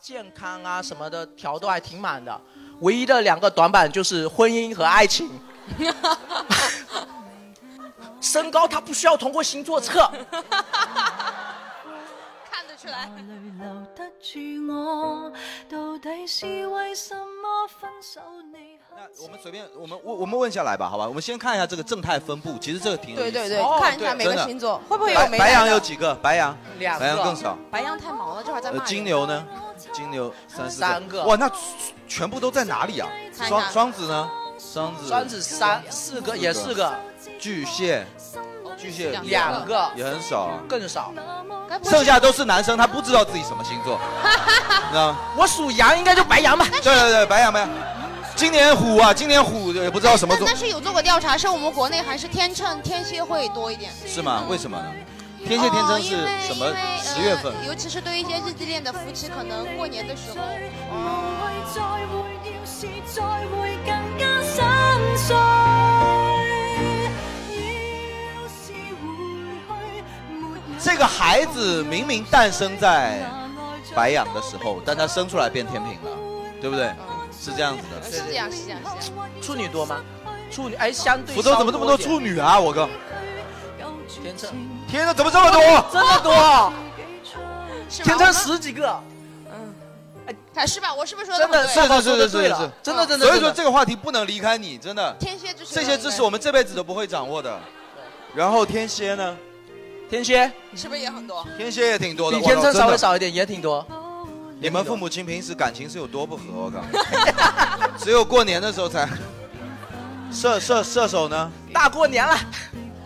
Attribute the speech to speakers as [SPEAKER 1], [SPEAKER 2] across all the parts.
[SPEAKER 1] 健康啊什么的条都还挺满的，唯一的两个短板就是婚姻和爱情。身高他不需要通过星座测，
[SPEAKER 2] 看得出来。
[SPEAKER 3] 留得住 我，到底是为什么分手你？
[SPEAKER 4] 我们随便，我们我我们问下来吧，好吧？我们先看一下这个正态分布，其实这个挺有
[SPEAKER 5] 对
[SPEAKER 4] 意思
[SPEAKER 5] 对
[SPEAKER 4] 的
[SPEAKER 5] 对，
[SPEAKER 1] 哦
[SPEAKER 5] 看一下每个星座会不会有
[SPEAKER 4] 白
[SPEAKER 5] 没
[SPEAKER 4] 白
[SPEAKER 5] 来
[SPEAKER 4] 羊
[SPEAKER 5] 的
[SPEAKER 4] 有几个？白羊，
[SPEAKER 5] 两个
[SPEAKER 4] 白羊更少。
[SPEAKER 5] 白羊太忙了，这会儿再
[SPEAKER 4] 呃
[SPEAKER 5] 骂，
[SPEAKER 4] 金牛呢？金牛三四
[SPEAKER 1] 三个
[SPEAKER 4] 哇，那全部都在哪里啊？
[SPEAKER 5] 看一下
[SPEAKER 4] 双双子呢？双子，
[SPEAKER 1] 双子三四个也四个，
[SPEAKER 4] 巨蟹，巨蟹
[SPEAKER 5] 两个
[SPEAKER 1] 两个
[SPEAKER 4] 也很少啊，
[SPEAKER 1] 更少。
[SPEAKER 5] 该不会
[SPEAKER 4] 剩下都是男生，他不知道自己什么星座，你知道吗？
[SPEAKER 1] 我属羊，应该就白羊吧。
[SPEAKER 4] 对对对，白羊白羊，今年虎啊，今年虎也不知道什么
[SPEAKER 2] 但
[SPEAKER 4] 座
[SPEAKER 2] 但是有做过调查，是我们国内还是天秤、天蝎会多一点。
[SPEAKER 4] 是吗？为什么呢？天蝎天
[SPEAKER 2] 哦
[SPEAKER 4] 秤
[SPEAKER 2] 因
[SPEAKER 4] 是
[SPEAKER 2] 为
[SPEAKER 4] 什
[SPEAKER 2] 因
[SPEAKER 4] 么
[SPEAKER 2] 为？呃
[SPEAKER 4] 十月份。
[SPEAKER 2] 尤其是对一些异地恋的夫妻，可能过年的时候，
[SPEAKER 1] 哦
[SPEAKER 3] 再会要是再会更加心碎。要是回去，没有
[SPEAKER 4] 这个孩子明明诞生在白羊的时候，但他生出来变天平了，对不对？是这样子的。
[SPEAKER 5] 是这样是这样是这样。
[SPEAKER 1] 处女多吗？处女哎，相对
[SPEAKER 4] 福州怎么这么多
[SPEAKER 1] 稍
[SPEAKER 4] 处女啊？我靠！
[SPEAKER 1] 天秤
[SPEAKER 4] 天呐，怎么这么多？
[SPEAKER 1] 多一点真的多，
[SPEAKER 2] 是吗
[SPEAKER 1] 天秤，
[SPEAKER 2] 我们
[SPEAKER 1] 十几个，
[SPEAKER 2] 哎是吧？我是不是说得
[SPEAKER 1] 真的
[SPEAKER 2] 很
[SPEAKER 4] 是
[SPEAKER 2] 对
[SPEAKER 4] 是
[SPEAKER 1] 说得
[SPEAKER 4] 是
[SPEAKER 1] 对
[SPEAKER 4] 是
[SPEAKER 1] 了哦嗯
[SPEAKER 4] 是
[SPEAKER 1] 真的真的。
[SPEAKER 4] 所以说
[SPEAKER 1] 真的
[SPEAKER 4] 这个话题不能离开你，真的。
[SPEAKER 2] 天蝎就是
[SPEAKER 4] 这些知识我们这辈子都不会掌握的。然后天蝎呢？
[SPEAKER 1] 天蝎
[SPEAKER 2] 是不是也很多？
[SPEAKER 4] 天蝎也挺多的。
[SPEAKER 1] 比天
[SPEAKER 4] 我靠
[SPEAKER 1] 秤稍微。
[SPEAKER 4] 真的
[SPEAKER 1] 少一点，也挺多。
[SPEAKER 4] 你们父母亲平时感情是有多不和？我靠！ 只有过年的时候才。射射射手呢？
[SPEAKER 1] 大过年了，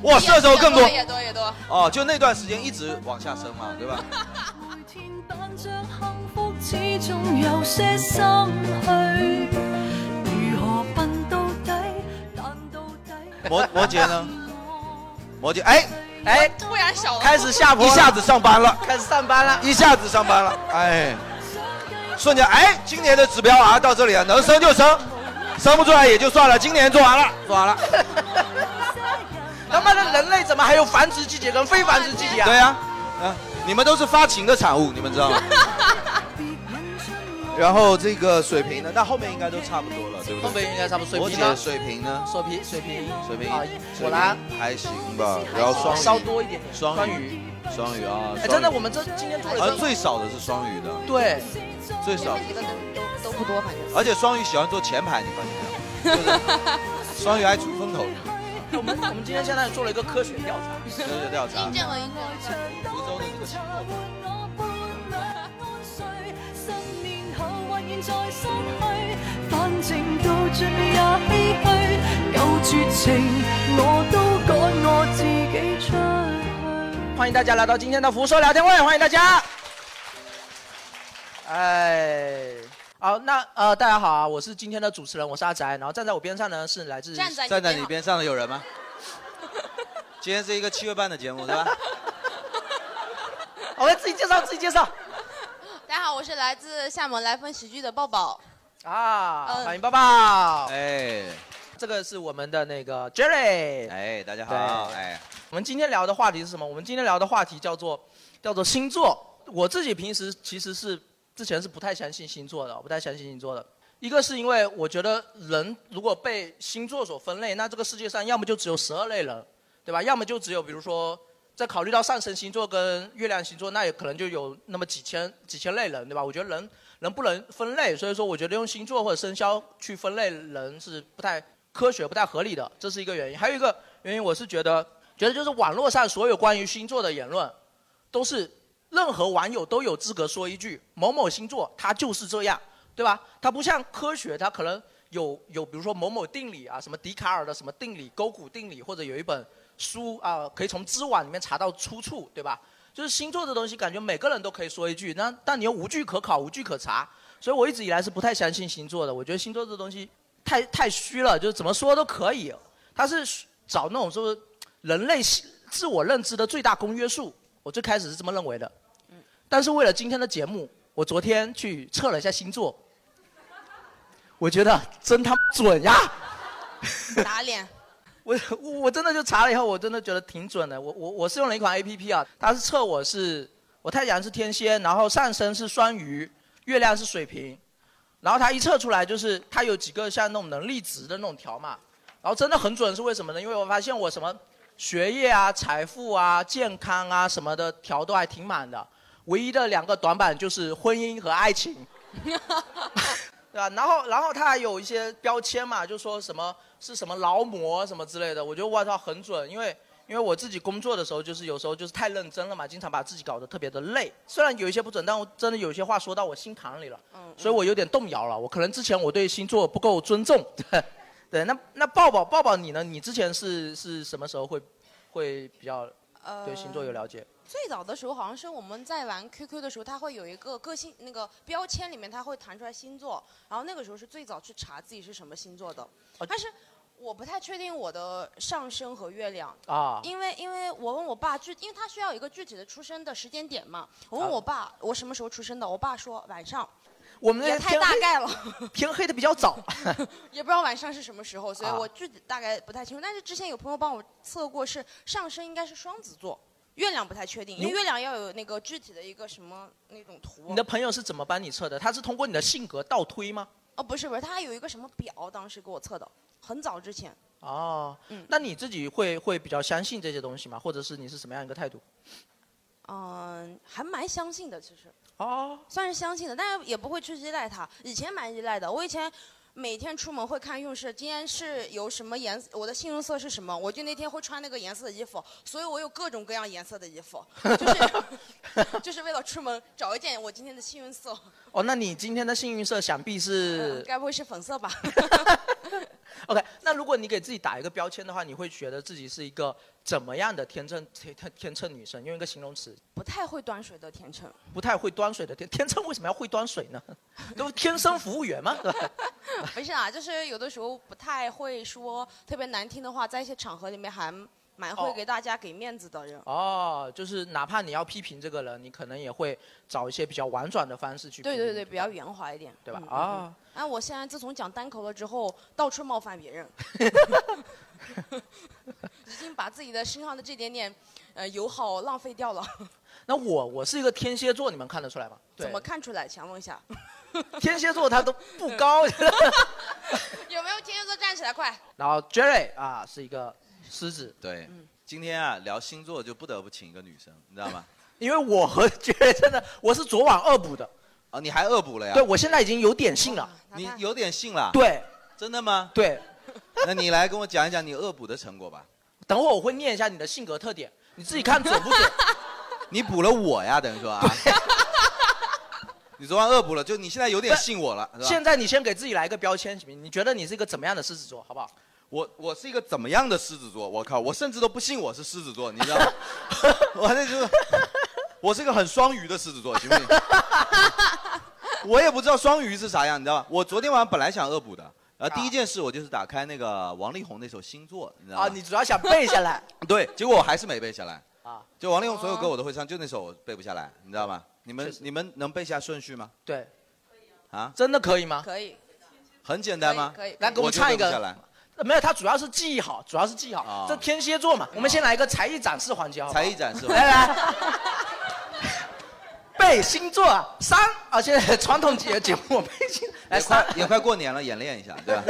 [SPEAKER 4] 哇，射手更多。
[SPEAKER 2] 也多也多。
[SPEAKER 4] 哦，就那段时间一直往下升嘛，对吧？
[SPEAKER 3] 每天扮着幸福，始终有些心虚。如何笨到底？但到底
[SPEAKER 4] 摩摩羯呢？摩羯，哎，
[SPEAKER 1] 哎，
[SPEAKER 2] 突然少了，
[SPEAKER 1] 开始下坡
[SPEAKER 4] 一
[SPEAKER 1] 了，
[SPEAKER 4] 下子上班了，
[SPEAKER 1] 开始上班了。
[SPEAKER 4] 一下子上班了，哎，瞬间，哎，今年的指标啊到这里了，能升就升，升不出来也就算了，今年做完了，做 完了，
[SPEAKER 1] 他妈的，人类怎么还有繁殖季节跟非繁殖季节啊？
[SPEAKER 4] 对呀、啊，你们都是发情的产物，你们知道吗？然后这个水瓶呢，那后面应该都差不多了，对不
[SPEAKER 1] 东
[SPEAKER 4] 对？
[SPEAKER 1] 北应该差不多。
[SPEAKER 4] 摩
[SPEAKER 1] 水瓶
[SPEAKER 4] 羯、
[SPEAKER 1] 呢？
[SPEAKER 4] 水瓶呢？
[SPEAKER 1] 水瓶，水瓶，
[SPEAKER 4] 水瓶
[SPEAKER 1] 啊，
[SPEAKER 4] 水
[SPEAKER 1] 果然
[SPEAKER 4] 瓶还行吧，然后双鱼，
[SPEAKER 1] 稍多一点点。
[SPEAKER 4] 双鱼
[SPEAKER 1] 双鱼，
[SPEAKER 4] 双鱼啊，
[SPEAKER 1] 哎，真的，
[SPEAKER 4] 双鱼
[SPEAKER 1] 我们这今天做
[SPEAKER 4] 好
[SPEAKER 1] 了
[SPEAKER 4] 像啊
[SPEAKER 1] 一个
[SPEAKER 4] 最少的是双鱼的，
[SPEAKER 1] 对，
[SPEAKER 4] 最少。
[SPEAKER 5] 几个都都都不多，反正。
[SPEAKER 4] 而且双鱼喜欢坐前排，你发现没有？就是双鱼爱出风头，
[SPEAKER 1] 我们我们今天相当于做了一个科学调查。
[SPEAKER 4] 这就调查
[SPEAKER 2] 印。证了印证了。
[SPEAKER 4] 福州的这个情况
[SPEAKER 3] 换我伴侣安睡。新年后或现在失去，反正到盡也唏噓。有絕情，我都趕我自己出去。
[SPEAKER 1] 欢迎大家来到今天的福说聊天会，欢迎大家。哎，好，那呃，大家好啊，我是今天的主持人，我是阿宅，然后站在我边上呢是来自
[SPEAKER 2] 站在
[SPEAKER 4] 站在你边上的有人 吗？今天是一个七月半的节目，对吧？
[SPEAKER 1] 我们自己介绍，自己介绍
[SPEAKER 2] 大家好，我是来自厦门莱丰喜剧的抱抱。
[SPEAKER 1] 啊，
[SPEAKER 2] 嗯
[SPEAKER 1] 欢迎抱抱，
[SPEAKER 4] 哎
[SPEAKER 1] 这个是我们的那个 Jerry，、
[SPEAKER 4] 哎，大家好，
[SPEAKER 1] 对
[SPEAKER 4] 哎，
[SPEAKER 1] 我们今天聊的话题是什么？我们今天聊的话题叫做叫做星座。我自己平时其实是之前是不太相信星座的，不太相信星座的。一个是因为我觉得人如果被星座所分类，那这个世界上要么就只有十二类人，对吧？要么就只有比如说，在考虑到上升星座跟月亮星座，那也可能就有那么几千几千类人，对吧？我觉得人人不能分类，所以说我觉得用星座或者生肖去分类人是不太科学、不太合理的，这是一个原因。还有一个原因，我是觉得觉得就是网络上所有关于星座的言论，都是任何网友都有资格说一句某某星座它就是这样，对吧？它不像科学，它可能有有比如说某某定理啊，什么笛卡尔的什么定理、勾股定理，或者有一本书啊、可以从知网里面查到出处，对吧？就是星座这东西，感觉每个人都可以说一句，那但你又无据可考、无据可查，所以我一直以来是不太相信星座的。我觉得星座这东西太太虚了，就是怎么说都可以，它是找那种说人类系自我认知的最大公约数。我最开始是这么认为的，但是为了今天的节目，我昨天去测了一下星座，我觉得真他妈准呀！
[SPEAKER 2] 打脸，
[SPEAKER 1] 我我我真的就查了以后，我真的觉得挺准的。我我我是用了一款 A P P 啊，它是测我是我太阳是天蝎，然后上升是双鱼，月亮是水瓶，然后它一测出来就是它有几个像那种能力值的那种条码，然后真的很准，是为什么呢？因为我发现我什么学业啊、财富啊、健康啊什么的条都还挺满的，唯一的两个短板就是婚姻和爱情。对吧？然后，然后他还有一些标签嘛，就说什么是什么劳模什么之类的。我觉得我操很准，因为因为我自己工作的时候，就是有时候就是太认真了嘛，经常把自己搞得特别的累。虽然有一些不准，但我真的有些话说到我心坎里了，
[SPEAKER 5] 嗯
[SPEAKER 1] 所以我有点动摇了。我可能之前我对星座不够尊重。 对，对那那抱抱抱抱你呢？你之前是是什么时候会会比较
[SPEAKER 5] 呃
[SPEAKER 1] 对星座有了解？
[SPEAKER 5] 最早的时候好像是我们在玩 QQ 的时候，它会有一个个性那个标签里面，它会弹出来星座，然后那个时候是最早去查自己是什么星座的，但是我不太确定我的上升和月亮
[SPEAKER 6] 啊
[SPEAKER 5] 因为因为我问我爸具，因为他需要有一个具体的出生的时间点嘛，我问
[SPEAKER 1] 啊
[SPEAKER 5] 我爸我什么时候出生的，我爸说晚上。
[SPEAKER 1] 我们那
[SPEAKER 5] 也
[SPEAKER 1] 个
[SPEAKER 5] 太
[SPEAKER 1] 天
[SPEAKER 5] 大
[SPEAKER 1] 黑
[SPEAKER 5] 概了，
[SPEAKER 1] 天黑的比较 早。
[SPEAKER 5] 也不知道晚上是什么时候，所以
[SPEAKER 1] 啊
[SPEAKER 5] 我具体大概不太清楚。但是之前有朋友帮我测过，是上升应该是双子座，月亮不太确定，因为
[SPEAKER 1] 你
[SPEAKER 5] 月亮要有那个具体的一个什么那种图。
[SPEAKER 1] 你的朋友是怎么帮你测的？他是通过你的性格倒推吗？
[SPEAKER 5] 哦，不是不是，他有一个什么表，当时给我测的，很早之前。
[SPEAKER 1] 哦，那你自己会会比较相信这些东西吗？或者是你是什么样一个态度？
[SPEAKER 5] 嗯，还蛮相信的，其实。
[SPEAKER 1] 哦。
[SPEAKER 5] 算是相信的，但是也不会去依赖它。以前蛮依赖的，我以前每天出门会看运势，今天是有什么颜色，我的信用色是什么，我就那天会穿那个颜色的衣服，所以我有各种各样颜色的衣 服，就是就是为了出门找一件我今天的幸运色，
[SPEAKER 1] 哦，那你今天的幸运色想必是、
[SPEAKER 5] 该不会是粉色吧？
[SPEAKER 1] 呃 OK。那如果你给自己打一个标签的话，你会觉得自己是一个怎么样的天秤天天天秤女生？用一个形容词，
[SPEAKER 5] 不太会端水的天秤，
[SPEAKER 1] 不太会端水的天 天秤为什么要会端水呢？ 都天生服务员嘛，对吧？
[SPEAKER 5] 不是啊，就是有的时候不太会说特别难听的话，在一些场合里面还蛮会
[SPEAKER 1] 哦
[SPEAKER 5] 给大家给面子的人。
[SPEAKER 1] 哦，就是哪怕你要批评这个人，你可能也会找一些比较婉转的方式去批
[SPEAKER 5] 对
[SPEAKER 1] 评，
[SPEAKER 5] 对对，比较圆滑一点，
[SPEAKER 1] 对吧
[SPEAKER 5] 嗯？
[SPEAKER 1] 啊、
[SPEAKER 5] 嗯嗯哎，我现在自从讲单口了之后，到处冒犯 别人，已经把自己的身上的这点点，呃，友好浪费掉了。
[SPEAKER 1] 那我我是一个天蝎座，你们看得出来吗？对
[SPEAKER 5] 怎么看出来？想问一下，
[SPEAKER 1] 天蝎座他都不高。
[SPEAKER 5] 有没有天蝎座站起来快？
[SPEAKER 1] 然后 Jerry 啊是一个狮子，
[SPEAKER 4] 对，今天啊聊星座就不得不请一个女生，你知道吗？
[SPEAKER 1] 因为我和 Jerry 真的我是昨晚恶补的，
[SPEAKER 4] 啊，你还恶补了呀？哦
[SPEAKER 1] 对我现在已经有点性了，
[SPEAKER 4] 你有点信了。
[SPEAKER 1] 对，
[SPEAKER 4] 真的吗？
[SPEAKER 1] 对。
[SPEAKER 4] 啊 那你来跟我讲一讲你恶补的成果吧。
[SPEAKER 1] 等会儿我会念一下你的性格特点，你自己看准不准？
[SPEAKER 4] 你补了我呀，等于说啊。 你昨晚恶补了，就你现在有点信我了，是吧？
[SPEAKER 1] 现在你先给自己来一个标签，行不行？你觉得你是一个怎么样的狮子座，好不好？
[SPEAKER 4] 我我是一个怎么样的狮子座？我靠，我甚至都不信我是狮子座，你知道 吗？我那就是， 我是一个很双鱼的狮子座，行不 行？我也不知道双鱼是啥样，你知道吗？我昨天晚上本来想恶补的，然
[SPEAKER 1] 啊
[SPEAKER 4] 后第一件事我就是打开那个王力宏那首《星座》，你知道吗？
[SPEAKER 1] 啊，你主要想背 下来
[SPEAKER 4] 对，结果我还是没背下来。
[SPEAKER 1] 啊？
[SPEAKER 4] 就王力宏所有歌我都会唱，就那首我背不下来，你知道吗？你们你们能背下顺序吗？
[SPEAKER 1] 对，
[SPEAKER 4] 啊？
[SPEAKER 1] 真的可以吗？
[SPEAKER 5] 可以，
[SPEAKER 4] 很简单吗？
[SPEAKER 5] 可以可以
[SPEAKER 1] 来给我们
[SPEAKER 4] 就
[SPEAKER 1] 唱一
[SPEAKER 4] 背不
[SPEAKER 1] 个
[SPEAKER 4] 下来
[SPEAKER 1] 呃没有，他主要是记忆好，主要是记忆好。这天蝎座嘛，我们先来一个才艺展示环节，好不好
[SPEAKER 4] 哦才艺展示
[SPEAKER 1] 来来。 背星座啊三啊，现在传统节节目背星来
[SPEAKER 4] 也快
[SPEAKER 1] 三，
[SPEAKER 4] 也快过年了，演练一下， 对吧？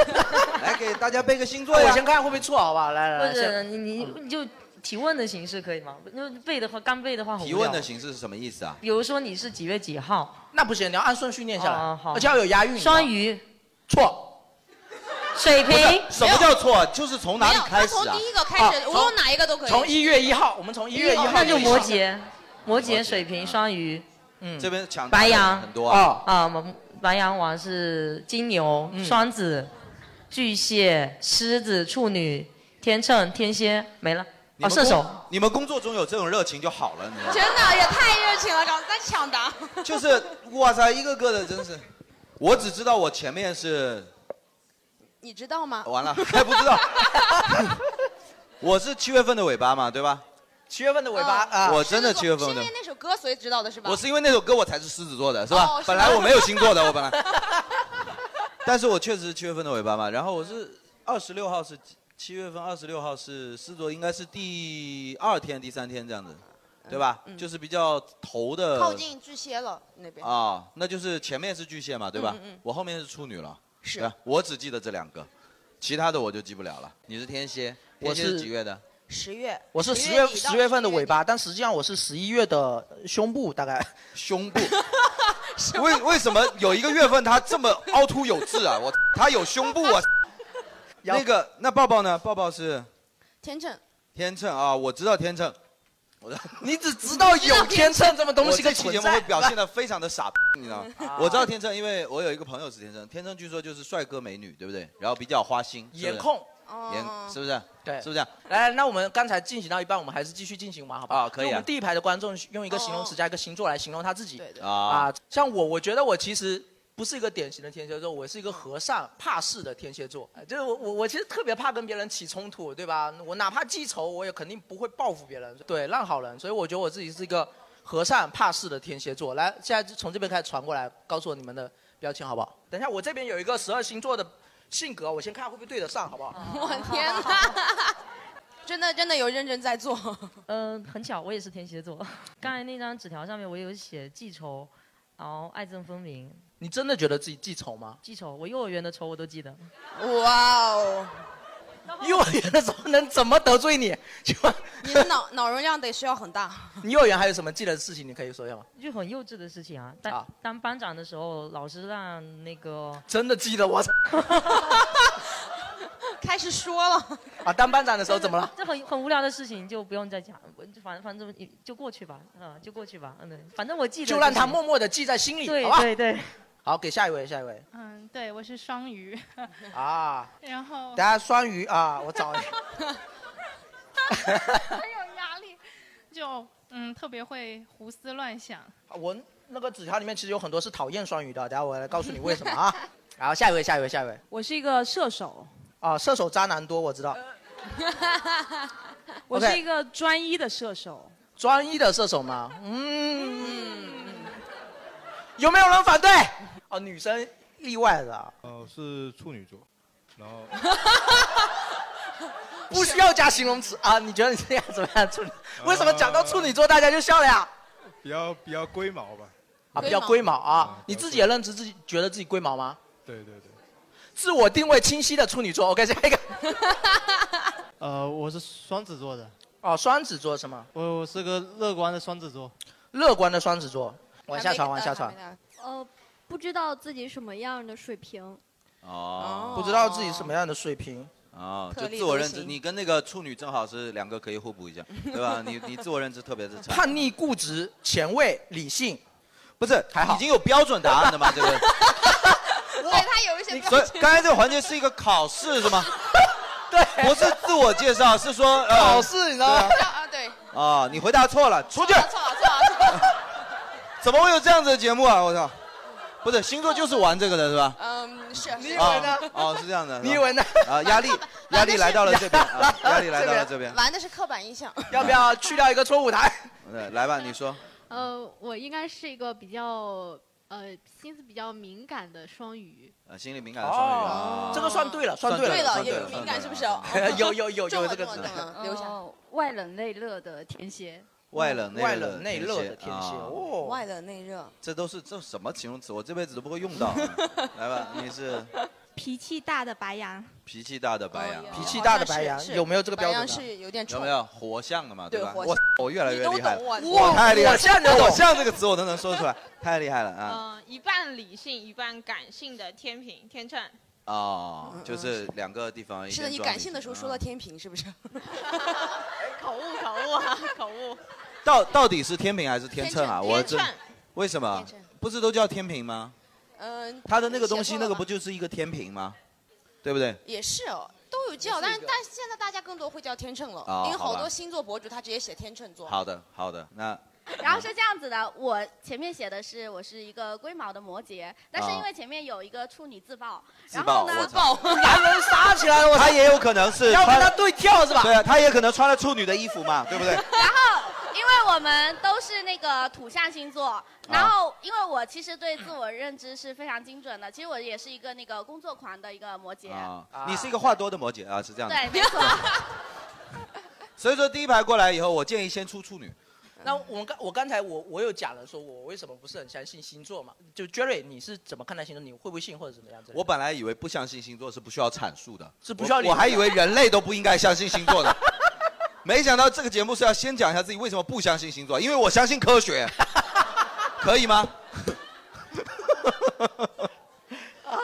[SPEAKER 4] 来给大家背个星座呀
[SPEAKER 1] 我先看会不会错，好不好？来来
[SPEAKER 7] 或
[SPEAKER 1] 来，
[SPEAKER 7] 者
[SPEAKER 1] 先
[SPEAKER 7] 你你
[SPEAKER 1] 嗯
[SPEAKER 7] 你就提问的形式可以吗？那背的话，干背的话很无
[SPEAKER 4] 提
[SPEAKER 7] 聊
[SPEAKER 4] 问的，形式是什么意思啊？
[SPEAKER 7] 比如说你是几月几号？
[SPEAKER 1] 那不行，你要按顺序念下来，
[SPEAKER 7] 哦好
[SPEAKER 1] 而且要有押韵。
[SPEAKER 7] 双鱼
[SPEAKER 1] 错，
[SPEAKER 7] 水
[SPEAKER 4] 不是
[SPEAKER 7] 瓶，
[SPEAKER 4] 什么叫错？就是从哪
[SPEAKER 5] 没
[SPEAKER 4] 里
[SPEAKER 5] 有，
[SPEAKER 4] 开
[SPEAKER 5] 他
[SPEAKER 4] 始
[SPEAKER 5] 从
[SPEAKER 4] 啊？
[SPEAKER 5] 第一个开始，
[SPEAKER 1] 啊
[SPEAKER 5] 无
[SPEAKER 1] 从
[SPEAKER 5] 论哪一个都可以。
[SPEAKER 1] 从一月一号，我们从一月一号
[SPEAKER 7] 哦那就摩
[SPEAKER 1] 开始。
[SPEAKER 7] 羯，摩羯、水
[SPEAKER 1] 嗯
[SPEAKER 7] 瓶、双鱼嗯
[SPEAKER 4] 这边抢
[SPEAKER 7] 白羊
[SPEAKER 4] 很多啊。
[SPEAKER 1] 哦，
[SPEAKER 7] 啊，我们白羊王是金牛、
[SPEAKER 1] 嗯
[SPEAKER 7] 双子、巨蟹、狮子、处女、天秤、天蝎，没了。
[SPEAKER 4] 你
[SPEAKER 7] 哦，
[SPEAKER 4] 们
[SPEAKER 7] 射手。
[SPEAKER 4] 工，你们工作中有这种热情就好了，你知道吗
[SPEAKER 5] 真的也太热情了，刚才抢答。
[SPEAKER 4] 就是哇塞，一个个的真是，我只知道我前面是
[SPEAKER 5] 你知道
[SPEAKER 1] 哦
[SPEAKER 5] 吗？
[SPEAKER 4] 完了，还不知 道，我是七月份的尾巴嘛，对吧？
[SPEAKER 1] 七月份的尾巴
[SPEAKER 5] 嗯
[SPEAKER 1] 啊，
[SPEAKER 4] 我真的七月份
[SPEAKER 5] 是因
[SPEAKER 4] 的
[SPEAKER 5] 为，那首歌所以知道的是吧？
[SPEAKER 4] 我是因为那首歌我才是狮子座的，是吧？
[SPEAKER 5] 哦是吗
[SPEAKER 4] 本来我没有星座的，我本来，但是我确实是七月份的尾巴嘛。然后我是二十六号是七月份，二十六号是狮子座，应该是第二天、第三天这样子。对吧？就是比较头的
[SPEAKER 8] 靠近巨蟹了那边。
[SPEAKER 4] 啊，那就是前面是巨蟹嘛，对吧？
[SPEAKER 8] 嗯嗯
[SPEAKER 4] 我后面是处女了，
[SPEAKER 8] 是
[SPEAKER 4] 对吧我只记得这两个，其他的我就记不了了。你是天蝎，
[SPEAKER 1] 我
[SPEAKER 4] 天蝎是
[SPEAKER 1] 是
[SPEAKER 4] 几月的？
[SPEAKER 5] 十月，
[SPEAKER 1] 我是
[SPEAKER 5] 10
[SPEAKER 1] 十月
[SPEAKER 5] 底到
[SPEAKER 1] 十月份的尾巴，但实际上我是十一月的胸部，大概
[SPEAKER 4] 胸部。 为为什么有一个月份他这么凹凸有致啊？我他有胸部啊。那个那抱抱呢？抱抱是
[SPEAKER 5] 天秤，
[SPEAKER 4] 天秤啊，我知道天秤。我的
[SPEAKER 1] 你只知道有天秤这么东西
[SPEAKER 4] 我这
[SPEAKER 1] 的
[SPEAKER 4] 期
[SPEAKER 1] 存
[SPEAKER 4] 节
[SPEAKER 1] 在啊
[SPEAKER 4] 目会表现的非常的傻，你知道 吗？我知道天秤，因为我有一个朋友是天秤，天秤据说就是帅哥美女，对不对？然后比较花心，是不是
[SPEAKER 1] 颜控，哦
[SPEAKER 4] 颜是不是？
[SPEAKER 1] 对，
[SPEAKER 4] 是不是这啊样？
[SPEAKER 1] 来，那我们刚才进行到一半，我们还是继续进行玩，好不好？
[SPEAKER 4] 啊可以啊
[SPEAKER 1] 用我们第一排的观众用一个形容词加一个星座来形容他自己。对
[SPEAKER 4] 对啊
[SPEAKER 1] 像我，我觉得我其实不是一个典型的天蝎座，我是一个和善怕事的天蝎座。哎就是我我我其实特别怕跟别人起冲突，对吧？我哪怕记仇，我也肯定不会报复别人，对，烂好人。所以我觉得我自己是一个和善怕事的天蝎座。来，现在就从这边开始传过来，告诉我你们的标签好不好？等一下，我这边有一个十二星座的性格，我先看会不会对得上，好不好？
[SPEAKER 5] 我天哪！ 真的真的有认真在做，
[SPEAKER 7] 嗯、很巧，我也是天蝎座。 刚才那张纸条上面我有写记仇，然后爱憎分明。
[SPEAKER 1] 你真的觉得自己记仇吗？
[SPEAKER 7] 记仇，我幼儿园的仇我都记得。
[SPEAKER 5] 哇哦！
[SPEAKER 1] 幼儿园的时候能怎么得罪你？
[SPEAKER 5] 你的脑脑容量得需要很大。
[SPEAKER 1] 你幼儿园还有什么记得的事情？你可以说一下吗？
[SPEAKER 7] 就很幼稚的事情啊！当、当班长的时候，老师让那个
[SPEAKER 1] 真的记得我操
[SPEAKER 5] 开始说了，
[SPEAKER 1] 啊！当班长的时候怎么了？
[SPEAKER 7] 这很很无聊的事情，就不用再讲，我就反反正就过去吧，嗯，就过去吧，嗯，对，反正我记得
[SPEAKER 1] 就让他
[SPEAKER 7] 行
[SPEAKER 1] 默默的记在心里，
[SPEAKER 7] 对
[SPEAKER 1] 好吧？
[SPEAKER 7] 对对。
[SPEAKER 1] 好，给下一位，下一位
[SPEAKER 9] 嗯，对，我是 双鱼，
[SPEAKER 1] 啊！
[SPEAKER 9] 然后
[SPEAKER 1] 等下双鱼啊，我找你。
[SPEAKER 9] 很有压力，就嗯特别会胡思乱想。
[SPEAKER 1] 啊我那个纸条里面其实有很多是讨厌双鱼的，等下我来告诉你为什么啊。然后下一位，下一位，下一位
[SPEAKER 10] 我是一个射手，呃
[SPEAKER 1] 啊！射手渣男多，我知道。
[SPEAKER 10] 我
[SPEAKER 1] OK
[SPEAKER 10] 是一个专一的射手。
[SPEAKER 1] 专一的射手吗？嗯，有没有人反对？哦，女生例外的啊，
[SPEAKER 11] 哦，是处女座，然后
[SPEAKER 1] 不需要加形容词啊。你觉得你这样怎么样？处女？为什么讲到处女座大家就笑了呀？
[SPEAKER 11] 比较比较龟毛吧。
[SPEAKER 1] 啊，比较龟毛啊。你自己也认知自己，觉得自己龟毛吗？
[SPEAKER 11] 对对对。
[SPEAKER 1] 自我定位清晰的处女座。OK，下一个。
[SPEAKER 12] 呃，我是双子座的，
[SPEAKER 1] 哦，双子座是吗？
[SPEAKER 12] 我我是个乐观的双子座。
[SPEAKER 1] 乐观的双子座，往下传，
[SPEAKER 13] 还没
[SPEAKER 1] 往下传
[SPEAKER 13] 还。没呃，不知道自己什么样的水平。
[SPEAKER 4] 哦，
[SPEAKER 1] 不知道自己什么样的水平。
[SPEAKER 4] 哦，
[SPEAKER 13] 特
[SPEAKER 4] 就
[SPEAKER 13] 立
[SPEAKER 4] 自我
[SPEAKER 13] 独
[SPEAKER 4] 认知，
[SPEAKER 13] 行
[SPEAKER 4] 你跟那个处女正好是两个可以互补一下，对吧？你你自我认知特别的差，
[SPEAKER 1] 叛逆、固执、前卫、理性，
[SPEAKER 4] 不是
[SPEAKER 1] 还好，
[SPEAKER 4] 已经有标准答 案了嘛，对不对？
[SPEAKER 5] 所以他有一些
[SPEAKER 4] 所以刚才这个环节是一个考试是吗？
[SPEAKER 1] 对，
[SPEAKER 4] 不是自我介绍，是说、呃、
[SPEAKER 5] 考
[SPEAKER 1] 试，你知
[SPEAKER 4] 道吗？
[SPEAKER 5] 啊，对，
[SPEAKER 4] 啊，你回答错了，出去！
[SPEAKER 5] 错了错了错了，
[SPEAKER 4] 怎么会有这样子的节目啊？我操！不是星座就是玩这个的是吧？
[SPEAKER 5] 嗯，是。你
[SPEAKER 4] 以为呢啊哦，是这样的。是吧
[SPEAKER 1] 你以为呢？
[SPEAKER 4] 啊， 压力压力来到了这边，啊压力来到了这边。
[SPEAKER 5] 玩的是刻板印象，
[SPEAKER 1] 要不要去掉一个错误台？
[SPEAKER 4] 对，来吧，你说。
[SPEAKER 5] 嗯
[SPEAKER 13] 呃，我应该是一个比较呃心思比较敏感的双鱼。
[SPEAKER 4] 呃，心理敏感的双鱼啊，
[SPEAKER 1] 哦这个算对了，算
[SPEAKER 4] 对
[SPEAKER 1] 了，
[SPEAKER 4] 对
[SPEAKER 1] 算对
[SPEAKER 4] 了，算对了
[SPEAKER 5] 是不是？
[SPEAKER 1] 有有有有这 个字。
[SPEAKER 5] 嗯
[SPEAKER 14] 留下、外冷内热的天蝎。
[SPEAKER 4] 外冷
[SPEAKER 1] 外
[SPEAKER 4] 热
[SPEAKER 1] 冷内热的天蝎
[SPEAKER 4] 啊
[SPEAKER 1] 哦
[SPEAKER 5] 外冷内热，
[SPEAKER 4] 这都是这什么形容词？我这辈子都不会用到。啊来吧，你是
[SPEAKER 15] 脾气大的白羊，
[SPEAKER 4] 脾气大的白羊，
[SPEAKER 1] 脾气大的白羊有没有这个标准啊？
[SPEAKER 5] 有点
[SPEAKER 4] 有没有火象的嘛？
[SPEAKER 1] 对
[SPEAKER 4] 吧？
[SPEAKER 1] 火
[SPEAKER 4] 我
[SPEAKER 1] 象
[SPEAKER 4] 我越来越厉害
[SPEAKER 1] 你
[SPEAKER 4] 了，
[SPEAKER 1] 都懂我
[SPEAKER 4] 我太厉害了，
[SPEAKER 1] 火象的我
[SPEAKER 4] 火象这个词我都能说出来，太厉害了啊！
[SPEAKER 2] 嗯、一半理性一半感性的天平天秤，
[SPEAKER 4] 哦，就是两个地方。
[SPEAKER 5] 是的，你感性的时候说
[SPEAKER 4] 嗯
[SPEAKER 5] 到天平，是不是？
[SPEAKER 2] 口误口误啊口误。
[SPEAKER 4] 到到底是天平还是 天秤啊？
[SPEAKER 2] 天秤
[SPEAKER 4] 我这
[SPEAKER 2] 天秤
[SPEAKER 4] 为什么不是都叫天平吗？
[SPEAKER 5] 嗯，
[SPEAKER 4] 它的那个东西，那个不就是一个天平吗？对不对？
[SPEAKER 5] 也是哦，都有叫，但是但现在大家更多会叫天秤了
[SPEAKER 4] 哦，
[SPEAKER 5] 因为
[SPEAKER 4] 好
[SPEAKER 5] 好
[SPEAKER 4] 吧
[SPEAKER 5] 多星座博主他直接写天秤座。
[SPEAKER 4] 好的，好的，那
[SPEAKER 14] 然后是这样子的，我前面写的是我是一个龟毛的摩羯，但是因为前面有一个处女自爆，
[SPEAKER 4] 自
[SPEAKER 14] 然后
[SPEAKER 4] 啊爆，
[SPEAKER 14] 呢
[SPEAKER 4] 我，操！
[SPEAKER 1] 男人杀起来了，我操
[SPEAKER 4] 他也有可能是
[SPEAKER 1] 要跟他
[SPEAKER 4] 穿
[SPEAKER 1] 对跳是吧？
[SPEAKER 4] 对啊，他也可能穿了处女的衣服嘛，对不对？
[SPEAKER 14] 然后因为我们都是那个土象星
[SPEAKER 4] 啊
[SPEAKER 14] 座，然后因为我其实对自我认知是非常精准的，其实我也是一个那个工作狂的一个摩羯，
[SPEAKER 4] 啊，你是一个话多的摩羯啊，是这样的。
[SPEAKER 14] 对，没错。
[SPEAKER 4] 所以说第一排过来以后，我建议先出处女。
[SPEAKER 1] 那我们刚我刚才我我有讲了，说我为什么不是很相信星座嘛？就 Jerry，你是怎么看待星座？你会不会信或者怎么样？
[SPEAKER 4] 我本来以为不相信星座是不需要阐述的，
[SPEAKER 1] 是不需要
[SPEAKER 4] 我
[SPEAKER 1] 理
[SPEAKER 4] 我
[SPEAKER 1] 由的
[SPEAKER 4] 还以为人类都不应该相信星座的， 没想到这个节目是要先讲一下自己为什么不相信星座，因为我相信科 学，可以吗？
[SPEAKER 1] 啊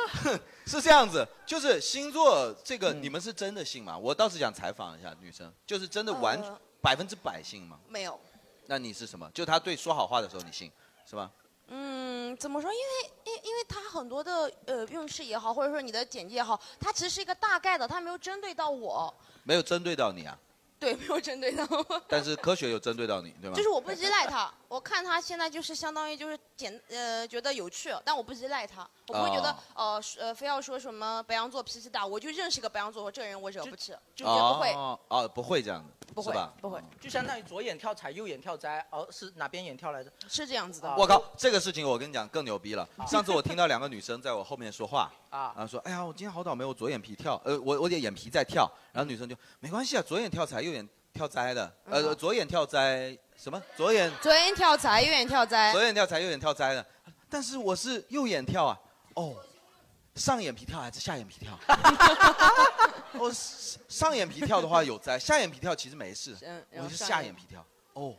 [SPEAKER 4] 是这样子，就是星座这个，
[SPEAKER 1] 嗯
[SPEAKER 4] 你们是真的信吗？我倒是想采访一下女生，就是真的完
[SPEAKER 5] 呃
[SPEAKER 4] 百分之百信吗？
[SPEAKER 5] 没有，
[SPEAKER 4] 那你是什么？就他对说好话的时候你信，是吧？
[SPEAKER 5] 嗯，怎么说？因为因因为它很多的呃用事也好，或者说你的简介也好，它其实是一个大概的，它没有针对到我，
[SPEAKER 4] 没有针对到你啊，
[SPEAKER 5] 对，没有针对到我。
[SPEAKER 4] 但是科学有针对到你，对吗？
[SPEAKER 5] 就是我不依赖他，我看他现在就是相当于就是简呃觉得有趣，但我不依赖他，我不会觉得、
[SPEAKER 1] 哦
[SPEAKER 5] 呃是呃非要说什么白羊座脾气大，我就认识个白羊座，我这个人我惹不起，就也不会。
[SPEAKER 4] 哦哦，不会这样的，
[SPEAKER 5] 不会
[SPEAKER 4] 是吧？
[SPEAKER 5] 不会，
[SPEAKER 1] 就相当于左眼跳财，右眼跳灾，哦，是哪边眼跳来着？啊
[SPEAKER 5] 是这样子的
[SPEAKER 4] 我靠，这个事情我跟你讲更牛逼 了。上次我听到两个女生在我后面说话，
[SPEAKER 1] 啊
[SPEAKER 4] 啊说，哎呀，我今天好倒霉，我左眼皮跳，呃，我我的眼皮在跳。然后女生就没关系啊，左眼跳财，右眼跳灾的，
[SPEAKER 5] 嗯
[SPEAKER 4] 呃，左眼跳灾什么？左眼
[SPEAKER 5] 左眼跳财，右眼跳灾
[SPEAKER 4] 左。眼跳财，右眼跳灾的。但是我是右眼跳啊，哦，上眼皮跳还是下眼皮跳？ 我是上眼皮跳的话有灾，下眼皮跳其实没事
[SPEAKER 5] 嗯，然
[SPEAKER 4] 我
[SPEAKER 5] 后
[SPEAKER 4] 是
[SPEAKER 5] 上
[SPEAKER 4] 下
[SPEAKER 5] 眼
[SPEAKER 4] 眼皮跳。哦，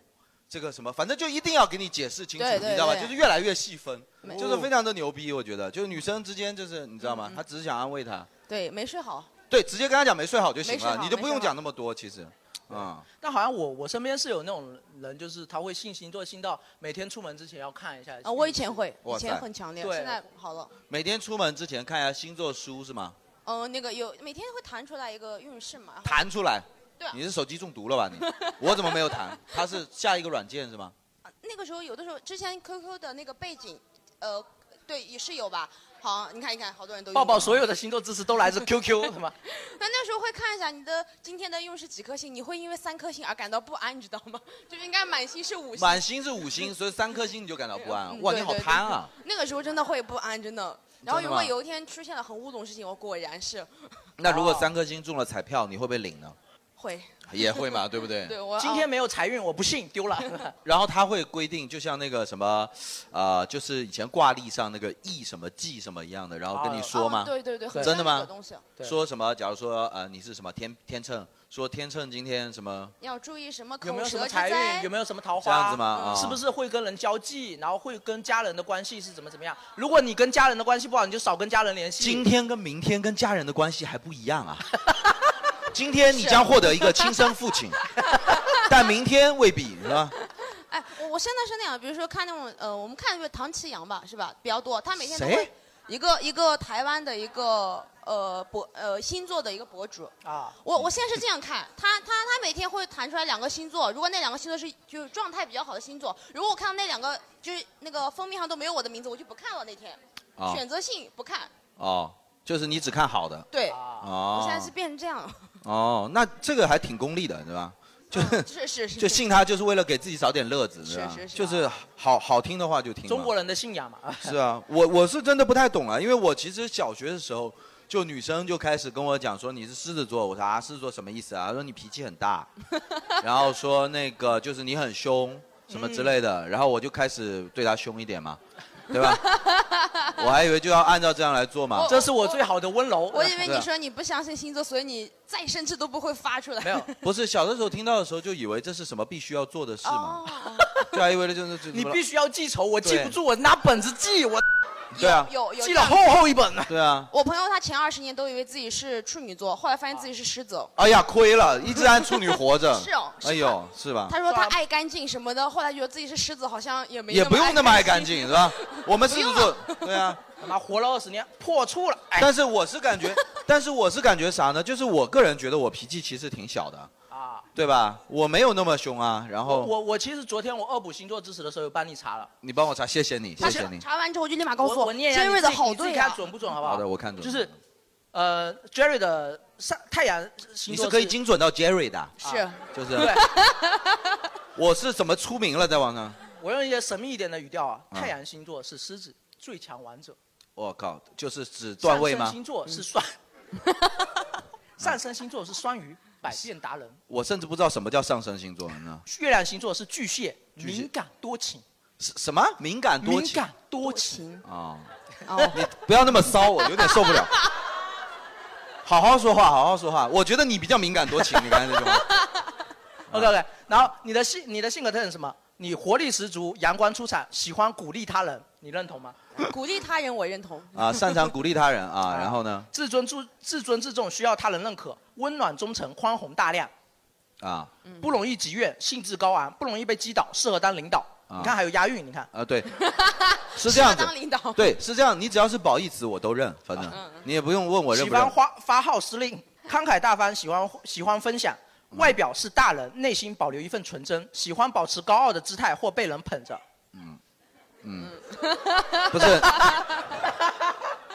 [SPEAKER 4] 这个什么，反正就一定要给你解释清楚，
[SPEAKER 5] 对
[SPEAKER 4] 你
[SPEAKER 5] 对
[SPEAKER 4] 知道吧？
[SPEAKER 5] 对
[SPEAKER 4] 就是越来越细分
[SPEAKER 5] 没，
[SPEAKER 4] 就是非常的牛逼，我觉得，就是女生之间就是你知道吗
[SPEAKER 5] 嗯？嗯
[SPEAKER 4] 她只是想安慰她，
[SPEAKER 5] 对，没睡好。
[SPEAKER 4] 对，直接跟她讲没睡好就
[SPEAKER 1] 没
[SPEAKER 4] 行
[SPEAKER 1] 睡好
[SPEAKER 4] 了，你就不
[SPEAKER 1] 没睡
[SPEAKER 4] 用
[SPEAKER 1] 好
[SPEAKER 4] 讲那么多，其实，啊。
[SPEAKER 1] 但好像我我身边是有那种人，就是他会信星座信到每天出门之前要看一下。
[SPEAKER 5] 啊，我以前会，以
[SPEAKER 4] 哇
[SPEAKER 5] 前
[SPEAKER 4] 塞
[SPEAKER 5] 很强烈，
[SPEAKER 1] 对
[SPEAKER 5] 现在好了。
[SPEAKER 4] 每天出门之前看一下星座书是吗？
[SPEAKER 5] 嗯、那个有每天会弹出来一个运势嘛，
[SPEAKER 4] 弹出来
[SPEAKER 5] 对啊。
[SPEAKER 4] 你是手机中毒 了吧你？我怎么没有弹？它是下一个软件是吗？
[SPEAKER 5] 那个时候有的时候之前 QQ 的那个背景，呃，对，也是有吧。好，你看一看，好多人都用
[SPEAKER 1] 抱
[SPEAKER 5] 过
[SPEAKER 1] 抱所有的星座知识都来 自 QQ 是吗？
[SPEAKER 5] 那那时候会看一下你的今天的运势几颗星，你会因为三颗星而感到不安，你知道吗？ 就是应该满星是五星。
[SPEAKER 4] 满星是五星，所以三颗星你就感到不安。
[SPEAKER 5] 嗯
[SPEAKER 4] 哇，
[SPEAKER 5] 对
[SPEAKER 4] 你好
[SPEAKER 5] 对对
[SPEAKER 4] 贪啊！
[SPEAKER 5] 那个时候真的会不安，真的。然后如
[SPEAKER 4] 真的吗
[SPEAKER 5] 果有一天出现了很乌龙的事情，我果然是
[SPEAKER 4] 那如果三颗星中了彩票，你会不会领呢？
[SPEAKER 5] 会。
[SPEAKER 4] 也 会嘛，对不对？
[SPEAKER 5] 对我哦
[SPEAKER 1] 今天没有财运，我不信，丢 了。
[SPEAKER 4] 然后他会规定，就像那个什么，呃，就是以前挂历上那个易什么忌什么一样的，然后跟你说吗？
[SPEAKER 5] 哦对对对很
[SPEAKER 4] 真
[SPEAKER 5] 像
[SPEAKER 4] 的
[SPEAKER 5] 那
[SPEAKER 4] 吗
[SPEAKER 5] 个东西？啊对
[SPEAKER 4] 说什么？假如说呃你是什么天天秤，说天秤今天什么？
[SPEAKER 5] 要注意什么口
[SPEAKER 1] 有没有
[SPEAKER 5] 舌
[SPEAKER 1] 什么
[SPEAKER 5] 之
[SPEAKER 1] 财
[SPEAKER 5] 灾
[SPEAKER 1] 运？有没有什么桃花？
[SPEAKER 4] 这样子吗啊
[SPEAKER 1] 是不是会跟人交际？然后会跟家人的关系是怎么怎么样？如果你跟家人的关系不好，你就少跟家人联系。
[SPEAKER 4] 今天跟明天跟家人的关系还不一样啊。今天你
[SPEAKER 1] 啊
[SPEAKER 4] 将获得一个亲 生父 亲，但明天未必，是吧？
[SPEAKER 5] 哎，我我现在是那样，比如说看那种呃，我们看那个唐奇阳吧，是吧？比较多，他每天都会
[SPEAKER 4] 谁
[SPEAKER 5] 一个一个台湾的一个呃博呃星座的一个博主
[SPEAKER 1] 啊。
[SPEAKER 5] 我我现在是这样看，他他他每天会弹出来两个星座，如果那两个星座是就是状态比较好的星座，如果我看到那两个就是那个封面上都没有我的名字，我就不看了那天，
[SPEAKER 1] 啊
[SPEAKER 4] 哦
[SPEAKER 5] 选择性不看。
[SPEAKER 4] 哦，就是你只看好的。
[SPEAKER 5] 对，我
[SPEAKER 4] 哦
[SPEAKER 5] 现在是变成这样，
[SPEAKER 4] 哦，那这个还挺功利的，对吧？就、
[SPEAKER 5] 是是是，
[SPEAKER 4] 就信他，就是为了给自己找点乐子，
[SPEAKER 1] 是
[SPEAKER 4] 对吧？
[SPEAKER 1] 是是
[SPEAKER 4] 就是好好听的话就听嘛。
[SPEAKER 1] 中国人的信仰嘛。
[SPEAKER 4] 是啊，我我是真的不太懂啊了，因为我其实小学的时候，就女生就开始跟我讲说你是狮子座，我说啊狮子座什么意思啊？她说你脾气很 大，然后说那个就是你很凶什么之类的，
[SPEAKER 5] 嗯
[SPEAKER 4] 然后我就开始对她凶一点嘛，对吧？ 我还以为就要按照这样来做嘛。
[SPEAKER 1] 这是我最好的温柔。
[SPEAKER 5] 哦我以为
[SPEAKER 4] 对
[SPEAKER 5] 你
[SPEAKER 4] 啊
[SPEAKER 5] 说你不相信星座，所以你再生气都不会发出来。
[SPEAKER 1] 没有，
[SPEAKER 4] 不是小的时候听到的时候就以为这是什么必须要做的事
[SPEAKER 5] 哦
[SPEAKER 4] 嘛， 就还以为就是就是
[SPEAKER 1] 你必须要记仇，我记
[SPEAKER 4] 对
[SPEAKER 1] 不住，我拿本子记，我
[SPEAKER 4] 对啊，
[SPEAKER 5] 有有
[SPEAKER 1] 记了厚厚一本。
[SPEAKER 4] 对啊。
[SPEAKER 5] 我朋友他前二十年都以为自己是处女座，后来发现自己是狮子。
[SPEAKER 4] 哎呀，亏了，一直按处女活着。
[SPEAKER 5] 是哦
[SPEAKER 4] 哎呦，是吧？
[SPEAKER 5] 他说他爱干净什么的，后来觉得自己是狮子，好像也没
[SPEAKER 4] 也不用那么爱干
[SPEAKER 5] 净。
[SPEAKER 4] 净，是吧？我们狮子座，对啊。
[SPEAKER 1] 妈活了二十年，破处了。哎，
[SPEAKER 4] 但是我是感觉，但是我是感觉啥呢？就是我个人觉得我脾气其实挺小的，
[SPEAKER 1] 啊，
[SPEAKER 4] 对吧？我没有那么凶啊。然后
[SPEAKER 1] 我我其实昨天我恶补星座知识的时候，有帮你查了。
[SPEAKER 4] 你帮我查，谢谢你，谢谢你。
[SPEAKER 5] 查完之后就立马告诉
[SPEAKER 1] 我念一下
[SPEAKER 5] 尖
[SPEAKER 1] 你
[SPEAKER 5] 锐的
[SPEAKER 1] 自己
[SPEAKER 5] 好
[SPEAKER 1] 你自己
[SPEAKER 5] 对
[SPEAKER 1] 看
[SPEAKER 5] 啊
[SPEAKER 1] 准不准，好不好？
[SPEAKER 4] 好的，我看准。
[SPEAKER 1] 就是，呃，Jerry 的上太阳星
[SPEAKER 4] 你
[SPEAKER 1] 座
[SPEAKER 4] 是可以精准到 Jerry 的，啊
[SPEAKER 5] 是，
[SPEAKER 4] 就是
[SPEAKER 1] 对，
[SPEAKER 4] 我是怎么出名了，在网上？
[SPEAKER 1] 我用一些神秘一点的语调啊，
[SPEAKER 4] 嗯
[SPEAKER 1] 太阳星座是狮子最强王者，
[SPEAKER 4] 我靠，就是指段位
[SPEAKER 1] 上升
[SPEAKER 4] 吗？嗯
[SPEAKER 1] 星座是双，上升星座是双鱼，百变达人。
[SPEAKER 4] 我甚至不知道什么叫上升星座呢？
[SPEAKER 1] 月亮星座是巨蟹，敏感多情，
[SPEAKER 4] 什什么敏感多
[SPEAKER 1] 敏
[SPEAKER 4] 情
[SPEAKER 1] 感多情。
[SPEAKER 4] 啊？
[SPEAKER 1] 哦
[SPEAKER 4] 你不要那么骚，我有点受不了。好好说话，好好说话。我觉得你比较敏感多情，你刚才那句 话。
[SPEAKER 1] OK
[SPEAKER 4] 啊
[SPEAKER 1] OK，然后你的性你的性格特点是什么？你活力十足，阳光出彩，喜欢鼓励他人，你认同吗？
[SPEAKER 5] 鼓励他人，我认同。
[SPEAKER 4] 啊，擅长鼓励他人啊，然后呢？
[SPEAKER 1] 自尊自自尊自重，需要他人认可，温暖忠诚，宽宏大量，
[SPEAKER 4] 啊
[SPEAKER 1] 不容易急怨，兴致高昂，不容易被击倒，适合当领导。
[SPEAKER 4] 啊
[SPEAKER 1] 你看还有押韵，你看。
[SPEAKER 4] 啊，对，是这样
[SPEAKER 1] 适
[SPEAKER 4] 子
[SPEAKER 1] 合当领导。嗯
[SPEAKER 4] 对，是这样，你只要是褒义词我都认，反正你也不用问我认
[SPEAKER 1] 喜
[SPEAKER 4] 不认
[SPEAKER 1] 欢。发发号施令，慷慨大方，喜欢喜欢分享，
[SPEAKER 4] 嗯
[SPEAKER 1] 外表是大人，内心保留一份纯真，喜欢保持高傲的姿态或被人捧着。
[SPEAKER 4] 嗯，不 是，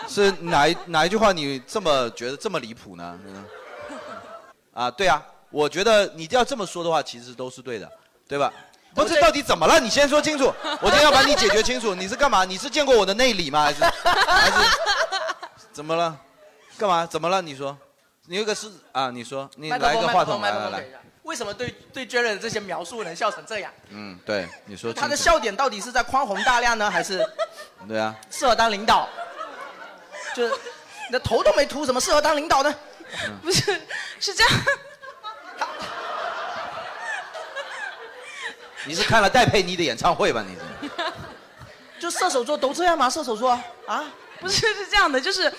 [SPEAKER 4] 是哪一哪一句话你这么觉得这么离谱呢？啊，对啊，我觉得你要这么说的话，其实都是对的，对吧？不是，到底怎么了？你先说清楚，我今天要把你解决清楚。你是干嘛？你是见过我的内里吗？还是还是怎么了？干嘛？怎么了？你说，你有个是啊？你说，你
[SPEAKER 1] 麦克
[SPEAKER 4] 来一
[SPEAKER 1] 风
[SPEAKER 4] 个
[SPEAKER 1] 麦
[SPEAKER 4] 话
[SPEAKER 1] 克风
[SPEAKER 4] 筒，
[SPEAKER 1] 麦
[SPEAKER 4] 来
[SPEAKER 1] 克
[SPEAKER 4] 来
[SPEAKER 1] 风
[SPEAKER 4] 来
[SPEAKER 1] 给一，下为什么对对 j e r e 这些描述能笑成这样？
[SPEAKER 4] 嗯，对，你说
[SPEAKER 1] 他
[SPEAKER 4] 清
[SPEAKER 1] 的
[SPEAKER 4] 楚，
[SPEAKER 1] 笑点到底是在宽宏大量呢，还是
[SPEAKER 4] 对啊。
[SPEAKER 1] 适合当领导？就是你的头都没秃，怎么适合当领导呢？
[SPEAKER 3] 不是，是这样。
[SPEAKER 4] 你是看了戴佩妮的演唱会吧？你是
[SPEAKER 1] 就射手座都这样吗？射手座啊，
[SPEAKER 3] 不是是这样的，就是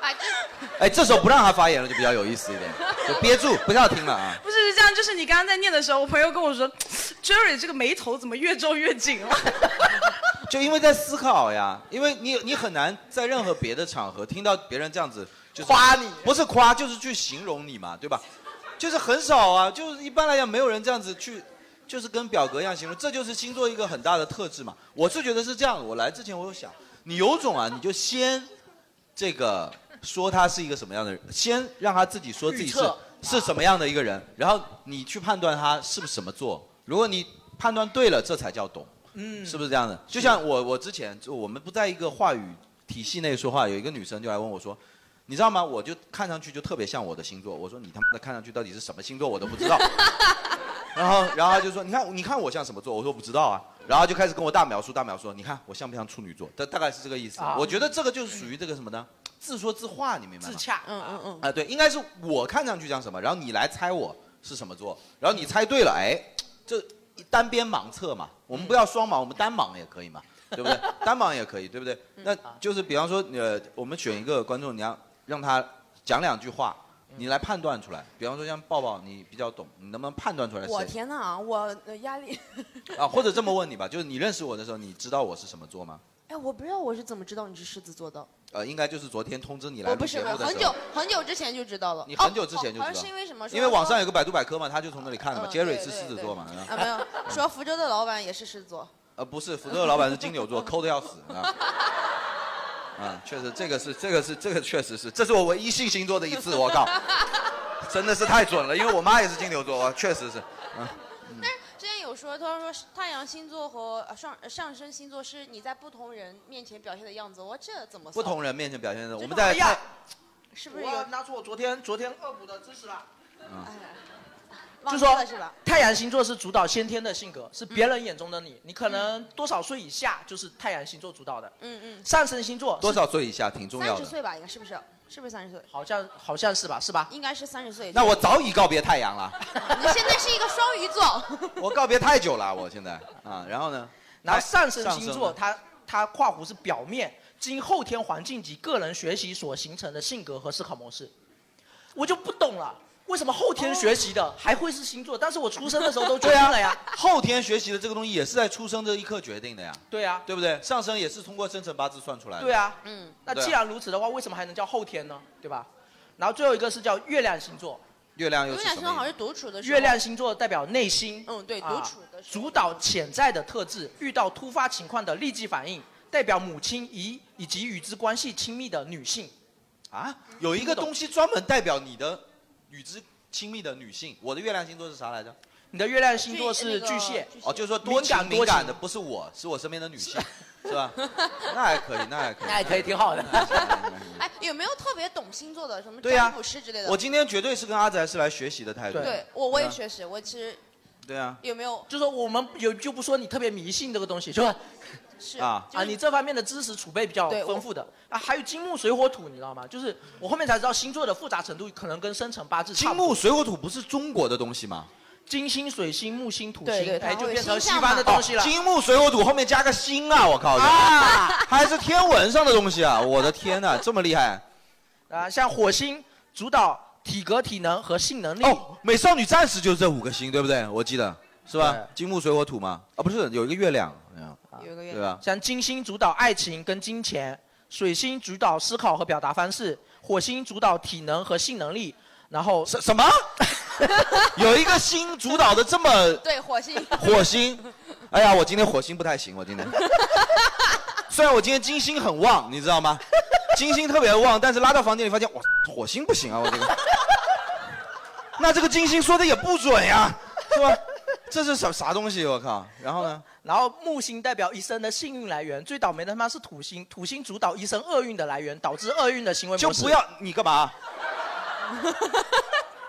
[SPEAKER 16] 啊，这
[SPEAKER 4] 哎，这时候不让他发言了就比较有意思一点，就憋住，不要听了啊。
[SPEAKER 3] 不是是这样，就是你刚刚在念的时候，我朋友跟我说，Jerry 这个眉头怎么越皱越紧 了？
[SPEAKER 4] 就因为在思考呀，因为你你很难在任何别的场合听到别人这样子，就是
[SPEAKER 1] 夸你，
[SPEAKER 4] 不是夸就是去形容你嘛，对吧？ 就是很少啊，就是一般来讲没有人这样子去，就是跟表格一样形容，这就是星座一个很大的特质嘛。我是觉得是这样的，我来之前我有想，你有种啊，你就先这个说他是一个什么样的人，先让他自己说自己
[SPEAKER 1] 预
[SPEAKER 4] 是
[SPEAKER 1] 测
[SPEAKER 4] 是什么样的一个人，然后你去判断他是不是什么座。如果你判断对了，这才叫懂。
[SPEAKER 1] 嗯
[SPEAKER 4] 是不是这样的？就像我我之前就我们不在一个话语体系内说话，有一个女生就来问我说。你知道吗？我就看上去就特别像我的星座。我说你他妈的看上去到底是什么星座，我都不知道。 然后，然后她就说你看，你看我像什么座？我说不知道啊。然后她就开始跟我大描述，大描述，你看我像不像处女座？大大概是这个意思。
[SPEAKER 1] 啊
[SPEAKER 4] 我觉得这个就是属于这个什么呢？自说自话，你明白吗？
[SPEAKER 1] 自洽。嗯嗯嗯。
[SPEAKER 4] 啊，对，应该是我看上去像什么，然后你来猜我是什么座，然后你猜对了，哎，这单边盲测嘛，我们不要双盲，我们单盲也可以嘛，对不对？单盲也可以，对不对？
[SPEAKER 5] 嗯
[SPEAKER 4] 那就是比方说，呃，我们选一个观众，你要让他讲两句话，你来判断出来。比方说像抱抱，你比较懂，你能不能判断出来
[SPEAKER 5] 我
[SPEAKER 4] 谁？
[SPEAKER 5] 天哪，我呃压力。
[SPEAKER 4] 啊，或者这么问你吧，就是你认识我的时候，你知道我是什么座吗？
[SPEAKER 5] 哎，我不知道我是怎么知道你是狮子座的。
[SPEAKER 4] 呃，应该就是昨天通知你来
[SPEAKER 5] 我
[SPEAKER 4] 录
[SPEAKER 5] 不
[SPEAKER 4] 节
[SPEAKER 5] 是，
[SPEAKER 4] 目的时候，
[SPEAKER 5] 很久很久之前就知道了。
[SPEAKER 4] 你很久之前就知
[SPEAKER 5] 哦
[SPEAKER 4] 道，
[SPEAKER 5] 好像是因为什么？
[SPEAKER 4] 因为网上有
[SPEAKER 5] 个
[SPEAKER 4] 个百度百科嘛，他就从那里看的嘛。
[SPEAKER 5] 嗯
[SPEAKER 4] Jerry
[SPEAKER 5] 对
[SPEAKER 4] 是狮子
[SPEAKER 5] 对
[SPEAKER 4] 座嘛，
[SPEAKER 5] 啊没有，说福州的老板也是狮子座。
[SPEAKER 4] 呃，不是，福州的老板是金牛座，抠的要死啊。 啊，确实，这个是，这个是，这个确实是，这是我唯一信星座的一次，我靠，真的是太准了，因为我妈也是金牛座，我确实是，嗯、
[SPEAKER 5] 之前有说，他说是太阳星座和呃上呃上升星座是你在不同人面前表现的样子，我这怎么算
[SPEAKER 4] 不同人面前表现的，我们
[SPEAKER 1] 哎
[SPEAKER 4] 在
[SPEAKER 1] 呀，
[SPEAKER 5] 是
[SPEAKER 1] 不是有拿出我昨天昨天
[SPEAKER 5] 哦
[SPEAKER 1] 恶补的知识
[SPEAKER 4] 啊
[SPEAKER 1] 了？
[SPEAKER 5] 哎忘
[SPEAKER 1] 就
[SPEAKER 5] 记了
[SPEAKER 1] 说
[SPEAKER 5] 是吧？
[SPEAKER 1] 太阳星座是主导先天的性格，是别人眼中的你，你可能多少岁以下就是太阳星座主导的。
[SPEAKER 5] 嗯嗯，
[SPEAKER 1] 上升星座是
[SPEAKER 4] 多少岁以下挺重要
[SPEAKER 5] 三十
[SPEAKER 4] 的。
[SPEAKER 5] 岁吧，应该是不是？是不是三十岁？
[SPEAKER 1] 好像好像是吧？是吧？
[SPEAKER 5] 应该是三十岁。
[SPEAKER 4] 那我早已告别太 阳了，
[SPEAKER 5] 你现在是一个双鱼 座，
[SPEAKER 4] 我告别太久了，我现在啊，然后呢？
[SPEAKER 1] 然后
[SPEAKER 4] 哎
[SPEAKER 1] 上升星座
[SPEAKER 4] 呢
[SPEAKER 1] 它它跨弧是表面，经后天环境及个人学习所形成的性格和思考模式。我就不懂了，为什么后天学习的还会是星座？但是我出生的时 候都决
[SPEAKER 4] 对
[SPEAKER 1] 定
[SPEAKER 4] 啊
[SPEAKER 1] 了呀。
[SPEAKER 4] 后天学习的这个东西也是在出生这一刻决定的呀，
[SPEAKER 1] 对啊呀、
[SPEAKER 4] 对不对？上升也是通过生辰八字算出来的。
[SPEAKER 1] 对啊，
[SPEAKER 5] 嗯，
[SPEAKER 1] 那既然如此的话，为什么还能叫后天呢？对吧？然后最后一个是叫月亮星座，
[SPEAKER 4] 月亮又
[SPEAKER 5] 有
[SPEAKER 4] 是
[SPEAKER 5] 点
[SPEAKER 4] 什
[SPEAKER 5] 像好
[SPEAKER 4] 么
[SPEAKER 5] 像
[SPEAKER 4] 意
[SPEAKER 5] 是
[SPEAKER 4] 思？
[SPEAKER 5] 独处的时候。
[SPEAKER 1] 月亮星座代表内心，啊
[SPEAKER 5] 嗯，对，独处的时候。
[SPEAKER 1] 主导潜在的特质，遇到突发情况的立即反应，代表母亲以以及与之关系亲密的女性。
[SPEAKER 4] 啊，有一个东西专门代表你的与之亲密的女性，我的月亮星座是啥来着？
[SPEAKER 1] 你的月亮星座
[SPEAKER 5] 巨
[SPEAKER 1] 是
[SPEAKER 5] 那个
[SPEAKER 1] 巨蟹，
[SPEAKER 4] 哦，就是说多
[SPEAKER 1] 情
[SPEAKER 4] 情敏感的
[SPEAKER 1] 多情
[SPEAKER 4] 不是我，是我身边的女 性，是吧？那还可以，那还可以，
[SPEAKER 1] 那还可以，挺好的。
[SPEAKER 5] 哎，有没有特别懂星座的，什么
[SPEAKER 4] 对呀
[SPEAKER 5] 占卜师之类的？
[SPEAKER 4] 我今天绝对是跟阿宅是来学习的态度。
[SPEAKER 5] 哎对，我我也
[SPEAKER 4] 啊
[SPEAKER 5] 学习，我其实
[SPEAKER 4] 对啊，
[SPEAKER 5] 有没有
[SPEAKER 1] 就 说我们有就不说你特别迷信这个东西，是吧？
[SPEAKER 5] 是
[SPEAKER 4] 啊
[SPEAKER 1] 啊，你这方面的知识储备比较丰富的啊，还有金木水火土，你知道吗？就是我后面才知道星座的复杂程度可能跟生辰八字差
[SPEAKER 4] 金
[SPEAKER 1] 不多。
[SPEAKER 4] 木水火土不是中国的东西吗？
[SPEAKER 1] 金星、水星、木星、土
[SPEAKER 4] 对
[SPEAKER 1] 星
[SPEAKER 4] 对，
[SPEAKER 1] 哎，
[SPEAKER 4] 它
[SPEAKER 1] 就
[SPEAKER 4] 会
[SPEAKER 1] 变成
[SPEAKER 4] 星
[SPEAKER 1] 西
[SPEAKER 4] 象
[SPEAKER 1] 方的
[SPEAKER 4] 嘛
[SPEAKER 1] 东西了。
[SPEAKER 4] 哦金木水火土后面加个星啊！我靠，还是天文上的东西啊！我的天呐，这么厉害！
[SPEAKER 1] 啊，像火星主导体格、体能和性能力。
[SPEAKER 4] 哦，美少女战士就是这五个星，对不对？我记得是吧
[SPEAKER 1] 对？
[SPEAKER 4] 金木水火土嘛，啊，不是有一个月亮，
[SPEAKER 5] 有一个
[SPEAKER 4] 月对吧
[SPEAKER 1] 像金星主导爱情跟金钱，水星主导思考和表达方式，火星主导体能和性能力，然后
[SPEAKER 4] 什 什么？有一个星主导的这么
[SPEAKER 5] 对火星
[SPEAKER 4] 火星，哎呀，我今天火星不太行，我今天， 虽然我今天金星很旺，你知道吗？金星特别旺，但是拉到房间里发现，哇，火星不行啊，我这个，那这个金星说的也不准呀，是吧？这是啥啥东西？我靠！然后呢？
[SPEAKER 1] 然后木星代表一生的幸运来源，最倒霉的他妈是土星，土星主导一生厄运的来源，导致厄运的 行为
[SPEAKER 4] 就
[SPEAKER 1] 模式。
[SPEAKER 4] 不要你干嘛？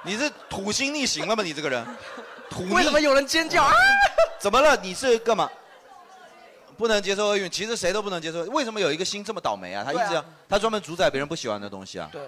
[SPEAKER 4] 你是土星逆行了吗？你这个人，土
[SPEAKER 1] 为什么有人尖叫啊？
[SPEAKER 4] 怎么了？你是干嘛？不能接受厄运，其实谁都不能接受。为什么有一个星这么倒霉啊？他一
[SPEAKER 1] 对啊
[SPEAKER 4] 直要，他专门主宰别人不喜欢的东西啊。
[SPEAKER 1] 对。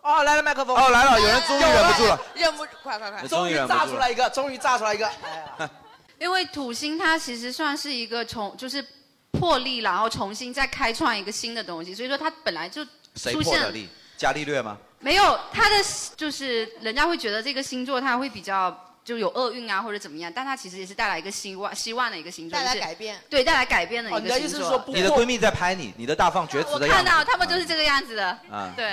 [SPEAKER 1] 哦，来了麦克风。
[SPEAKER 4] 哦来了有人终于忍不住了
[SPEAKER 5] 忍不住，快快快！
[SPEAKER 1] 终于
[SPEAKER 4] 忍不
[SPEAKER 1] 炸
[SPEAKER 4] 住
[SPEAKER 1] 出
[SPEAKER 4] 了
[SPEAKER 1] 来一个，终于炸出来一个。哎呀
[SPEAKER 17] 因为土星它其实算是一个重，就是破例，然后重新再开创一个新的东西，所以说它本来就
[SPEAKER 4] 谁
[SPEAKER 17] 出
[SPEAKER 4] 破的
[SPEAKER 17] 现
[SPEAKER 4] 例？伽利略吗？
[SPEAKER 17] 没有它的，就是人家会觉得这个星座它会比较就有厄运啊或者怎么样，但它其实也是带来一个希望希望的一个星座，
[SPEAKER 5] 带来
[SPEAKER 17] 就是
[SPEAKER 5] 改变
[SPEAKER 17] 对，带来改变的一个
[SPEAKER 5] 哦你
[SPEAKER 17] 星座。
[SPEAKER 5] 的意思是说
[SPEAKER 4] 你的闺蜜在拍你，你的大放厥词
[SPEAKER 17] 我
[SPEAKER 4] 的
[SPEAKER 17] 看
[SPEAKER 4] 样子。
[SPEAKER 17] 到他们就是这个样子的，
[SPEAKER 4] 啊
[SPEAKER 17] 对。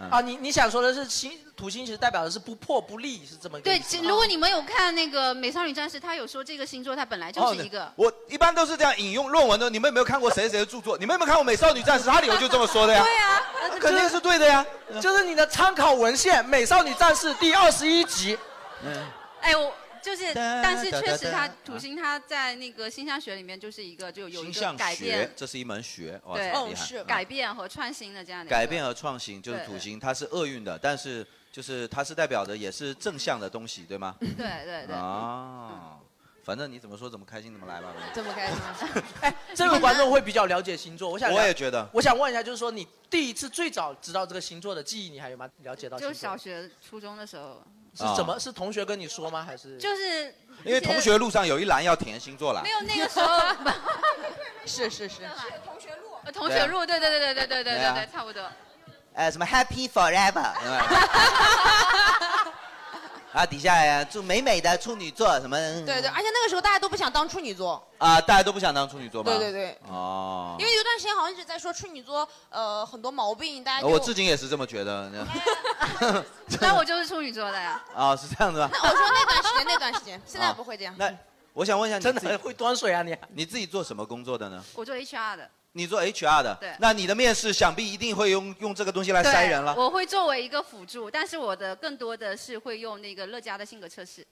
[SPEAKER 4] 嗯
[SPEAKER 1] 啊，你你想说的是星土星其实代表的是不破不立，是这么一个
[SPEAKER 17] 对，
[SPEAKER 1] 意思
[SPEAKER 17] 其
[SPEAKER 5] 哦
[SPEAKER 1] 吗。
[SPEAKER 17] 如果你们有看那个《美少女战士》，她有说这个星座它本来就是一个。
[SPEAKER 4] 哦我一般都是这样引用论文的。你们有没有看过谁谁的著作？你们有没有看过《美少女战士》？它里头就这么说
[SPEAKER 5] 啊
[SPEAKER 4] 的呀。
[SPEAKER 17] 啊
[SPEAKER 4] 对呀、肯定是对的呀。
[SPEAKER 1] 就是你的参考文献《美少女战士》第二十一集。
[SPEAKER 4] 嗯
[SPEAKER 17] 哎，我就是，
[SPEAKER 1] 哒
[SPEAKER 17] 但是
[SPEAKER 4] 哒
[SPEAKER 17] 确实
[SPEAKER 4] 哒
[SPEAKER 17] 它
[SPEAKER 4] 哒
[SPEAKER 17] 土星它在那个星象学里面就是一个就有一
[SPEAKER 4] 星
[SPEAKER 17] 个
[SPEAKER 4] 象
[SPEAKER 17] 改
[SPEAKER 4] 学
[SPEAKER 17] 变，，
[SPEAKER 4] 这是一门学，哇，
[SPEAKER 17] 对，哦
[SPEAKER 4] 这么厉害。嗯
[SPEAKER 17] 改变和创新的这样的一个
[SPEAKER 4] 改变和创新就是
[SPEAKER 17] 对
[SPEAKER 4] 土星，它是厄运的，但是就是它是代表的也是正向的东西，对吗？
[SPEAKER 17] 对嗯对嗯对，
[SPEAKER 4] 啊，反正你怎么说怎么开心怎么来吧。
[SPEAKER 17] 嗯
[SPEAKER 5] 这么开心。
[SPEAKER 1] 哎，这个观众会比较了解星座。我想了，
[SPEAKER 4] 我也觉得
[SPEAKER 1] 我想问一下，就是说你第一次最早知道这个星座的记忆，你还有吗？了
[SPEAKER 4] 啊
[SPEAKER 1] 解到星座
[SPEAKER 17] 就是小学、初中的时候，
[SPEAKER 1] 是怎么？是同学跟你说吗？还是
[SPEAKER 17] 就是
[SPEAKER 4] 因为同学路上有一栏要填星座栏
[SPEAKER 17] 没，有那个 时候，
[SPEAKER 5] 是是 是，
[SPEAKER 17] 同学录，同学录，对对对对对对对
[SPEAKER 4] 对
[SPEAKER 17] 对
[SPEAKER 4] 啊
[SPEAKER 17] 对，差不多。
[SPEAKER 4] 呃，什么 Happy Forever，啊，底下呀，祝美美的处女座什么？
[SPEAKER 5] 对对，而且那个时候大家都不想当处女座，
[SPEAKER 4] 啊，大家都不想当处女座吗？
[SPEAKER 5] 对对对。
[SPEAKER 4] 哦
[SPEAKER 5] 因，为有段时间好像一直在说处女座呃很多毛病，大家就
[SPEAKER 4] 哦我至今也是这么觉得。
[SPEAKER 17] 那我就是处女座 的呀，
[SPEAKER 4] 啊，是这样子
[SPEAKER 17] 哦
[SPEAKER 4] 吧？
[SPEAKER 5] 哦我说那段时间那段时间，现在不会这样。
[SPEAKER 4] 啊那我想问一下，真的
[SPEAKER 1] 嗯会端水啊你？
[SPEAKER 4] 你自己做什么工作的呢？
[SPEAKER 17] 我做 HR 的。
[SPEAKER 4] 你做 HR 的，
[SPEAKER 17] 对
[SPEAKER 4] 那你的面试想必一定会用用这个东西来筛人了
[SPEAKER 17] 对。我会作为一个辅助，但是我的更多的是会用那个乐嘉的性格测试。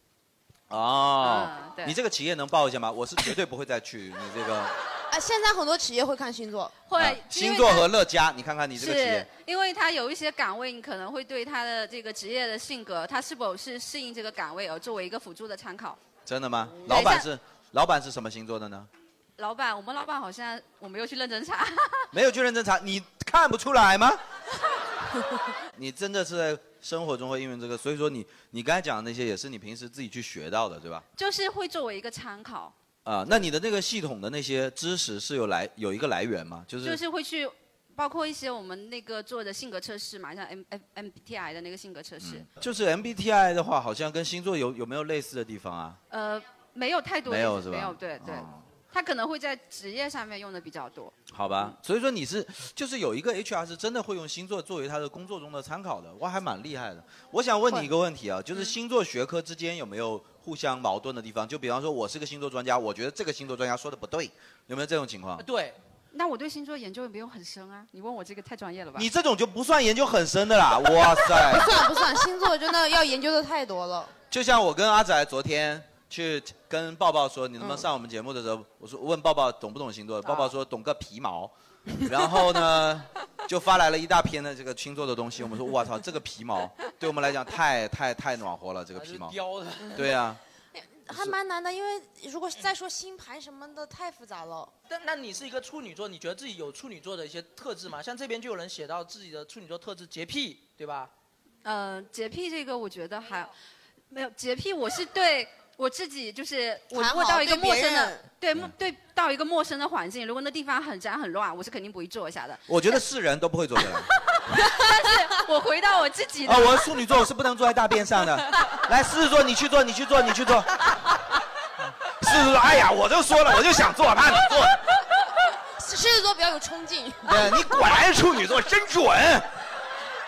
[SPEAKER 4] 哦、
[SPEAKER 17] 嗯对
[SPEAKER 4] 你这个企业能报一下吗？我是绝对不会再去你这 个
[SPEAKER 5] 啊，现在很多企业会看星座，
[SPEAKER 17] 会
[SPEAKER 4] 啊星座和乐嘉，你看看你这个企
[SPEAKER 17] 是
[SPEAKER 4] 业，
[SPEAKER 17] 因为他有一些岗位，你可能会对他的这个职业的性格，他是否是适应这个岗位，而作为一个辅助的参考。
[SPEAKER 4] 真的吗？
[SPEAKER 17] 对
[SPEAKER 4] 老板
[SPEAKER 17] 像
[SPEAKER 4] 是老板是什么星座的呢？
[SPEAKER 17] 老板，我们老板好像我没有去认真查，
[SPEAKER 4] 没有去认真查，你看不出来吗？你真的是在生活中会应用这个，所以说你你刚才讲的那些也是你平时自己去学到的，对吧？
[SPEAKER 17] 就是会作为一个参考，
[SPEAKER 4] 啊、那你的那个系统的那些知识是有来有一个来源吗？就是
[SPEAKER 17] 就是会去。包括一些我们那个做的性格测试嘛，像 M M MBTI 的那个性格测试，
[SPEAKER 4] 嗯就是 MBTI 的话，好像跟星座有有没有类似的地方啊？
[SPEAKER 17] 呃，没有太多
[SPEAKER 4] 没有
[SPEAKER 17] 例子
[SPEAKER 4] 是吧哦
[SPEAKER 17] 没有，对对，他可能会在职业上面用的比较多。
[SPEAKER 4] 好吧，所以说你是就是有一个 HR 是真的会用星座作为他的工作中的参考的，哇，还蛮厉害的。我想问你一个问题啊，就是星座学科之间有没有互相矛
[SPEAKER 17] 呃
[SPEAKER 4] 盾的地方？就比方说，我是个星座专家，我觉得这个星座专家说的不对，有没有这种情况？
[SPEAKER 1] 对，
[SPEAKER 17] 那我对星座研究也没有很深啊，你问我这个太专业了吧？
[SPEAKER 12] 你这种就不算研究很深的啦，哇塞！
[SPEAKER 5] 不算不算，星座真的呃要研究的太多了。
[SPEAKER 4] 就像我跟阿仔昨天去跟抱抱说，你能不能上我们节目的时候，我说问抱抱懂不懂星座，抱抱说懂个皮毛，然后呢就发来了一大篇的这个星座的东西，我们说我操，这个皮毛对我们来讲太太太暖和了，这个皮毛，
[SPEAKER 1] 雕的
[SPEAKER 4] 对啊呀、
[SPEAKER 5] 还蛮难的，因为如果再说星盘什么的太复杂了。
[SPEAKER 1] 但那你是一个处女座，你觉得自己有处女座的一些特质吗？像这边就有人写到自己的处女座特质洁癖，对吧？
[SPEAKER 17] 呃，洁癖这个我觉得还没有洁癖，我是对我自己就是我如果
[SPEAKER 5] 还好
[SPEAKER 17] 到一个
[SPEAKER 5] 对
[SPEAKER 17] 陌
[SPEAKER 5] 别
[SPEAKER 17] 生的
[SPEAKER 5] 人
[SPEAKER 17] 对陌对到一个陌生的环境，如果那地方很脏很乱，我是肯定不会坐下的。
[SPEAKER 4] 我觉得是人都不会坐下来。
[SPEAKER 17] 我回到我自己 的，
[SPEAKER 4] 啊，我是处女座，我是不能坐在大便上的。来，狮子座，你去坐，你去坐，你去坐。狮子座，哎呀，我就说了，我就想坐，怕你坐。
[SPEAKER 5] 狮子座比较有冲劲。
[SPEAKER 4] 对你果然是处女座，真准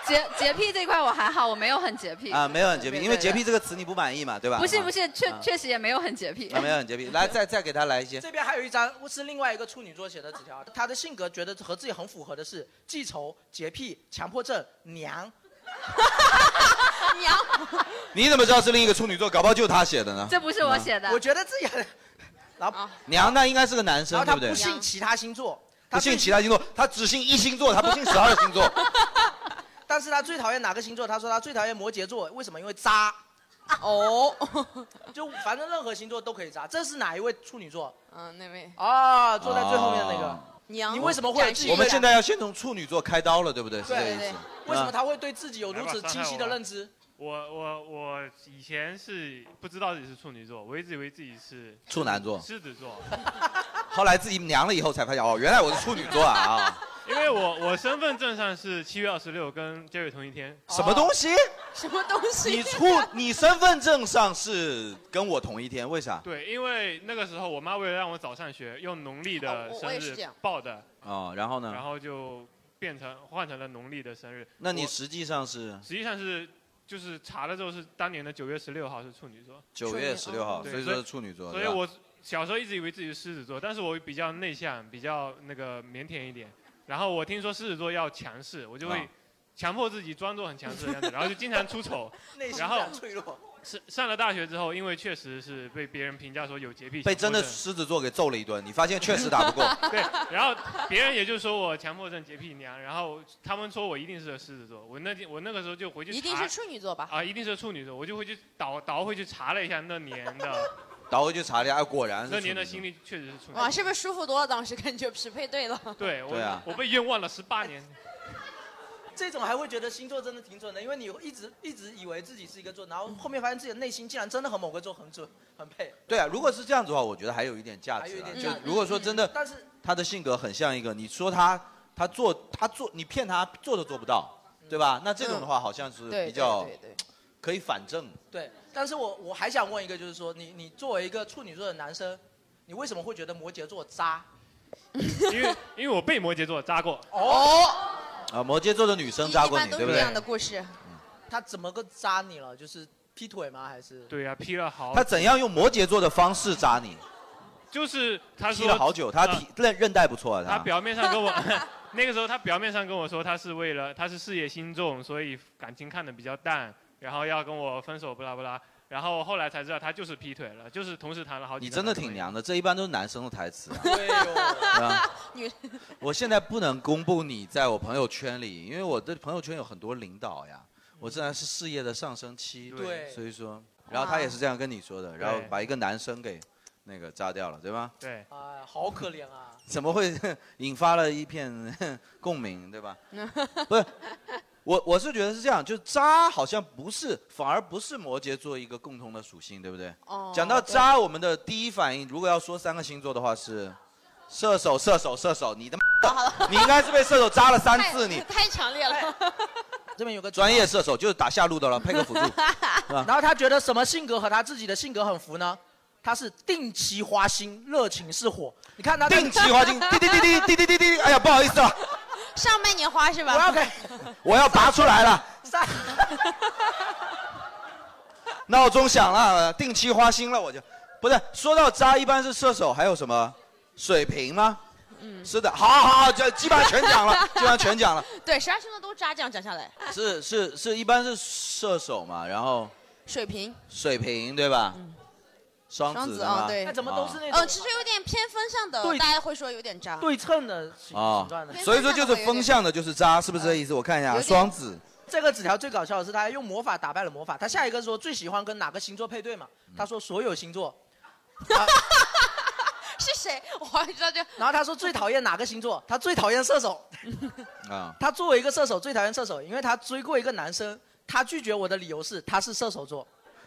[SPEAKER 17] 洁洁癖这块我还好，我没有很洁癖
[SPEAKER 4] 啊！没有很洁癖，
[SPEAKER 17] 对
[SPEAKER 4] 因为
[SPEAKER 17] 对
[SPEAKER 4] 洁癖这个词你不满意嘛，对吧？
[SPEAKER 17] 不是不是，确
[SPEAKER 4] 啊
[SPEAKER 17] 确实也没有哦很洁癖
[SPEAKER 4] 啊，。没有很洁癖。来，再再给他来一些
[SPEAKER 1] 这。边还有一张是另外一个处女座写的纸条，他的性格觉得和自己很符合的是记仇、洁癖、强迫症、娘。
[SPEAKER 5] 娘，
[SPEAKER 4] 你怎么知道是另一个处女座？搞不好就他写的呢。啊
[SPEAKER 1] 的。我觉得自己很，然后
[SPEAKER 4] 娘，那应该是个男
[SPEAKER 1] 然
[SPEAKER 4] 生，
[SPEAKER 1] 后
[SPEAKER 4] 对
[SPEAKER 1] 他
[SPEAKER 4] 不对
[SPEAKER 1] 不？信其他星座，
[SPEAKER 4] 不信其他星座，他只信一星座，他不信十二 星座。
[SPEAKER 1] 但是他最讨厌哪个星座？他说他最讨厌摩羯座，为什么？因为渣。
[SPEAKER 5] 哦，
[SPEAKER 1] 就反正任何星座都可以渣。这是哪一位处女座？
[SPEAKER 5] 嗯，那位
[SPEAKER 1] 啊，坐在最后面的那个。
[SPEAKER 4] 哦
[SPEAKER 5] 娘
[SPEAKER 1] 你为什么会有自己？
[SPEAKER 4] 我们现在要先从处女座开刀了，对不对？是这个意
[SPEAKER 1] 对
[SPEAKER 4] 思。
[SPEAKER 1] 对
[SPEAKER 4] 啊，
[SPEAKER 1] 为什么他会对自己有如此清晰的认知？
[SPEAKER 18] 我我我以前是不知道自己是处女座，我一直以为自己是
[SPEAKER 4] 处男座
[SPEAKER 18] 狮子座，
[SPEAKER 4] 后来自己娘了以后才发现，哦，原来 我是处女座啊！啊，
[SPEAKER 18] 因为我我身份证上是七月二十六，跟 Jerry 同一天。
[SPEAKER 4] 什么东西？
[SPEAKER 5] 什么东西？
[SPEAKER 4] 你处你身份证上是跟我同一天，为啥？
[SPEAKER 18] 对，因为那个时候我妈为了让我早上学，用农历
[SPEAKER 5] 哦
[SPEAKER 18] 的
[SPEAKER 5] 我我
[SPEAKER 18] 生
[SPEAKER 5] 也是
[SPEAKER 18] 日
[SPEAKER 5] 这样
[SPEAKER 18] 报的，
[SPEAKER 4] 哦，然后呢？
[SPEAKER 18] 然后就变成换成了农历的生日。
[SPEAKER 4] 那你
[SPEAKER 18] 我
[SPEAKER 4] 实际上是
[SPEAKER 18] 实际上是就是查了之后是当年的九月十六号是处女座，
[SPEAKER 4] 9月16号
[SPEAKER 18] 对
[SPEAKER 4] 所以说是处女座
[SPEAKER 18] 所以
[SPEAKER 4] 对吧
[SPEAKER 18] 我小时候一直以为自己是狮子座，但是我比较内向，比较那个腼腆一点。然后我听说狮子座要强势，我就会
[SPEAKER 4] 啊
[SPEAKER 18] 强迫自己装作很强势的样子，然后就经常出 丑
[SPEAKER 1] 内。心
[SPEAKER 18] 然后
[SPEAKER 1] 很脆弱。
[SPEAKER 18] 上上了大学之后，因为确实是被别人评价说有洁癖，
[SPEAKER 4] 被真的
[SPEAKER 18] 强迫症
[SPEAKER 4] 狮子座给揍了一顿，你发现确实打不过。
[SPEAKER 18] 对，然后别人也就说我强迫症、洁癖娘，然后他们说我一定是个狮子座。我那天我那个时候就回去查，
[SPEAKER 5] 一定是处女座吧？
[SPEAKER 18] 啊，一定是处女座，我就回去倒倒回去查了一下那年的
[SPEAKER 4] 倒回去查了一下，哎果然
[SPEAKER 18] 那
[SPEAKER 4] 是处
[SPEAKER 18] 年
[SPEAKER 4] 女
[SPEAKER 18] 的
[SPEAKER 4] 座。
[SPEAKER 18] 心历确实是处女
[SPEAKER 5] 哇，
[SPEAKER 18] 座。
[SPEAKER 5] 是不是舒服多了？当时感觉匹配对了。
[SPEAKER 18] 对，我
[SPEAKER 4] 对啊
[SPEAKER 18] 我被冤枉了十八年。
[SPEAKER 1] 这种还会觉得星座真的挺准的，因为你一直一直以为自己是一个座，然后后面发现自己的内心竟然真的和某个座很准很配。
[SPEAKER 4] 对啊，如果是这样子的话，我觉得还有一点价值啊
[SPEAKER 1] 还有。一点
[SPEAKER 4] 就
[SPEAKER 1] 价值嗯
[SPEAKER 4] 如果说真的，
[SPEAKER 1] 但是
[SPEAKER 4] 他的性格很像一个，你说他他做他做你骗他做都做不到，对吧？那这种的话好像是
[SPEAKER 1] 嗯对
[SPEAKER 4] 比较
[SPEAKER 1] 对对对
[SPEAKER 4] 可以反证。
[SPEAKER 1] 对，但是我我还想问一个，就是说你你作为一个处女座的男生，你为什么会觉得摩羯座渣？
[SPEAKER 18] 因为因为我被摩羯座扎过。
[SPEAKER 1] 哦，
[SPEAKER 4] 啊，摩羯座的女生扎过你，对不对？
[SPEAKER 5] 故事。
[SPEAKER 1] 他怎么个扎你了？就是劈腿吗？还是？
[SPEAKER 18] 对呀、劈了好。
[SPEAKER 4] 他怎样用摩羯座的方式扎你？
[SPEAKER 18] 就是他说啊
[SPEAKER 4] 踢了好久，他提韧韧带不错啊，
[SPEAKER 18] 他
[SPEAKER 4] 他
[SPEAKER 18] 表面上跟我 那个时候，他表面上跟我说他是为了他是事业心重，所以感情看得比较淡，然后要跟我分手，不啦不啦。然后后来才知道他就是劈腿了，就是同时谈了好几。
[SPEAKER 4] 你真的挺。娘的，这一般都是男生的 台词啊。
[SPEAKER 1] 对
[SPEAKER 4] 啊
[SPEAKER 5] 女
[SPEAKER 4] 我现在不能公布你在我朋友圈里，因为我的朋友圈有很多领导呀，我自然是事业的上升期，
[SPEAKER 1] 对
[SPEAKER 4] 所以说，然后他也是这样跟你说的，然后把一个男生给那个炸掉了，对吧？
[SPEAKER 18] 对。
[SPEAKER 1] 啊、好可怜啊！
[SPEAKER 4] 怎么会 引发了一片 共鸣，对吧？不是，我我是觉得是这样，就渣好像不是，反而不是摩羯座一个共同的属性，对不对？
[SPEAKER 5] 哦
[SPEAKER 4] 讲到渣，我们的第一反应，如果要说三个星座的话是，射手，射手，射手，你的妈的，你应该是被射手渣了三次，你
[SPEAKER 5] 太强烈了。
[SPEAKER 1] 哎这边有个
[SPEAKER 4] 专业射手就是打下路的了，配个辅助。
[SPEAKER 1] 然后他觉得什么性格和他自己的性格很符呢？他是定期花心，热情似火。你看他
[SPEAKER 4] 定期花 心滴滴滴滴滴滴滴滴，哎呀，不好意思啊，
[SPEAKER 5] 上半年花是吧？我
[SPEAKER 1] 要给
[SPEAKER 4] 我要拔出来了，
[SPEAKER 1] 三
[SPEAKER 4] 闹钟响了，定期花心了，我就不是说到渣，一般是射手，还有什么水瓶吗？
[SPEAKER 5] 嗯
[SPEAKER 19] 是的，好好好，这基本上全讲了，基本上全讲了。
[SPEAKER 5] 对，十二星座都渣，这样讲下来，
[SPEAKER 4] 是是是，一般是射手嘛，然后
[SPEAKER 5] 水平
[SPEAKER 4] 水瓶对吧？双
[SPEAKER 5] 双
[SPEAKER 4] 子
[SPEAKER 5] 子
[SPEAKER 4] 对
[SPEAKER 5] 啊，
[SPEAKER 4] 吧
[SPEAKER 5] 对，呃，其实有点偏风向的，大家会说有点渣。
[SPEAKER 1] 对称的形
[SPEAKER 4] 哦
[SPEAKER 1] 形状的，
[SPEAKER 4] 所以说就是风向的，就是渣，是不是这意思？我看一下，啊
[SPEAKER 1] 有点
[SPEAKER 4] 双子，
[SPEAKER 1] 这个纸条最搞笑的是，他还用魔法打败了魔法。他下一个说最喜欢跟哪个星座配对嘛？
[SPEAKER 4] 嗯
[SPEAKER 1] 他说所有星座。
[SPEAKER 5] 是谁？我好像知道这。
[SPEAKER 1] 然后他说最讨厌哪个星座？他最讨厌射手。
[SPEAKER 4] 啊，
[SPEAKER 1] 他作为一个射手，最讨厌射手，因为他追过一个男生，他拒绝我的理由是他是射手座。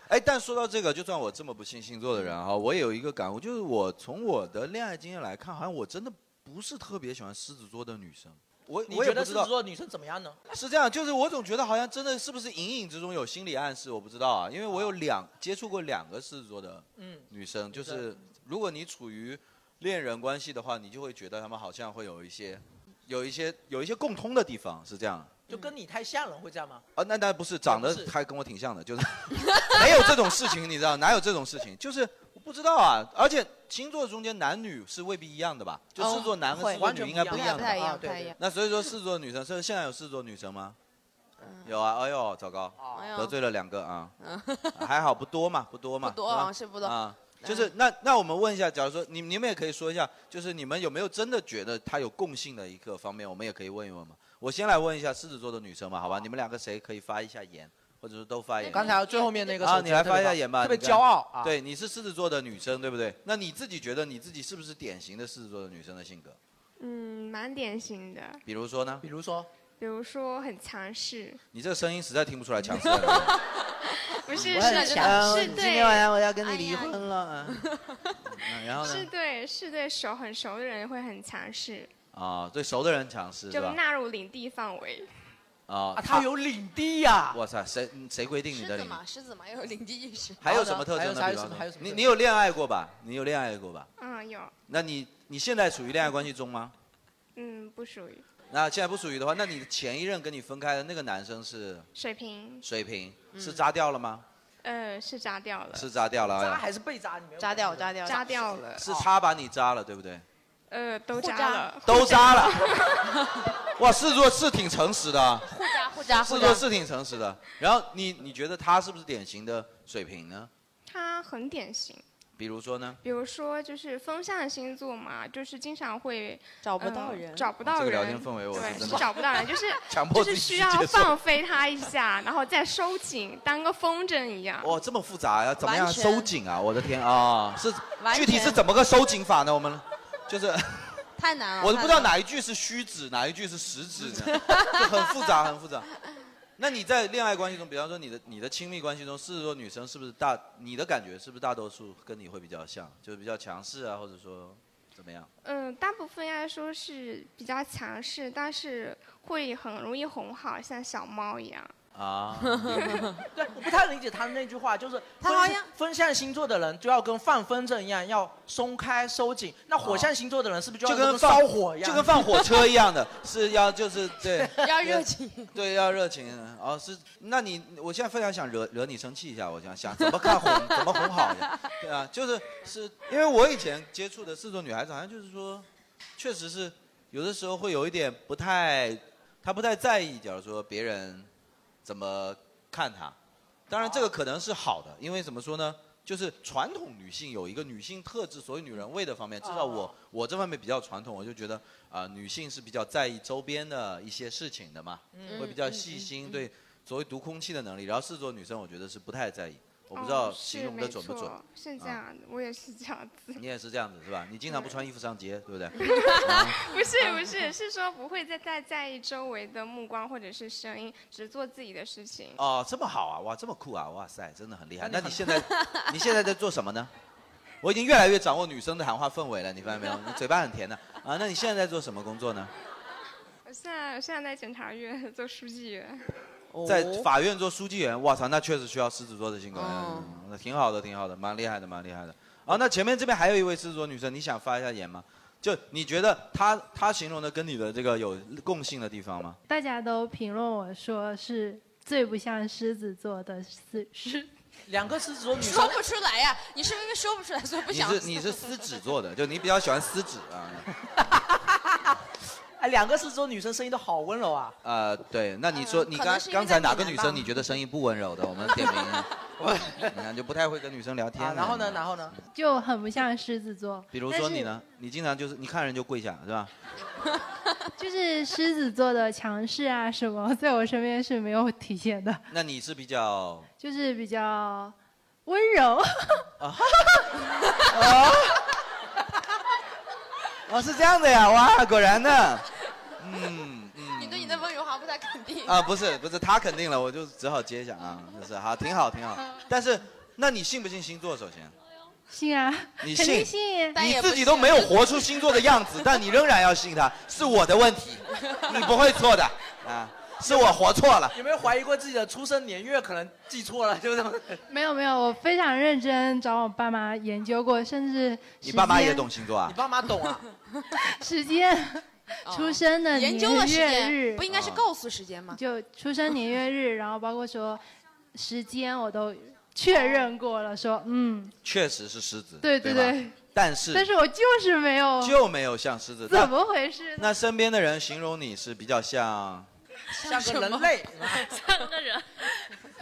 [SPEAKER 4] 哎，但说到这个，就算我这么不信星座的人哈，我也有一个感悟，就是我从我的恋爱经验来看，好像我真的不是特别喜欢狮子座的女生。我
[SPEAKER 1] 你
[SPEAKER 4] 我也
[SPEAKER 1] 觉
[SPEAKER 4] 不
[SPEAKER 1] 得
[SPEAKER 4] 知
[SPEAKER 1] 狮
[SPEAKER 4] 道
[SPEAKER 1] 子座女生怎么样 呢？
[SPEAKER 4] 是这样，就是我总觉得好像真的是不是隐隐之中有心理暗示，我不知道啊，因为我有两接触过两个狮子座的
[SPEAKER 1] 嗯
[SPEAKER 4] 女生，就
[SPEAKER 1] 女
[SPEAKER 4] 是如果你处于恋人关系的话，你就会觉得她们好像会有一些有一些有一些共通的地方，是这样。
[SPEAKER 1] 就跟你太像了，会这样 吗？
[SPEAKER 4] 啊，那那不是长得
[SPEAKER 1] 不是
[SPEAKER 4] 还跟我挺像的，就是没有这种事情，你知道哪有这种事情？就是我不知道啊，而且星座中间男女是未必一样的吧？就
[SPEAKER 1] 哦
[SPEAKER 4] 狮子座男和狮子座女应该不一样的吧。
[SPEAKER 1] 啊对对
[SPEAKER 4] 那所以说狮子座女生，是现在有狮子座女生吗？有啊，哎呦，糟糕
[SPEAKER 5] 哎，呦
[SPEAKER 4] 得罪了两个啊，
[SPEAKER 5] 嗯，
[SPEAKER 4] 还好不多嘛，不多嘛，
[SPEAKER 5] 不多
[SPEAKER 4] 是吧
[SPEAKER 5] 啊是不多
[SPEAKER 4] 啊。就是那那我们问一下，假如说你你们也可以说一下，就是你们有没有真的觉得它有共性的一个方面，我们也可以问一问嘛。我先来问一下狮子座的女生嘛，好吧，你们两个谁可以发一下言，或者是都发言？
[SPEAKER 1] 刚才最后面那个
[SPEAKER 4] 啊，
[SPEAKER 1] 手机
[SPEAKER 4] 你来
[SPEAKER 1] 特别
[SPEAKER 4] 发一下
[SPEAKER 1] 棒
[SPEAKER 4] 言吧，
[SPEAKER 1] 特别
[SPEAKER 4] 你刚
[SPEAKER 1] 骄傲啊
[SPEAKER 4] 对，你是狮子座的女生，对不对？那你自己觉得你自己是不是典型的狮子座的女生的性格？
[SPEAKER 6] 嗯，蛮典型的，
[SPEAKER 4] 比如说呢？
[SPEAKER 1] 比如说，
[SPEAKER 6] 比如说很强势，
[SPEAKER 4] 你这个声音实在听不出来强 势在哪里。
[SPEAKER 6] 不
[SPEAKER 4] 我
[SPEAKER 6] 是
[SPEAKER 4] 很
[SPEAKER 6] 是
[SPEAKER 4] 强
[SPEAKER 6] 是
[SPEAKER 4] 今
[SPEAKER 6] 对。哎
[SPEAKER 4] 天晚上我要跟你离婚了。嗯然后
[SPEAKER 6] 是
[SPEAKER 4] 呢？
[SPEAKER 6] 对是对手很熟的人会很强势，
[SPEAKER 4] 啊，对熟的人强势是
[SPEAKER 6] 就
[SPEAKER 4] 吧？
[SPEAKER 6] 纳入领地范围。
[SPEAKER 4] 啊，
[SPEAKER 1] 他有领地呀！
[SPEAKER 4] 哇塞，谁谁规定你的领地？
[SPEAKER 5] 狮子嘛，要有领地意识。
[SPEAKER 4] 还有什么特征呢？
[SPEAKER 1] 还
[SPEAKER 4] 比
[SPEAKER 1] 有什
[SPEAKER 4] 方
[SPEAKER 1] 么
[SPEAKER 4] 说
[SPEAKER 1] 还有什么
[SPEAKER 4] 你
[SPEAKER 1] 特征
[SPEAKER 4] 你有恋爱过吧？你有恋爱过吧？
[SPEAKER 6] 嗯，有，
[SPEAKER 4] 那你你现在处于恋爱关系中吗？
[SPEAKER 6] 嗯，不属于
[SPEAKER 4] 那现在不属于的话，那你的前一任跟你分开的那个男生是
[SPEAKER 6] 水平，
[SPEAKER 4] 水瓶，
[SPEAKER 6] 嗯
[SPEAKER 4] 是渣掉了吗？
[SPEAKER 6] 呃，是渣哦掉了，
[SPEAKER 4] 是渣掉了哎呀
[SPEAKER 1] 是被渣？你没有
[SPEAKER 6] 渣掉渣
[SPEAKER 5] 掉
[SPEAKER 6] 渣掉了，
[SPEAKER 4] 是他把你渣了，对不对？
[SPEAKER 6] 呃，都渣了，
[SPEAKER 4] 都渣了。哇，狮子座是挺诚实的啊，
[SPEAKER 5] 互渣互渣
[SPEAKER 4] 狮
[SPEAKER 5] 互
[SPEAKER 4] 子
[SPEAKER 5] 渣
[SPEAKER 4] 座。是挺诚实的。然后你你觉得他是不是典型的水瓶呢？
[SPEAKER 6] 他很典型。
[SPEAKER 4] 比如说呢？
[SPEAKER 6] 比如说，就是风象星座嘛，就是经常会呃
[SPEAKER 5] 找
[SPEAKER 4] 不到人
[SPEAKER 6] 找不到
[SPEAKER 4] 哦这
[SPEAKER 6] 人。
[SPEAKER 4] 个聊天氛围我是
[SPEAKER 6] 对，
[SPEAKER 4] 真
[SPEAKER 6] 是
[SPEAKER 4] 的
[SPEAKER 6] 找不到人，就是
[SPEAKER 4] 强迫
[SPEAKER 6] 就是
[SPEAKER 4] 自己
[SPEAKER 6] 需
[SPEAKER 4] 去
[SPEAKER 6] 要
[SPEAKER 4] 接受
[SPEAKER 6] 放飞他一下，然后再收紧，当个风筝一 样。
[SPEAKER 4] 哇，这么复杂呀、啊怎么样
[SPEAKER 6] 完全
[SPEAKER 4] 收紧啊？我的天啊，是
[SPEAKER 6] 完
[SPEAKER 4] 具
[SPEAKER 6] 全啊
[SPEAKER 4] 体是怎么个收紧法呢？我们就是。
[SPEAKER 5] 太难了。
[SPEAKER 4] 我都不知道
[SPEAKER 5] 太难了。
[SPEAKER 4] 哪一句是虚指，哪一句是实指 呢，就很复杂，很复杂。那你在恋爱关系中，比方说你的你的亲密关系中，狮子座女生是不是大？你的感觉是不是大多数跟你会比较像，就是比较强势啊，或者说怎么样？
[SPEAKER 6] 嗯、大部分来说是比较强势，但是会很容易哄好，像小猫一样。
[SPEAKER 4] 啊，
[SPEAKER 1] 对，我不太理解他的那句话，就是他好像风象星座的人就要跟放风筝一样，要松开收紧；那火象星座的人是不是就
[SPEAKER 4] 啊就
[SPEAKER 1] 要
[SPEAKER 4] 跟放
[SPEAKER 1] 烧火一样，
[SPEAKER 4] 就跟放火车一样的， 是要就是对，
[SPEAKER 1] 要热
[SPEAKER 5] 情，
[SPEAKER 4] 对，要热情。哦，是，那你我现在非常想惹惹你生气一下，我想想怎么看哄，怎么哄好一下，对啊，就是是因为我以前接触的四座女孩子，好像就是说，确实是有的时候会有一点不太，她不太在意，假如说别人怎么看她。当然，这个可能是好的，因为怎么说呢？就是传统女性有一个女性特质，所以女人味的方面，至少我我这方面比较传统，我就觉得啊、女性是比较在意周边的一些事情的嘛，
[SPEAKER 1] 嗯
[SPEAKER 4] 会比较细心，对所谓读空气的能力。然后四座女生，我觉得是不太在意，我不知
[SPEAKER 6] 哦
[SPEAKER 4] 道
[SPEAKER 6] 是
[SPEAKER 4] 形容的
[SPEAKER 6] 没
[SPEAKER 4] 准不准
[SPEAKER 6] 错。哦是这
[SPEAKER 4] 啊
[SPEAKER 6] 样的，我也是这样子。
[SPEAKER 4] 你也是这样子是吧？你经常不穿衣服上街，对不对？
[SPEAKER 6] 不是
[SPEAKER 4] 嗯
[SPEAKER 6] 不是，是说不会再太在意周围的目光或者是声音，只做自己的事情。
[SPEAKER 4] 哦，这么好啊，哇，这么酷啊，哇塞，真的很厉害。
[SPEAKER 6] 那
[SPEAKER 4] 那你
[SPEAKER 6] 你
[SPEAKER 4] 现在， 你现在在做什么呢？我已经越来越掌握女生的谈话氛围了，你发现没有？你嘴巴很甜的啊。那你现在在做什么工作呢？
[SPEAKER 6] 我现在我现在在检察院做书记员，哦
[SPEAKER 4] 在法院做书记员，哇操，那确实需要狮子座的性格，嗯那挺好的，挺好的，蛮厉害的，蛮厉害的。啊，那前面这边还有一位狮子座女生，你想发一下言吗？就你觉得她她形容的跟你的这个有共性的地方吗？
[SPEAKER 9] 大家都评论我说是最不像狮子座的狮狮。
[SPEAKER 1] 两个狮子座女
[SPEAKER 5] 说不出来呀，你是不是因为说不出来，所以不
[SPEAKER 4] 你
[SPEAKER 5] 想？
[SPEAKER 4] 是你是狮子座的，就你比较喜欢狮子啊。
[SPEAKER 1] 哎，两个狮子座女生声音都好温柔啊。
[SPEAKER 4] 呃，对，那你说你
[SPEAKER 1] 可能
[SPEAKER 4] 刚
[SPEAKER 1] 是因为
[SPEAKER 4] 刚才哪个
[SPEAKER 1] 在闽
[SPEAKER 4] 女
[SPEAKER 1] 南吧
[SPEAKER 4] 生你觉得声音不温柔的？我们点名一下。 你看就不太会跟女生聊天
[SPEAKER 1] 啊，
[SPEAKER 4] 了。
[SPEAKER 1] 然后呢，然后呢？
[SPEAKER 9] 就很不像狮 子座。
[SPEAKER 4] 比如
[SPEAKER 9] 但
[SPEAKER 4] 说
[SPEAKER 9] 是
[SPEAKER 4] 你呢？你经常就是你看人就跪下是吧？
[SPEAKER 9] 就是狮子座的强势啊什么，在我身边是没有体现的，
[SPEAKER 4] 那你是比较
[SPEAKER 9] 就是比较温柔。
[SPEAKER 4] 啊，哦，是这样的呀，哇，果然 呢，嗯嗯
[SPEAKER 5] 你对你的温柔好像不太肯定
[SPEAKER 4] 啊，不是不是，他肯定了，我就只好接一下啊，就是好，挺好挺好。但是，那你信不信星座？首先，
[SPEAKER 9] 信啊，
[SPEAKER 4] 你
[SPEAKER 9] 肯定
[SPEAKER 4] 信
[SPEAKER 9] 信，
[SPEAKER 4] 你自己都没有活出星座的样子，但你仍然要信他，是我的问 题，你不会错的啊，是我活错了。
[SPEAKER 1] 有没有怀疑过自己的出生年月可能记错了， 就是这么？
[SPEAKER 9] 没有没有，我非常认真找我爸妈研究过，甚至
[SPEAKER 4] 你爸妈
[SPEAKER 9] 时间
[SPEAKER 4] 也懂星座啊？
[SPEAKER 1] 爸妈懂啊？
[SPEAKER 9] 时间、出生的
[SPEAKER 5] 哦研究了
[SPEAKER 9] 年
[SPEAKER 5] 时
[SPEAKER 9] 月
[SPEAKER 5] 间，
[SPEAKER 9] 日哦
[SPEAKER 5] 不应该是告诉时间吗？
[SPEAKER 9] 就出生年月日，然后包括说时间我都确认过了，说嗯，
[SPEAKER 4] 确实是狮子，
[SPEAKER 9] 对
[SPEAKER 4] 对
[SPEAKER 9] 对
[SPEAKER 4] 吧
[SPEAKER 9] 对
[SPEAKER 4] 但哦是
[SPEAKER 9] 但是我就是没有，
[SPEAKER 4] 就没有像狮子，
[SPEAKER 9] 怎么回事呢？
[SPEAKER 4] 那身边的人形容你是比较像，
[SPEAKER 1] 像个人类，
[SPEAKER 20] 像个人。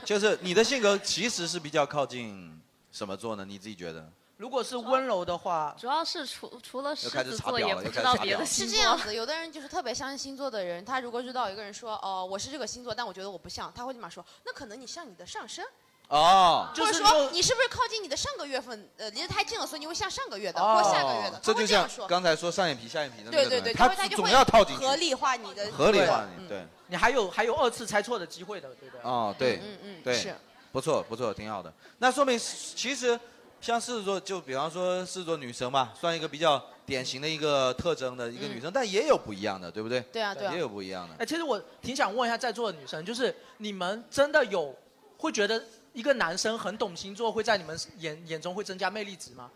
[SPEAKER 4] 就是你的性格其实是比较靠近什么座呢？你自己觉得？
[SPEAKER 1] 如果是温柔的话，
[SPEAKER 5] 主要是除除了
[SPEAKER 4] 狮子座又开始查表了也不知道又开始查别的表了星
[SPEAKER 5] 是
[SPEAKER 4] 座
[SPEAKER 5] 这 样子，有的人就是特别相信星座的人，他如果遇到一个人说，哦、我是这个星座，但我觉得我不像，他会立马说，那可能你像你的上升，
[SPEAKER 4] 哦，
[SPEAKER 5] 或者说你是不是靠近你的上个月份，呃，离得太近了，所以你会像上个月的、或下个月的，
[SPEAKER 4] 哦这
[SPEAKER 5] 他会
[SPEAKER 4] 就
[SPEAKER 5] 这样
[SPEAKER 4] 像
[SPEAKER 5] 说。
[SPEAKER 4] 刚才说上眼皮下眼皮的那
[SPEAKER 5] 对
[SPEAKER 4] 个
[SPEAKER 5] 对
[SPEAKER 4] 东
[SPEAKER 5] 对，
[SPEAKER 4] 西他
[SPEAKER 5] 会他就
[SPEAKER 4] 总
[SPEAKER 5] 会
[SPEAKER 4] 要套进去，
[SPEAKER 5] 合理化你的
[SPEAKER 4] 合理
[SPEAKER 5] 对
[SPEAKER 4] 化你，对，
[SPEAKER 1] 你还有还有二次猜错的机会的，对不对？
[SPEAKER 4] 哦对，
[SPEAKER 1] 嗯嗯嗯
[SPEAKER 4] 对，
[SPEAKER 1] 是
[SPEAKER 4] 不错不错，挺好的。那说明其实像狮子座，就比方说狮子座女生嘛，算一个比较典型的一个特征的一个女生，但也有不一样的，对不对？
[SPEAKER 1] 嗯对啊对啊
[SPEAKER 4] 也有不一样的。
[SPEAKER 1] 哎，其实我挺想问一下在座的女生，就是你们真的有会觉得一个男生很懂星座，会在你们眼眼中会增加魅力值吗？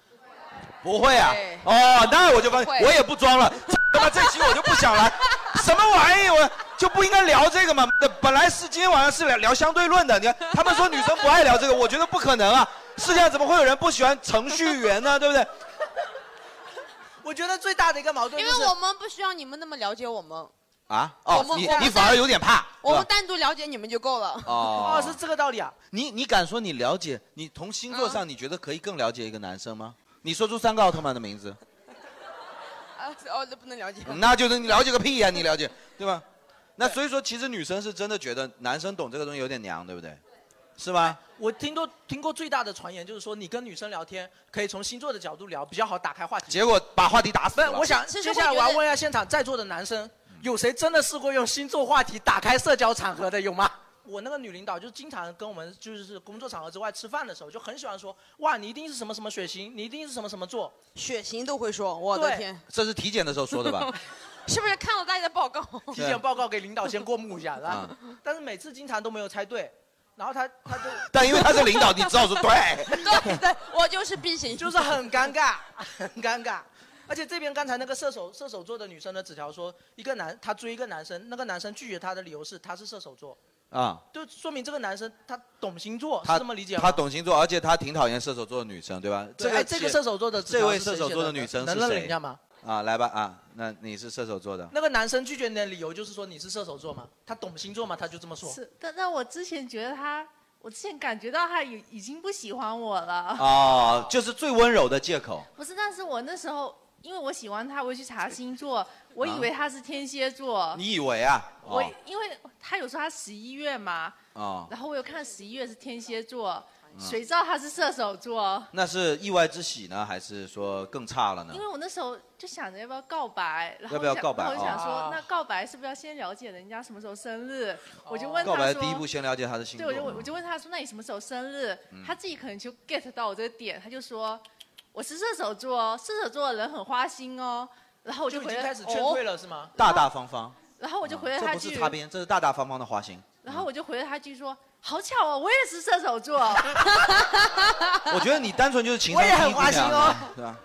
[SPEAKER 4] 不会啊
[SPEAKER 1] 对，
[SPEAKER 4] 哦，那我就发
[SPEAKER 1] 会
[SPEAKER 4] 现我也不装了，他妈这期我就不想来， 什么玩意我就不应该聊这个嘛。本来是今天晚上是聊聊相对论的，你看他们说女生不爱聊这个，我觉得不可能啊，世界上怎么会有人不喜欢程序员呢？对不对？
[SPEAKER 1] 我觉得最大的一个矛盾
[SPEAKER 5] 因
[SPEAKER 1] 就
[SPEAKER 5] 为
[SPEAKER 1] 是，
[SPEAKER 5] 我们不需要你们那么了解我们，
[SPEAKER 4] 啊，
[SPEAKER 5] 我
[SPEAKER 4] 哦
[SPEAKER 5] 们，
[SPEAKER 4] 你
[SPEAKER 5] 我们
[SPEAKER 4] 你反而有点怕，
[SPEAKER 5] 我
[SPEAKER 4] 是
[SPEAKER 5] 们
[SPEAKER 4] 吧
[SPEAKER 5] 单独了解你们就够了。
[SPEAKER 4] 哦
[SPEAKER 1] 是这个道理啊。
[SPEAKER 4] 你你敢说你了解？你从星座上你觉得可以更了解一个男生吗？你说出三个奥特曼的 名字，
[SPEAKER 5] 啊，哦，那不能了解。
[SPEAKER 4] 那就是你了解个屁 呀、你了解对吧？那所以说，其实女生是真的觉得男生懂这个东西有点娘，对不对？是吧？
[SPEAKER 1] 哎我听过听过最大的传言就是说，你跟女生聊天可以从星座的角度聊，比较好打开话题。
[SPEAKER 4] 结果把话题打死
[SPEAKER 1] 不是，
[SPEAKER 4] 了。
[SPEAKER 1] 我想
[SPEAKER 5] 其实
[SPEAKER 1] 接
[SPEAKER 5] 我
[SPEAKER 1] 下来我
[SPEAKER 5] 觉
[SPEAKER 1] 要
[SPEAKER 5] 得
[SPEAKER 1] 问一下现场在座的男生，有谁真的试过用星座话题打开社交场合的有吗？我那个女领导就经常跟我们就是工作场合之外吃饭的时候，就很喜欢说，哇，你一定是什么什么血型，你一定是什么什么座，
[SPEAKER 5] 血型都会说，我的天，
[SPEAKER 4] 这是体检的时候说的 吧？
[SPEAKER 5] 是不是看了大家的 报告？
[SPEAKER 1] 体检报告给领导先过目一下，是吧
[SPEAKER 4] 啊？
[SPEAKER 1] 但是每次经常都没有猜对，然后他他就，
[SPEAKER 4] 但因为他是领导，你知道说对。
[SPEAKER 5] 对对，我就是 B 型，
[SPEAKER 1] 就是很尴尬，很尴尬。而且这边刚才那个射手射手座的女生的纸条说，一个男她追一个男生，那个男生拒绝她的理由是他是射手座，
[SPEAKER 4] 啊，
[SPEAKER 1] 就说明这个男生他懂星座，
[SPEAKER 4] 他
[SPEAKER 1] 是这么理解吗？
[SPEAKER 4] 他懂星座，而且他挺讨厌射手座的女生，对吧？
[SPEAKER 1] 对哎这个
[SPEAKER 4] 写
[SPEAKER 1] 射手座的纸条
[SPEAKER 4] 这位
[SPEAKER 1] 是谁
[SPEAKER 4] 射手座的
[SPEAKER 1] 写的
[SPEAKER 4] 女生
[SPEAKER 1] 能
[SPEAKER 4] 是
[SPEAKER 1] 认
[SPEAKER 4] 谁？
[SPEAKER 1] 领一下吗？
[SPEAKER 4] 啊，来吧啊，那你是射手座的，
[SPEAKER 1] 那个男生拒绝你的理由就是说你是射手座嘛，他懂星座嘛，他就这么说。
[SPEAKER 21] 是， 但但我之前觉得他，我之前感觉到他已已经不喜欢我了。
[SPEAKER 4] 哦，就是最温柔的借口。
[SPEAKER 21] 不是，但是我那时候因为我喜欢他，我就去查星座，我以为他是天蝎座。
[SPEAKER 4] 啊你以为啊？
[SPEAKER 21] 我
[SPEAKER 4] 哦
[SPEAKER 21] 因为他有说他十一月嘛，
[SPEAKER 4] 哦，
[SPEAKER 21] 然后我有看十一月是天蝎座，
[SPEAKER 4] 嗯
[SPEAKER 21] 谁知道他是射手座？
[SPEAKER 4] 那是意外之喜呢，还是说更差了呢
[SPEAKER 21] 因？为我那时候就想着要不要告白，然后
[SPEAKER 4] 要不要
[SPEAKER 21] 想
[SPEAKER 4] 告白
[SPEAKER 21] 然后我就想说，
[SPEAKER 4] 哦
[SPEAKER 21] 那告白是不是要先了解人家什么时候生日？我就问他
[SPEAKER 4] 告
[SPEAKER 21] 说，
[SPEAKER 4] 白第一步先了解他的星
[SPEAKER 21] 对，
[SPEAKER 4] 座
[SPEAKER 21] 我。就我就问他说，那你什么时候生日？
[SPEAKER 4] 嗯
[SPEAKER 21] 他自己可能就 get 到我这个点，他就说我是射手座哦，射手座的人很花心哦。然后我
[SPEAKER 1] 就已
[SPEAKER 21] 回
[SPEAKER 1] 经
[SPEAKER 21] 了，
[SPEAKER 1] 开始劝退
[SPEAKER 21] 哦
[SPEAKER 1] 了是吗？
[SPEAKER 4] 大大方方，
[SPEAKER 21] 然后我就回了
[SPEAKER 4] 嗯这
[SPEAKER 21] 他
[SPEAKER 4] 不
[SPEAKER 21] 句，
[SPEAKER 4] 是擦边，这是大大方方的花心。
[SPEAKER 21] 然后我就回了他句说，好巧哦，我也是射手座。
[SPEAKER 4] 我觉得你单纯就是情商
[SPEAKER 21] 我也很
[SPEAKER 4] 低啊
[SPEAKER 21] 花心哦，
[SPEAKER 4] 对吧？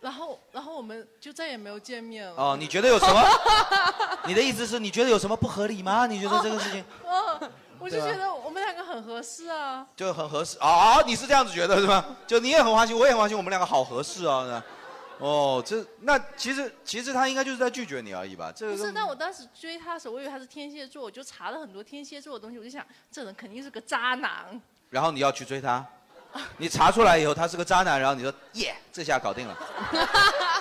[SPEAKER 21] 然后然后我们就再也没有见面了。
[SPEAKER 4] 哦，你觉得有什么？ 你的意思是你觉得有什么不合理吗？你觉得这个事 情
[SPEAKER 21] 嗯，我就
[SPEAKER 4] 对吧
[SPEAKER 21] 觉得我们两个很合适啊。
[SPEAKER 4] 就很合适？哦，你是这样子觉得是吧？就你也很花心，我也很花心，我们两个好合适哦，是吧？哦，这那其实其实他应该就是在拒绝你而已吧？这个
[SPEAKER 21] 不是，但我当时追他的时候，我以为他是天蝎座，我就查了很多天蝎座的东西，我就想这人肯定是个渣男。
[SPEAKER 4] 然后你要去追他，你查出来以后他是个渣男，然后你说耶，这下搞定了。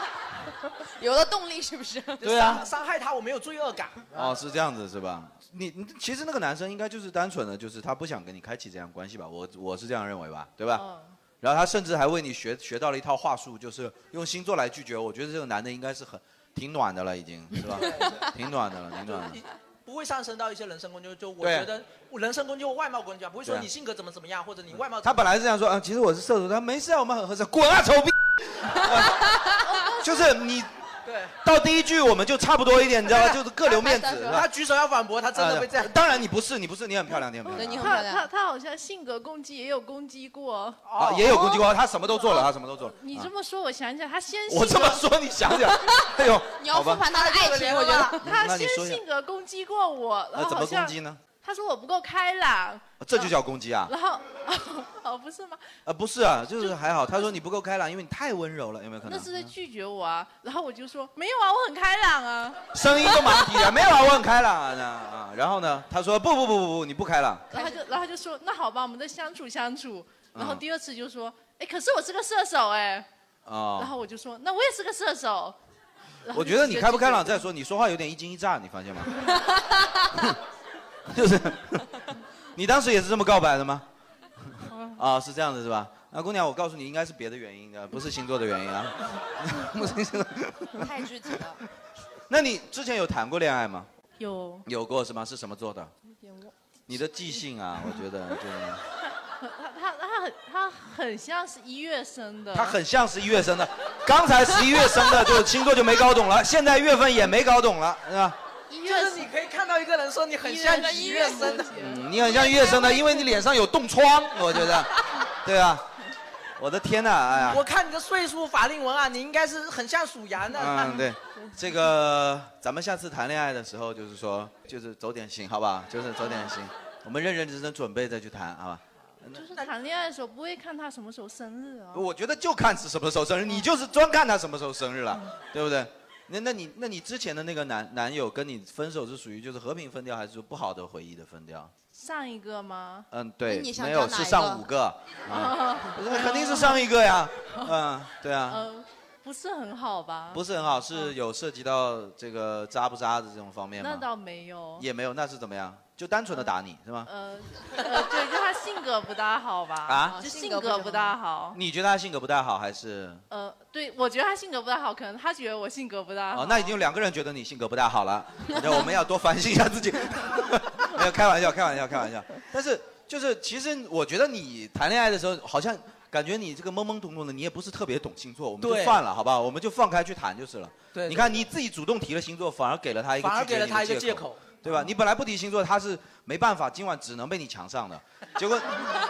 [SPEAKER 5] 有了动力是不是？
[SPEAKER 4] 对啊
[SPEAKER 1] 伤害他我没有罪恶感。
[SPEAKER 4] 哦，
[SPEAKER 1] 啊
[SPEAKER 4] 是这样子是吧？你你其实那个男生应该就是单纯的，就是他不想跟你开启这样关系吧？我我是这样认为吧，对吧？
[SPEAKER 1] 哦
[SPEAKER 4] 然后他甚至还为你学学到了一套话术，就是用星座来拒绝。我觉得这个男的应该是很挺暖的了，已经是吧？挺暖的了，挺暖的。
[SPEAKER 1] 不会上升到一些人身攻击，就我
[SPEAKER 4] 对
[SPEAKER 1] 觉得人身攻击或外貌攻击啊，不会说
[SPEAKER 4] 对啊
[SPEAKER 1] 你性格怎么怎么样，或者你外貌怎么样。
[SPEAKER 4] 他本来是这样说，啊，其实我是射手，他没事啊，我们很合适，滚啊，丑 逼！就是你
[SPEAKER 1] 对
[SPEAKER 4] 到第一句我们就差不多一点，你知道吧？就是各留面子。是吧
[SPEAKER 1] 他举手要反驳，他真的会这样。
[SPEAKER 4] 啊当然你不是，你不是，你很漂亮，你很漂亮。
[SPEAKER 21] 他他他好像性格攻击也有攻击过，哦
[SPEAKER 4] 啊，也有攻击过，他什么都做了，他什么都做了。
[SPEAKER 21] 你
[SPEAKER 4] 啊
[SPEAKER 21] 这么啊说，我想起来，他先
[SPEAKER 4] 我这么
[SPEAKER 21] 性格
[SPEAKER 4] 说，你想想，哎呦，好吧嗯
[SPEAKER 21] 我觉得他
[SPEAKER 4] 那你
[SPEAKER 21] 先
[SPEAKER 4] 说一下
[SPEAKER 21] 性格攻击过我，然
[SPEAKER 4] 呃，
[SPEAKER 21] 后
[SPEAKER 4] 怎
[SPEAKER 21] 好
[SPEAKER 4] 么攻
[SPEAKER 21] 像
[SPEAKER 4] 击呢？
[SPEAKER 21] 他说我不够开朗，
[SPEAKER 4] 这就叫攻击啊？
[SPEAKER 21] 然后 哦不是吗？
[SPEAKER 4] 啊，不是啊，就是还好。他说你不够开朗，因为你太温柔了，有没有可
[SPEAKER 21] 那
[SPEAKER 4] 能？嗯
[SPEAKER 21] 是在拒绝我啊，然后我就说没有啊，我很开朗啊。
[SPEAKER 4] 声音都麻痹了，没有啊，我很开朗啊，那啊。然后呢，他说不不不不不，你不开朗。
[SPEAKER 21] 然后他就然后他就说那好吧，我们再相处相处。然
[SPEAKER 4] 嗯
[SPEAKER 21] 后第二次就说哎，可是我是个射手哎。然
[SPEAKER 4] 哦，
[SPEAKER 21] 后我就说那我也是个射手。然后
[SPEAKER 4] 我
[SPEAKER 21] 就
[SPEAKER 4] 觉得
[SPEAKER 21] 直
[SPEAKER 4] 你
[SPEAKER 21] 接
[SPEAKER 4] 开不
[SPEAKER 21] 拒绝
[SPEAKER 4] 开朗
[SPEAKER 21] 我
[SPEAKER 4] 再说，你说话有点一惊一乍，你发现吗？ 就是， 你当时也是这么告白的吗？
[SPEAKER 5] 嗯
[SPEAKER 4] 啊，是这样子是吧？那姑娘，我告诉你，应该是别的原因的，不是星座的原 因啊。不是星座。
[SPEAKER 5] 太具体了。
[SPEAKER 4] 那你之前有谈过恋爱吗？
[SPEAKER 21] 有
[SPEAKER 4] 有过是吗？是什么座的？
[SPEAKER 21] 有点忘
[SPEAKER 4] 你的记性啊，我觉得真 的。
[SPEAKER 21] 他 他他很他很像是一月生的，
[SPEAKER 4] 他很像十一月生的，刚才十一月生的就星座就没搞懂了，现在月份也没搞懂了，是吧？
[SPEAKER 1] 就是你可以看到一个人说你很像一月生 的，
[SPEAKER 4] 嗯你很像一月生的，因为你脸上有冻 疮，我觉得，对啊。我的天呐，哎呀
[SPEAKER 1] 我，看你的岁数法令纹啊，你应该是很像属羊的。啊
[SPEAKER 4] 嗯，对，这个咱们下次谈恋爱的时候，就是说，就是走点心，好吧？就是走点心，我们认认真真准备再去谈，好吧？
[SPEAKER 21] 就是谈恋爱的时候不会看他什么时候生日啊。
[SPEAKER 4] 我觉得就看是什么时候生日，你就是专看他什么时候生日了，对不对？那那你那你之前的那个男男友跟你分手是属于就是和平分掉，还是说不好的回忆的分掉？
[SPEAKER 21] 上一个吗？
[SPEAKER 4] 嗯，对
[SPEAKER 21] 那你，想
[SPEAKER 4] 没
[SPEAKER 21] 找
[SPEAKER 4] 有
[SPEAKER 21] 哪
[SPEAKER 4] 是
[SPEAKER 21] 一个
[SPEAKER 4] 上 五个，啊，那肯定是上一个呀，
[SPEAKER 1] 哦
[SPEAKER 4] 嗯，对啊，
[SPEAKER 21] 呃，不是很好吧？
[SPEAKER 4] 不是很好，是有涉及到这个渣不渣的这种方面
[SPEAKER 21] 那
[SPEAKER 4] 吗？
[SPEAKER 21] 倒没有。
[SPEAKER 4] 也没有，那是怎么样？就单纯的打你是吗？
[SPEAKER 21] 呃，呃，对，就他性格不大好吧？
[SPEAKER 4] 啊
[SPEAKER 21] 就性格不大好。
[SPEAKER 1] 嗯
[SPEAKER 4] 你觉得他性格不太好，还是？
[SPEAKER 21] 呃，对，我觉得他性格不大好，可能他觉得我性格不
[SPEAKER 1] 啊
[SPEAKER 21] 大好。
[SPEAKER 4] 哦，那已经有两个人觉得你性格不大好 了，那我们要多反省一下自己。 没有开玩笑，开玩笑，开玩笑。但是就是，其实我觉得你谈恋爱的时候，好像感觉你这个懵懵懂懂的，你也不是特别懂星座，我们就
[SPEAKER 1] 对
[SPEAKER 4] 算了，好吧，我们就放开去谈就是了。
[SPEAKER 1] 对对
[SPEAKER 4] 你看你自己主动提了星座，反而给了他一个
[SPEAKER 1] 反而
[SPEAKER 4] 拒绝
[SPEAKER 1] 给了
[SPEAKER 4] 你
[SPEAKER 1] 他
[SPEAKER 4] 的
[SPEAKER 1] 一个
[SPEAKER 4] 借
[SPEAKER 1] 借口，
[SPEAKER 4] 对吧？你本来不提星座，他是没办法，今晚只能被你强上的。结果，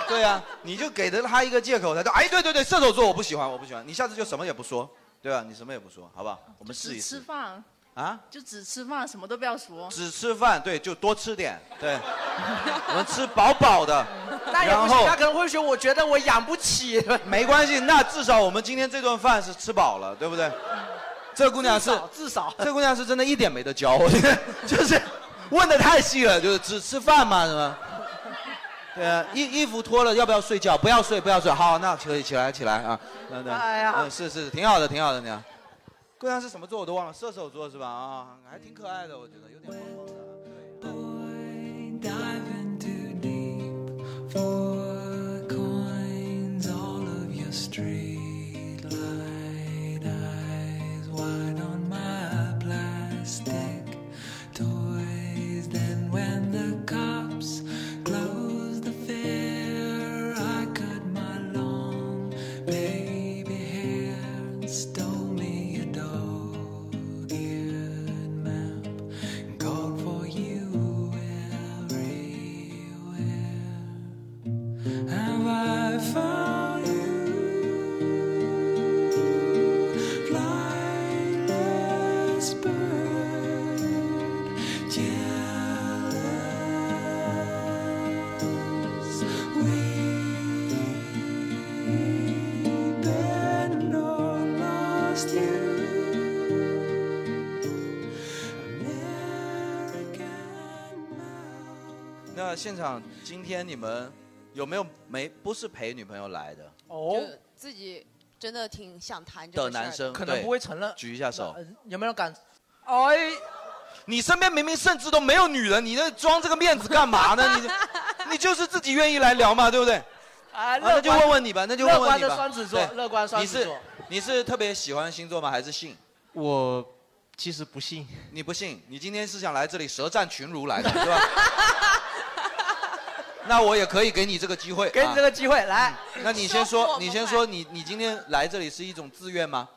[SPEAKER 4] 对呀、你就给了他一个借口，他说：“哎，对对对，射手座我不喜欢，我不喜欢。”你下次就什么也不说，对吧？你什么也不说，好不好？我们试
[SPEAKER 21] 只
[SPEAKER 4] 一
[SPEAKER 21] 吃
[SPEAKER 4] 试
[SPEAKER 21] 饭，
[SPEAKER 4] 啊。
[SPEAKER 21] 就只吃饭，什么都不要说。
[SPEAKER 4] 只吃饭，对，就多吃点，对，我们吃饱饱的。
[SPEAKER 1] 那也不行啊他可
[SPEAKER 4] 能会说，我觉得我养不起。 没关系，那至少我们今天这顿饭是吃饱了，对不对？这姑娘是
[SPEAKER 1] 至少
[SPEAKER 4] 这姑娘是真的一点没得教，我觉得 就是问的太细了，就是只吃饭嘛，是吗？对啊，衣衣服脱了要不要睡觉？不要睡，不要睡。好，那可以起来起来啊，等等，
[SPEAKER 1] 哎呀
[SPEAKER 4] 嗯是是，挺好的，挺好的，你看。姑娘啊是什么座我都忘了，射手座是吧？啊，还挺可爱的，我觉得有点萌萌的。
[SPEAKER 3] 啊
[SPEAKER 22] diving too deep for coins. All of your street light eyes wide on my plastic toys. Then when the cops close the fair, I cut my long baby hair and stole me a dog eared map and called for you everywhere. Have I found you? Flightless bird.
[SPEAKER 4] 那现场今天你们有没有没不是陪女朋友来的
[SPEAKER 1] 哦，
[SPEAKER 5] 自己真的挺想谈这
[SPEAKER 4] 的
[SPEAKER 5] 个事儿
[SPEAKER 4] 男生？啊
[SPEAKER 1] 可能
[SPEAKER 4] 对
[SPEAKER 1] 不会承认嗯
[SPEAKER 4] 举一下手。
[SPEAKER 1] 有没有敢？
[SPEAKER 4] 哎，你身边明明甚至都没有女人，你那装这个面子干嘛呢？你 你就是自己愿意来聊嘛，对不对？
[SPEAKER 1] 啊
[SPEAKER 4] 啊那就问问你吧，那就问问你吧。
[SPEAKER 1] 乐观的双子座，
[SPEAKER 4] 对
[SPEAKER 1] 乐观双子座。
[SPEAKER 4] 你是你是特别喜欢星座吗？还是信？
[SPEAKER 12] 我其实不信。
[SPEAKER 4] 你不信？你今天是想来这里舌战群儒来的，对 吧？那我也可以给你这个机会，
[SPEAKER 1] 给你这个
[SPEAKER 4] 啊
[SPEAKER 1] 机会来。
[SPEAKER 4] 那你先说，你先说，你你今天来这里是一种自愿吗？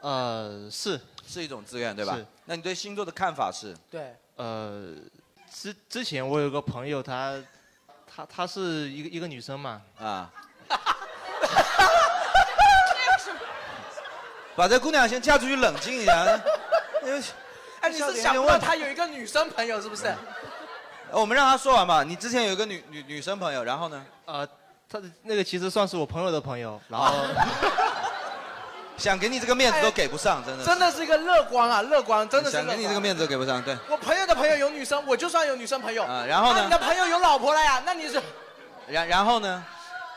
[SPEAKER 12] 呃，是
[SPEAKER 4] 是一种自愿，对吧
[SPEAKER 12] 是？
[SPEAKER 4] 那你对星座的看法是？
[SPEAKER 1] 对，
[SPEAKER 12] 呃，之之前我有个朋友，她她她是一个一个女生嘛，
[SPEAKER 4] 啊，把哎这姑娘先嫁出去，冷静一啊下。
[SPEAKER 1] 哎，你是想不到他有一个女生朋友是不
[SPEAKER 4] 嗯
[SPEAKER 1] 是？
[SPEAKER 4] 我们让她说完吧。你之前有一个女女女生朋友，然后呢？
[SPEAKER 12] 呃，她的那个其实算是我朋友的朋友，然后、
[SPEAKER 4] 想给你这个面子都给不上，真的是。
[SPEAKER 1] 真的是一个乐观啊，乐观，真的是乐
[SPEAKER 4] 想给
[SPEAKER 1] 观。
[SPEAKER 4] 你这个面子都给不上，对。
[SPEAKER 1] 我朋友的朋友有女生，我就算有女生朋友。啊
[SPEAKER 4] 然后呢
[SPEAKER 1] 你的朋友有老婆了呀？那你是
[SPEAKER 4] 然然后呢？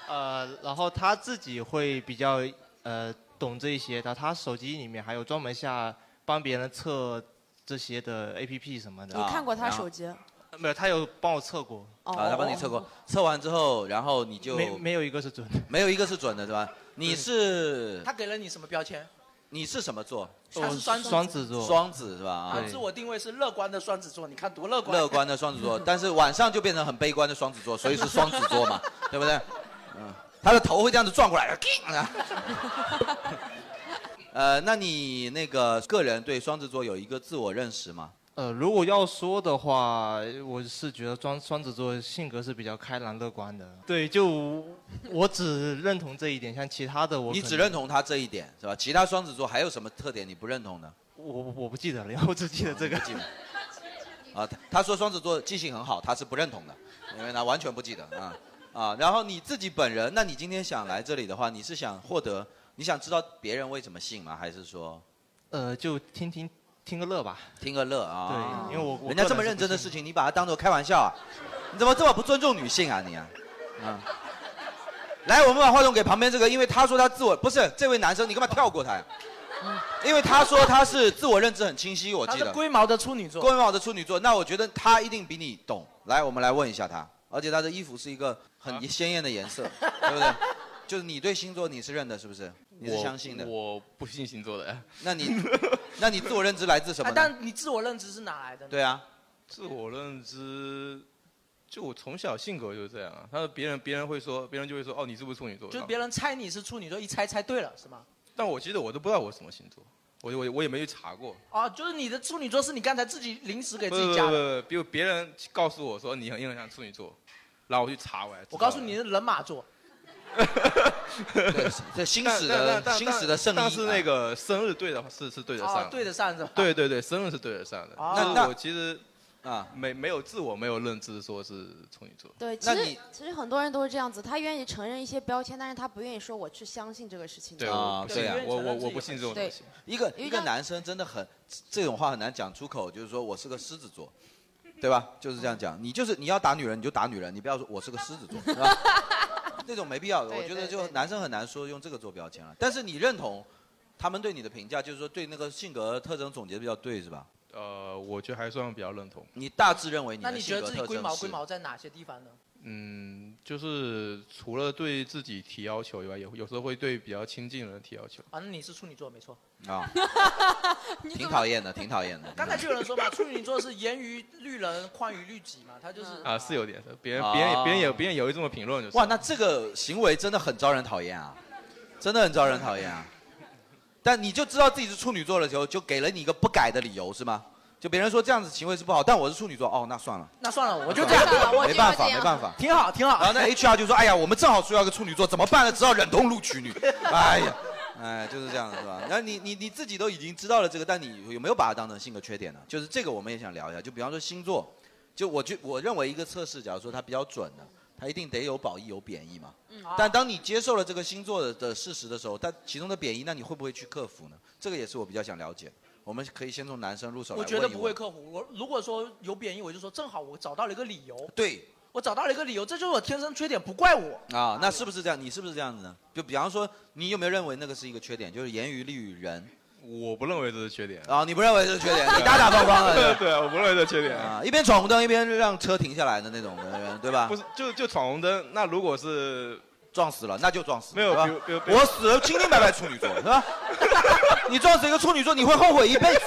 [SPEAKER 12] 呃，然后她自己会比较呃懂这一些，她她手机里面还有专门下帮别人测这些的 APP 什么的。啊
[SPEAKER 5] 你看过他手？机？啊哦
[SPEAKER 12] 没有，她有帮我测过。
[SPEAKER 4] 啊，他帮你测过，测完之后，哦然后你就
[SPEAKER 12] 没没有一个是准的。
[SPEAKER 4] 没有一个是准的，对吧？你是
[SPEAKER 1] 他给了你什么标签？
[SPEAKER 4] 你是什么座？
[SPEAKER 1] 他是双子座双子座
[SPEAKER 4] 双子是吧？啊
[SPEAKER 1] 啊，，自我定位是乐观的双子座，你看多乐观。
[SPEAKER 4] 乐观的双子座，但是晚上就变成很悲观的双子座，所以是双子座嘛，对不对？嗯，他的头会这样子转过来，叮呃，那你那个个人对双子座有一个自我认识吗？
[SPEAKER 12] 呃，如果要说的话，我是觉得双双子座性格是比较开朗乐观的。对，就我只认同这一点，像其他的我
[SPEAKER 4] 你
[SPEAKER 12] 可
[SPEAKER 4] 只
[SPEAKER 12] 能
[SPEAKER 4] 认同他这一点是吧？其他双子座还有什么特点你不认同的？
[SPEAKER 12] 我我不记得了，我只记得这个。
[SPEAKER 4] 啊，他他说双子座记性很好，他是不认同的，因为他完全不记得啊啊。然后你自己本人，那你今天想来这里的话，你是想获得，你想知道别人为什么信吗？还是说
[SPEAKER 12] 呃，就听听听个乐吧。
[SPEAKER 4] 听个乐啊？
[SPEAKER 12] 对因为我我
[SPEAKER 4] 人
[SPEAKER 12] 个
[SPEAKER 4] 家
[SPEAKER 12] 人
[SPEAKER 4] 这么
[SPEAKER 12] 是
[SPEAKER 4] 认
[SPEAKER 12] 不
[SPEAKER 4] 真的事情，你把它当做开玩笑啊？你怎么这么不尊重女性啊你啊？啊！来，我们把话筒给旁边这个，因为他说他自我不是这位男生，你干嘛跳过他呀？
[SPEAKER 12] 嗯
[SPEAKER 4] 因为他说他是自我认知很清晰，我记
[SPEAKER 1] 他
[SPEAKER 4] 得
[SPEAKER 1] 是龟毛的处女座。
[SPEAKER 4] 龟毛的处女座，那我觉得他一定比你懂。来，我们来问一下他，而且他的衣服是一个
[SPEAKER 12] 啊
[SPEAKER 4] 很鲜艳的颜色，对不对？就是你对星座你是认的，是不是？你是
[SPEAKER 11] 我
[SPEAKER 4] 相信的？
[SPEAKER 11] 我不信星座的。
[SPEAKER 4] 那你，那你自我认知来自什么
[SPEAKER 1] 哎，
[SPEAKER 4] 呢？
[SPEAKER 1] 但你自我认知是哪来的呢？
[SPEAKER 4] 对啊，
[SPEAKER 11] 自我认知，就我从小性格就是这样啊。他别人别人会说，别人就会说，哦，你是不是处女座？
[SPEAKER 1] 就是别人猜你是处女座，一猜猜对了是吗？
[SPEAKER 11] 但我其实我都不知道我什么星座，我我我也没去查过。
[SPEAKER 1] 哦，就是你的处女座是你刚才自己临时给
[SPEAKER 11] 不
[SPEAKER 1] 自
[SPEAKER 11] 不
[SPEAKER 1] 己加的。
[SPEAKER 11] 不不，比如别人告诉我说你很很像处女座，然后我去查我才知道
[SPEAKER 1] 我告诉你是人马座，
[SPEAKER 4] 对 这新
[SPEAKER 11] 但
[SPEAKER 4] 史
[SPEAKER 11] 但
[SPEAKER 4] 的
[SPEAKER 11] 但但
[SPEAKER 4] 新史的圣衣
[SPEAKER 11] 但是那
[SPEAKER 4] 啊
[SPEAKER 11] 个生日对的是是对得上
[SPEAKER 1] 哦
[SPEAKER 11] 的，，
[SPEAKER 1] 对得上是吧？
[SPEAKER 11] 对对对，生日是对得上的。
[SPEAKER 1] 哦
[SPEAKER 11] 但
[SPEAKER 1] 那
[SPEAKER 11] 是我其实
[SPEAKER 4] 啊，
[SPEAKER 11] 没没有自我没有认知说是处女座。
[SPEAKER 5] 对，其实其实很多人都是这样子，他愿意承认一些标签，但是他不愿意说我去相信这个事情。
[SPEAKER 11] 对
[SPEAKER 4] 啊
[SPEAKER 11] 我，不
[SPEAKER 4] 对
[SPEAKER 11] 信
[SPEAKER 4] 啊，
[SPEAKER 11] 我我我不信这种东
[SPEAKER 5] 对
[SPEAKER 11] 西。
[SPEAKER 4] 一个
[SPEAKER 5] 有一
[SPEAKER 4] 一个
[SPEAKER 5] 张
[SPEAKER 4] 男生真的很这种话很难讲出口，就是说我是个狮子座，对吧？就是这样讲，你就是你要打女人你就打女人，你不要说我是个狮子座，是吧？ 那种没必要，
[SPEAKER 11] 对
[SPEAKER 4] 我觉
[SPEAKER 11] 对
[SPEAKER 4] 得就男生很难说用这个做标签了。但是你认同他们对你的评价，就是说对那个性格特征总结的比较对，是吧？
[SPEAKER 11] 呃，我觉得还算比较认同。
[SPEAKER 4] 你大致认为你
[SPEAKER 1] 那
[SPEAKER 4] 的
[SPEAKER 1] 你
[SPEAKER 4] 性
[SPEAKER 1] 觉
[SPEAKER 4] 格
[SPEAKER 1] 得自
[SPEAKER 4] 特
[SPEAKER 1] 己
[SPEAKER 4] 征
[SPEAKER 1] 龟毛龟
[SPEAKER 4] 是
[SPEAKER 1] 毛在哪些地方呢？
[SPEAKER 11] 嗯，就是除了对自己提要求以外，有有时候会对比较亲近的人提要求。
[SPEAKER 1] 啊，那你是处女座没错。
[SPEAKER 4] 啊，挺讨厌的，挺讨厌的。
[SPEAKER 1] 刚才就有人说嘛，处女座是严于律人，宽于律己嘛，他就是
[SPEAKER 4] 嗯
[SPEAKER 11] 啊，是有点的，别人别人也别人也别人也会这么评论，就是。
[SPEAKER 4] 啊哇，那这个行为真的很招人讨厌啊，真的很招人讨厌啊。但你就知道自己是处女座的时候，就给了你一个不改的理由是吗？就别人说这样子行为是不好，但我是处女座，哦，那算了，
[SPEAKER 1] 那算了，我就这样
[SPEAKER 4] 算了，
[SPEAKER 1] 我
[SPEAKER 4] 没办法，没办法，
[SPEAKER 1] 挺好，挺好。
[SPEAKER 4] 然后那 HR 就说，哎呀，我们正好需要一个处女座，怎么办呢？只好忍痛录取你。哎呀，哎，就是这样的是吧？那你你你自己都已经知道了这个，但你有没有把它当成性格缺点呢？就是这个，我们也想聊一下。就比方说星座，就我就我认为一个测试，假如说它比较准的，它一定得有褒义有贬义嘛。
[SPEAKER 1] 嗯
[SPEAKER 4] 但当你接受了这个星座的的事实的时候，但其中的贬义，那你会不会去克服呢？这个也是我比较想了解。我们可以先从男生入手来
[SPEAKER 1] 我
[SPEAKER 4] 问一
[SPEAKER 1] 觉
[SPEAKER 4] 问。
[SPEAKER 1] 得不会克服。我如果说有贬义，我就说正好我找到了一个理由。
[SPEAKER 4] 对，
[SPEAKER 1] 我找到了一个理由，这就是我天生缺点，不怪我。
[SPEAKER 4] 啊，那是不是这样？你是不是这样子呢？就比方说，你有没有认为那个是一个缺点，就是严于利于人？
[SPEAKER 11] 我不认为这是缺点？
[SPEAKER 4] 啊，你不认为这是缺点 你打打放放的，
[SPEAKER 11] 对，我不认为这是缺点
[SPEAKER 4] 啊，一边闯红灯一边让车停下来的那种人，对吧？
[SPEAKER 11] 不是，就就闯红灯，那如果是
[SPEAKER 4] 撞死了，那就撞死，
[SPEAKER 11] 没有
[SPEAKER 4] 对吧
[SPEAKER 11] 比如比如比如
[SPEAKER 4] 我死了，清清白白处女座，是吧？你撞死一个处女座，你会后悔一辈子，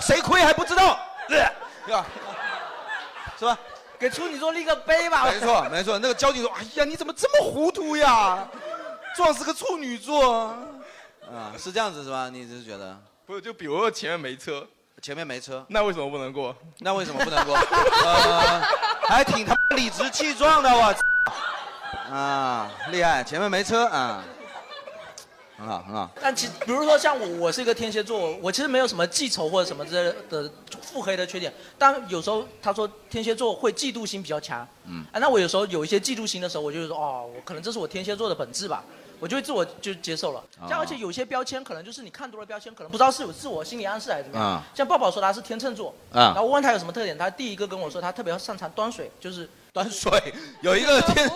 [SPEAKER 4] 谁亏还不知道，对吧？是吧？
[SPEAKER 1] 给处女座立个碑吧。
[SPEAKER 4] 没错，没错。那个交警说：“哎呀，你怎么这么糊涂呀？撞死个处女座。”啊，是这样子是吧？你是觉得？
[SPEAKER 11] 不是，就比如说前面没车，
[SPEAKER 4] 前面没车，
[SPEAKER 11] 那为什么不能过？
[SPEAKER 4] 那为什么不能过？ 呃，还挺他妈理直气壮的，我操。啊，厉害！前面没车啊，很好很好。
[SPEAKER 1] 但其实比如说像我，我是一个天蝎座，我我其实没有什么记仇或者什么之类的腹黑的缺点。但有时候他说天蝎座会嫉妒心比较强，
[SPEAKER 4] 嗯
[SPEAKER 1] 啊，那我有时候有一些嫉妒心的时候，我就说哦，我可能这是我天蝎座的本质吧，我就会自我就接受了。
[SPEAKER 4] 哦
[SPEAKER 1] 像而且有些标签可能就是你看多了标签，可能不知道是有自我心理暗示还是怎么样。
[SPEAKER 4] 啊
[SPEAKER 1] 像抱抱说他是天秤座，
[SPEAKER 4] 啊
[SPEAKER 1] 然后我问他有什么特点，他第一个跟我说他特别擅长端水，就是
[SPEAKER 4] 端水，有一个天，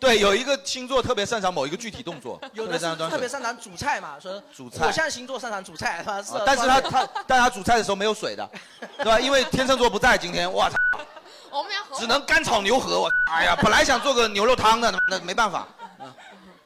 [SPEAKER 4] 对，有一个星座特别擅长某一个具体动作，
[SPEAKER 1] 有
[SPEAKER 4] 特
[SPEAKER 1] 的
[SPEAKER 4] 别
[SPEAKER 1] 是
[SPEAKER 4] 擅长端
[SPEAKER 1] 特别
[SPEAKER 4] 水。
[SPEAKER 1] 擅长煮菜嘛，说
[SPEAKER 4] 煮菜
[SPEAKER 1] 火象星座擅长煮菜，他
[SPEAKER 4] 啊但是他他但他煮菜的时候没有水的，对吧？因为天秤座不在今天，我操，
[SPEAKER 23] 我们要合
[SPEAKER 4] 只能干炒牛河。我哎呀，本来想做个牛肉汤的，那那没办法。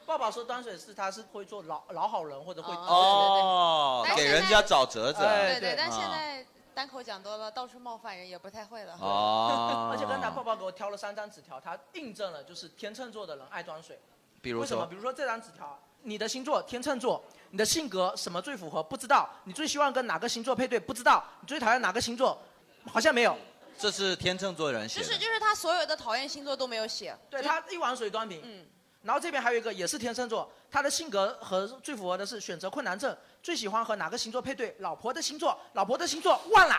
[SPEAKER 1] 爸爸说端水是他是会做老老好人或者会
[SPEAKER 5] 啊
[SPEAKER 4] 哦
[SPEAKER 5] 但是呃
[SPEAKER 4] 给人家找折子。
[SPEAKER 5] 对对，但现
[SPEAKER 4] 啊
[SPEAKER 5] 在单口讲多了，到处冒犯人也不太会了。
[SPEAKER 4] 哦
[SPEAKER 1] 而且刚才抱抱给我挑了三张纸条，他印证了就是天秤座的人爱端水。
[SPEAKER 4] 比如说
[SPEAKER 1] 为什么？比如说这张纸条，你的星座天秤座，你的性格什么最符合？不知道。你最希望跟哪个星座配对？不知道。你最讨厌哪个星座？好像没有。
[SPEAKER 4] 这是天秤座人写
[SPEAKER 5] 就
[SPEAKER 4] 的
[SPEAKER 5] 是就是他所有的讨厌星座都没有写，
[SPEAKER 1] 对他一碗水端平。嗯。然后这边还有一个也是天秤座，他的性格和最符合的是选择困难症，最喜欢和哪个星座配对？老婆的星座，老婆的星座 忘了。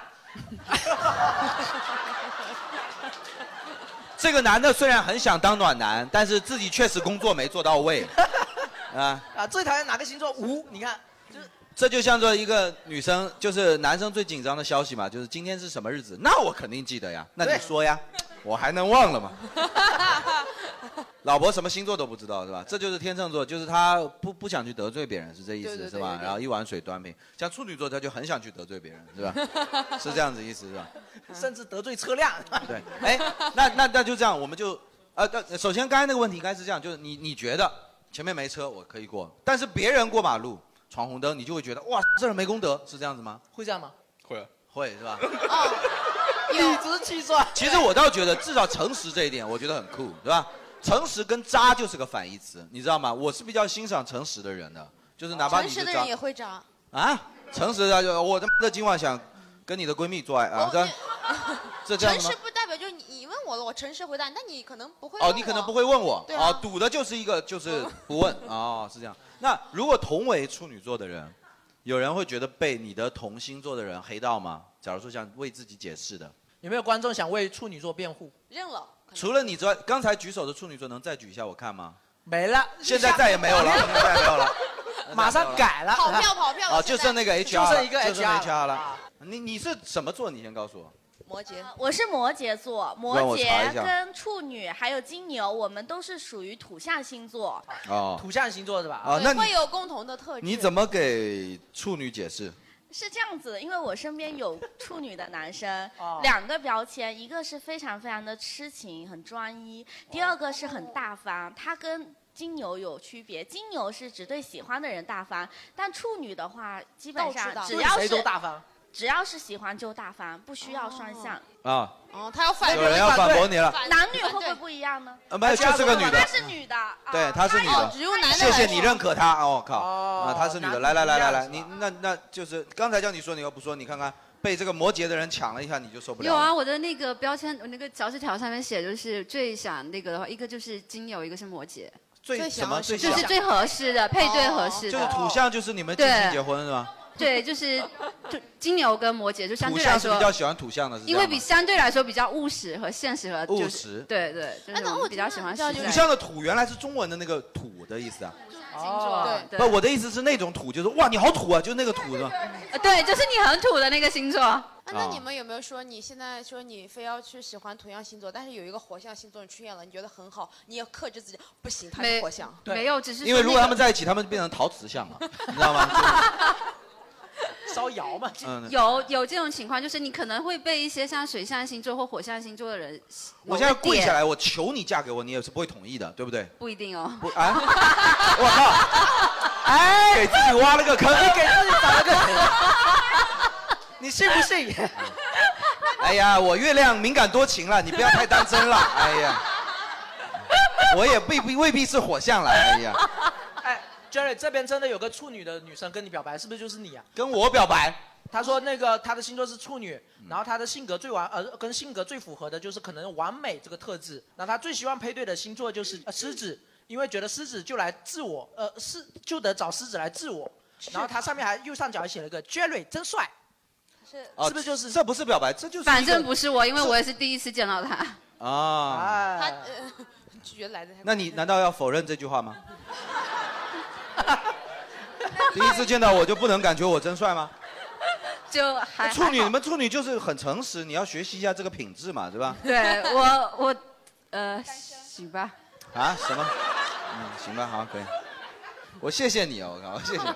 [SPEAKER 4] 这个男的虽然很想当暖男，但是自己确实工作没做到 位，啊，
[SPEAKER 1] 啊，最讨厌哪个星座？无。你看，就是
[SPEAKER 4] 这就像做一个女生，就是男生最紧张的消息嘛，就是今天是什么日子？那我肯定记得呀，那你
[SPEAKER 1] 对
[SPEAKER 4] 说呀，我还能忘 了吗？老婆什么星座都不知道是吧？这就是天秤座，就是他不不想去得罪别人，是这意思
[SPEAKER 5] 对对对
[SPEAKER 4] 是吧
[SPEAKER 5] 对？对
[SPEAKER 4] 然后一碗水端平，像处女座他就很想去得罪别人 是吧？是这样子意思是吧？
[SPEAKER 1] 甚至得罪车辆。
[SPEAKER 4] 对，哎，那那那就这样，我们就呃，那首先刚才那个问题应该是这样，就是你你觉得前面没车我可以过，但是别人过马路闯红灯，你就会觉得哇，这人没公德，是这样子吗？
[SPEAKER 1] 会这样吗？
[SPEAKER 4] 会会是吧？
[SPEAKER 1] 理直气壮。
[SPEAKER 4] 其实我倒觉得，至少诚实这一点，我觉得很酷，对吧？诚实跟渣就是个反义词，你知道吗？我是比较欣赏诚实的人的，就是哪怕
[SPEAKER 5] 诚
[SPEAKER 4] 你
[SPEAKER 5] 实
[SPEAKER 4] 是
[SPEAKER 5] 的
[SPEAKER 4] 渣
[SPEAKER 5] 人也会渣。
[SPEAKER 4] 啊，诚实的就我他妈的今晚想跟你的闺蜜做爱
[SPEAKER 5] 哦
[SPEAKER 4] 啊，这这这样
[SPEAKER 5] 诚
[SPEAKER 4] 子吗
[SPEAKER 5] 实？不代表就是你你问我了，我诚实回答，那你可能不会问
[SPEAKER 4] 哦，
[SPEAKER 5] 我
[SPEAKER 4] 你可能不会问我
[SPEAKER 5] 对啊
[SPEAKER 4] 赌的就是一个就是不问哦，是这样。那如果同为处女座的人，有人会觉得被你的同星座的人黑到吗？假如说想为自己解释的，
[SPEAKER 1] 有没有观众想为处女座辩护？
[SPEAKER 5] 认了。
[SPEAKER 4] 除了你之外，刚才举手的处女座能再举一下我看吗？
[SPEAKER 1] 没了，
[SPEAKER 4] 现在再也没有了，现在再也没有了，
[SPEAKER 1] 马上改了跑票跑票
[SPEAKER 4] 啊，
[SPEAKER 1] 了现
[SPEAKER 4] 就
[SPEAKER 1] 在
[SPEAKER 4] 剩那个 HR，
[SPEAKER 1] 就剩一个
[SPEAKER 4] 就剩
[SPEAKER 1] HR 了啊
[SPEAKER 4] HR 了。你你是什么座？你先告诉我。
[SPEAKER 5] 摩羯，
[SPEAKER 14] 呃我是摩羯座，
[SPEAKER 4] 让
[SPEAKER 14] 摩
[SPEAKER 4] 我查一
[SPEAKER 14] 羯
[SPEAKER 4] 下
[SPEAKER 14] 跟处女还有金牛，我们都是属于土象星座。
[SPEAKER 4] 哦，
[SPEAKER 1] 土象星座是吧？
[SPEAKER 4] 啊，那你
[SPEAKER 14] 有共同的特
[SPEAKER 4] 你怎么给处女解释？
[SPEAKER 14] 是这样子的，因为我身边有处女的男 生，
[SPEAKER 4] 哦
[SPEAKER 14] 两个标签，一个是非常非常的痴情，很专一；
[SPEAKER 4] 哦
[SPEAKER 14] 第二个是很大方，他跟金牛有区别，金牛是只对喜欢的人大方，但处女的话，基本上
[SPEAKER 5] 到处大方
[SPEAKER 14] 只要
[SPEAKER 1] 谁
[SPEAKER 14] 是
[SPEAKER 1] 都大方，
[SPEAKER 14] 只要是喜欢就大方，不需要双向。
[SPEAKER 4] 啊，
[SPEAKER 14] 哦，他要
[SPEAKER 4] 反有人要反驳你了
[SPEAKER 14] 男女会不会不一样呢？
[SPEAKER 4] 啊没有就是个女的
[SPEAKER 14] 她是女的，
[SPEAKER 17] 啊
[SPEAKER 4] 对，她是女
[SPEAKER 17] 哦
[SPEAKER 4] 的，谢谢你认可她。哦，靠，啊，她是女的，来来来来来，你那那就是刚才叫你说你又不说，你看看被这个摩羯的人抢了一下，你就受不了
[SPEAKER 17] 有
[SPEAKER 4] 了。
[SPEAKER 17] 啊，我的那个标签，我那个小纸条上面写就是最想那个的话，一个就是金牛，一个是摩羯。
[SPEAKER 4] 最最想什么最
[SPEAKER 17] 就是
[SPEAKER 4] 想
[SPEAKER 17] 最合适的配对合适
[SPEAKER 4] 哦就
[SPEAKER 17] 的。
[SPEAKER 4] 是土象，就是你们近
[SPEAKER 17] 对
[SPEAKER 4] 期结婚是吧？
[SPEAKER 17] 对，就是就金牛跟摩羯就相
[SPEAKER 4] 土
[SPEAKER 17] 对
[SPEAKER 4] 象
[SPEAKER 17] 来
[SPEAKER 4] 是
[SPEAKER 17] 说
[SPEAKER 4] 比较喜欢土象的，是这
[SPEAKER 17] 因为
[SPEAKER 4] 样吗
[SPEAKER 17] 比相对来说比较务实和现实和、就是、
[SPEAKER 4] 务实
[SPEAKER 17] 对对，
[SPEAKER 5] 哎
[SPEAKER 17] 就是我们比较喜欢实在。
[SPEAKER 4] 土象的土原来是中文的那个土的意思啊。
[SPEAKER 17] 哦对
[SPEAKER 4] 不，我的意思是那种土，就是哇，你好土啊，就那个土是吧？
[SPEAKER 17] 呃对，就是你很土的那个星座。
[SPEAKER 5] 啊，那
[SPEAKER 4] 啊
[SPEAKER 5] 你们有没有说你现在说你非要去喜欢同样星座，但是有一个火象星座你出现了，你觉得很好，你也克制自己，不行，他是火象，
[SPEAKER 4] 对
[SPEAKER 5] 说
[SPEAKER 4] 因为如果
[SPEAKER 5] 那
[SPEAKER 4] 他
[SPEAKER 5] 个
[SPEAKER 4] 们在一起，他们就变成陶瓷像了，你知道吗？
[SPEAKER 1] 烧窑嘛，
[SPEAKER 4] 嗯，。
[SPEAKER 17] 有有这种情况，就是你可能会被一些像水象星座或火象星座的人，
[SPEAKER 4] 我现在
[SPEAKER 17] 某个
[SPEAKER 4] 跪
[SPEAKER 17] 点
[SPEAKER 4] 下来，我求你嫁给我，你也是不会同意的，对不对？
[SPEAKER 17] 不一定哦。
[SPEAKER 4] 不啊！我靠！哎，给自己挖了个坑，
[SPEAKER 1] 你给自己找了个坑， 你信不信？
[SPEAKER 4] 哎呀，我月亮敏感多情了，你不要太当真了。哎呀，我也未必未必是火象了。哎 呀，
[SPEAKER 1] Jerry 这边真的有个处女的女生跟你表白，是不是就是你啊？
[SPEAKER 4] 跟我表白，嗯
[SPEAKER 1] 她说那个她的星座是处女，然后她的性格最完呃跟性格最符合的就是可能完美这个特质，那她最希望配对的星座就是、呃狮子，因为觉得狮子就来自我，呃狮就得找狮子来自我。然后她上面还右上角还写了个 Jerry 真帅，
[SPEAKER 4] 是不是就是？哦这不是表白，这就是
[SPEAKER 17] 反正不是哎我，因为
[SPEAKER 4] 这
[SPEAKER 17] 我也是第一次见到他。
[SPEAKER 4] 啊。
[SPEAKER 5] 他呃拒绝来的太快
[SPEAKER 4] 那你难道要否认这句话吗？第一次见到我就不能感觉我真帅吗？
[SPEAKER 17] 就还
[SPEAKER 4] 处女，
[SPEAKER 17] 还
[SPEAKER 4] 你
[SPEAKER 17] 好
[SPEAKER 4] 们处女就是很诚实，你要学习一下这个品质嘛，对 吧？
[SPEAKER 17] 对我我呃行吧，
[SPEAKER 4] 啊，什么？嗯，行吧，好，可以。我谢谢你啊，我靠，我谢谢你。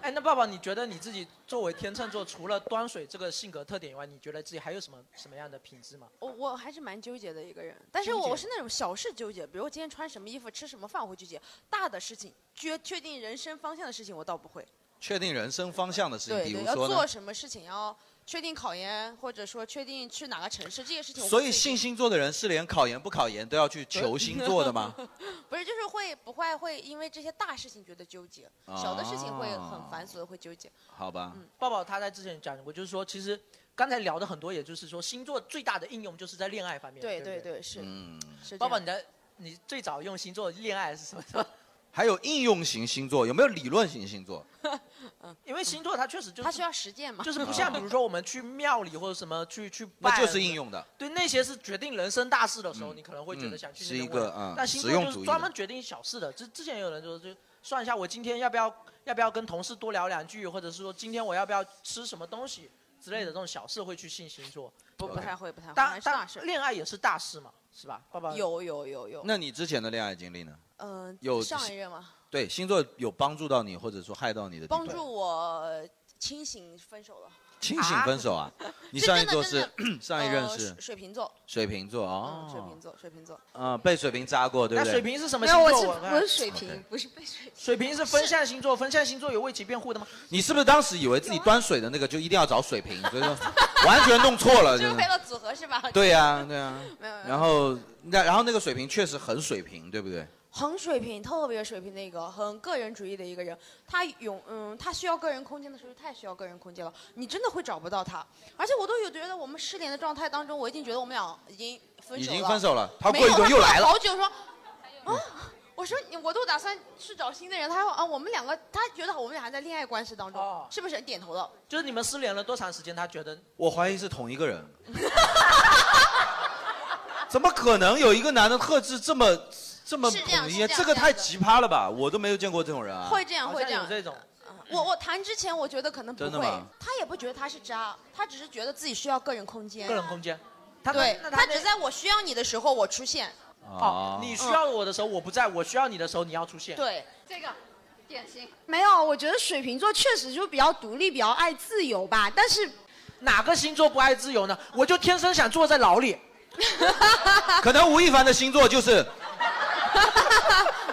[SPEAKER 1] 哎，那爸爸，你觉得你自己作为天秤座，除了端水这个性格特点以外，你觉得自己还有什么什么样的品质吗？
[SPEAKER 5] 我我还是蛮纠结的一个人，但是
[SPEAKER 1] 纠
[SPEAKER 5] 我
[SPEAKER 1] 结
[SPEAKER 5] 我是那种小事纠结，比如我今天穿什么衣服、吃什么饭我会纠结，大的事情确确定人生方向的事情我倒不会。
[SPEAKER 4] 确定人生方向的事情，
[SPEAKER 5] 对
[SPEAKER 4] 比
[SPEAKER 5] 对，
[SPEAKER 4] 如
[SPEAKER 5] 要
[SPEAKER 4] 说
[SPEAKER 5] 做
[SPEAKER 4] 呢？
[SPEAKER 5] 什么事情，然后确定考研，或者说确定去哪个城市这些事情我会
[SPEAKER 4] 所以
[SPEAKER 5] 自己
[SPEAKER 4] 信星座的人是连考研不考研都要去求星座的吗？
[SPEAKER 5] 不是，就是会不会会因为这些大事情觉得纠结，
[SPEAKER 4] 啊
[SPEAKER 5] 小的事情会很繁琐的会纠结。
[SPEAKER 4] 好吧，
[SPEAKER 5] 嗯
[SPEAKER 4] 嗯
[SPEAKER 1] 抱抱他在之前讲过，就是说，其实刚才聊的很多，也就是说，星座最大的应用就是在恋爱方面。
[SPEAKER 5] 对
[SPEAKER 1] 对
[SPEAKER 5] 对对，是。
[SPEAKER 4] 嗯，
[SPEAKER 5] 是
[SPEAKER 1] 抱抱，你的你最早用星座恋爱是什么时候？
[SPEAKER 4] 还有应用型星座，有没有理论型星座？
[SPEAKER 1] 因为星座它确实就是
[SPEAKER 5] 它需要实践嘛，
[SPEAKER 1] 就是不像比如说我们去庙里或者什么去去拜
[SPEAKER 4] 啊那
[SPEAKER 1] 啊什么
[SPEAKER 4] 就
[SPEAKER 1] 的，
[SPEAKER 4] 是应用的。
[SPEAKER 1] 对那些是决定人生大事的时候，你可能会觉得
[SPEAKER 4] 嗯
[SPEAKER 1] 想去
[SPEAKER 4] 是
[SPEAKER 1] 那边
[SPEAKER 4] 一个
[SPEAKER 1] 问
[SPEAKER 4] 嗯
[SPEAKER 1] 但星
[SPEAKER 4] 实
[SPEAKER 1] 座
[SPEAKER 4] 用
[SPEAKER 1] 就
[SPEAKER 4] 主
[SPEAKER 1] 是
[SPEAKER 4] 义
[SPEAKER 1] 专
[SPEAKER 4] 的
[SPEAKER 1] 门决定小事的。之之前有人说，就算一下我今天要不要要不要跟同事多聊两句，或者是说今天我要不要吃什么东西之类的这种小事会去信星座。
[SPEAKER 5] 不不
[SPEAKER 4] OK
[SPEAKER 5] 太会，不太会，
[SPEAKER 1] 当
[SPEAKER 5] 还是大
[SPEAKER 1] 当
[SPEAKER 5] 事。
[SPEAKER 1] 恋爱也是大事嘛，是吧？爸爸
[SPEAKER 5] 有有有有。
[SPEAKER 4] 那你之前的恋爱经历呢？
[SPEAKER 5] 嗯，
[SPEAKER 4] 有
[SPEAKER 5] 上一任嘛，
[SPEAKER 4] 对，星座有帮助到你，或者说害到你的地
[SPEAKER 5] 帮
[SPEAKER 4] 方？
[SPEAKER 5] 助我清醒分手了。
[SPEAKER 4] 清醒分手啊？你
[SPEAKER 5] 这
[SPEAKER 4] 上一
[SPEAKER 5] 真的
[SPEAKER 4] 座
[SPEAKER 5] 真
[SPEAKER 4] 是
[SPEAKER 5] 的
[SPEAKER 4] 上一任
[SPEAKER 5] 呃
[SPEAKER 4] 是
[SPEAKER 5] 水水瓶座，
[SPEAKER 4] 水瓶座
[SPEAKER 5] 嗯，水
[SPEAKER 4] 哦
[SPEAKER 5] 瓶，座，水瓶座。
[SPEAKER 4] 嗯，被水瓶扎过，对不对？
[SPEAKER 5] 没有
[SPEAKER 1] 我看
[SPEAKER 5] 瓶，不是被水瓶。
[SPEAKER 1] 水瓶是分象星座，分象星座有为其辩护的吗？
[SPEAKER 4] 你是不是当时以为自己端水的那个就一定要找水瓶，所以说完全弄错 了，
[SPEAKER 5] 就是
[SPEAKER 4] 真
[SPEAKER 5] 为
[SPEAKER 4] 的。
[SPEAKER 5] 了组合是吧？
[SPEAKER 4] 对呀，对呀
[SPEAKER 5] 没有没。有
[SPEAKER 4] 然后，那然后那个水瓶确实很水瓶，对不对？
[SPEAKER 5] 很水平，特别水平的一个，很个人主义的一个人。他永嗯，他需要个人空间的时候，太需要个人空间了，你真的会找不到他。而且我都有觉得，我们失联的状态当中，我已经觉得我们俩已经分手了。
[SPEAKER 4] 已经分手了他
[SPEAKER 5] 没
[SPEAKER 4] 过一
[SPEAKER 5] 有
[SPEAKER 4] 会儿
[SPEAKER 5] 他
[SPEAKER 4] 又
[SPEAKER 5] 过了
[SPEAKER 4] 来了
[SPEAKER 5] 好久说，啊，我说你我都打算去找新的人，他说啊，我们两个，他觉得我们俩还在恋爱关系当中，是不是？点头了。
[SPEAKER 1] 就是你们失联了多长时间？他觉得
[SPEAKER 4] 我怀疑是同一个人。 怎么可能有一个男的特质这么这么
[SPEAKER 5] 是这样
[SPEAKER 4] 统
[SPEAKER 5] 是这
[SPEAKER 4] 一？
[SPEAKER 5] 样
[SPEAKER 4] 这个太奇葩了吧！我都没有见过这种人啊。
[SPEAKER 5] 会这样，会这样。
[SPEAKER 1] 这种。
[SPEAKER 5] 我我谈之前，我觉得可能不
[SPEAKER 4] 真的
[SPEAKER 5] 会
[SPEAKER 4] 吗，
[SPEAKER 5] 他也不觉得他是渣，他只是觉得自己需要个人空间。
[SPEAKER 1] 个人空间，他
[SPEAKER 5] 对
[SPEAKER 1] 那，
[SPEAKER 5] 他只在我需要你的时候我出现。
[SPEAKER 1] 哦，你需要我的时候我不在，我需要你的时候你要出现。
[SPEAKER 24] 对，
[SPEAKER 23] 这个典型。
[SPEAKER 24] 没有，我觉得水瓶座确实就比较独立，比较爱自由吧。但是
[SPEAKER 1] 哪个星座不爱自由呢？我就天生想坐在牢里。
[SPEAKER 4] 可能吴亦凡的星座就是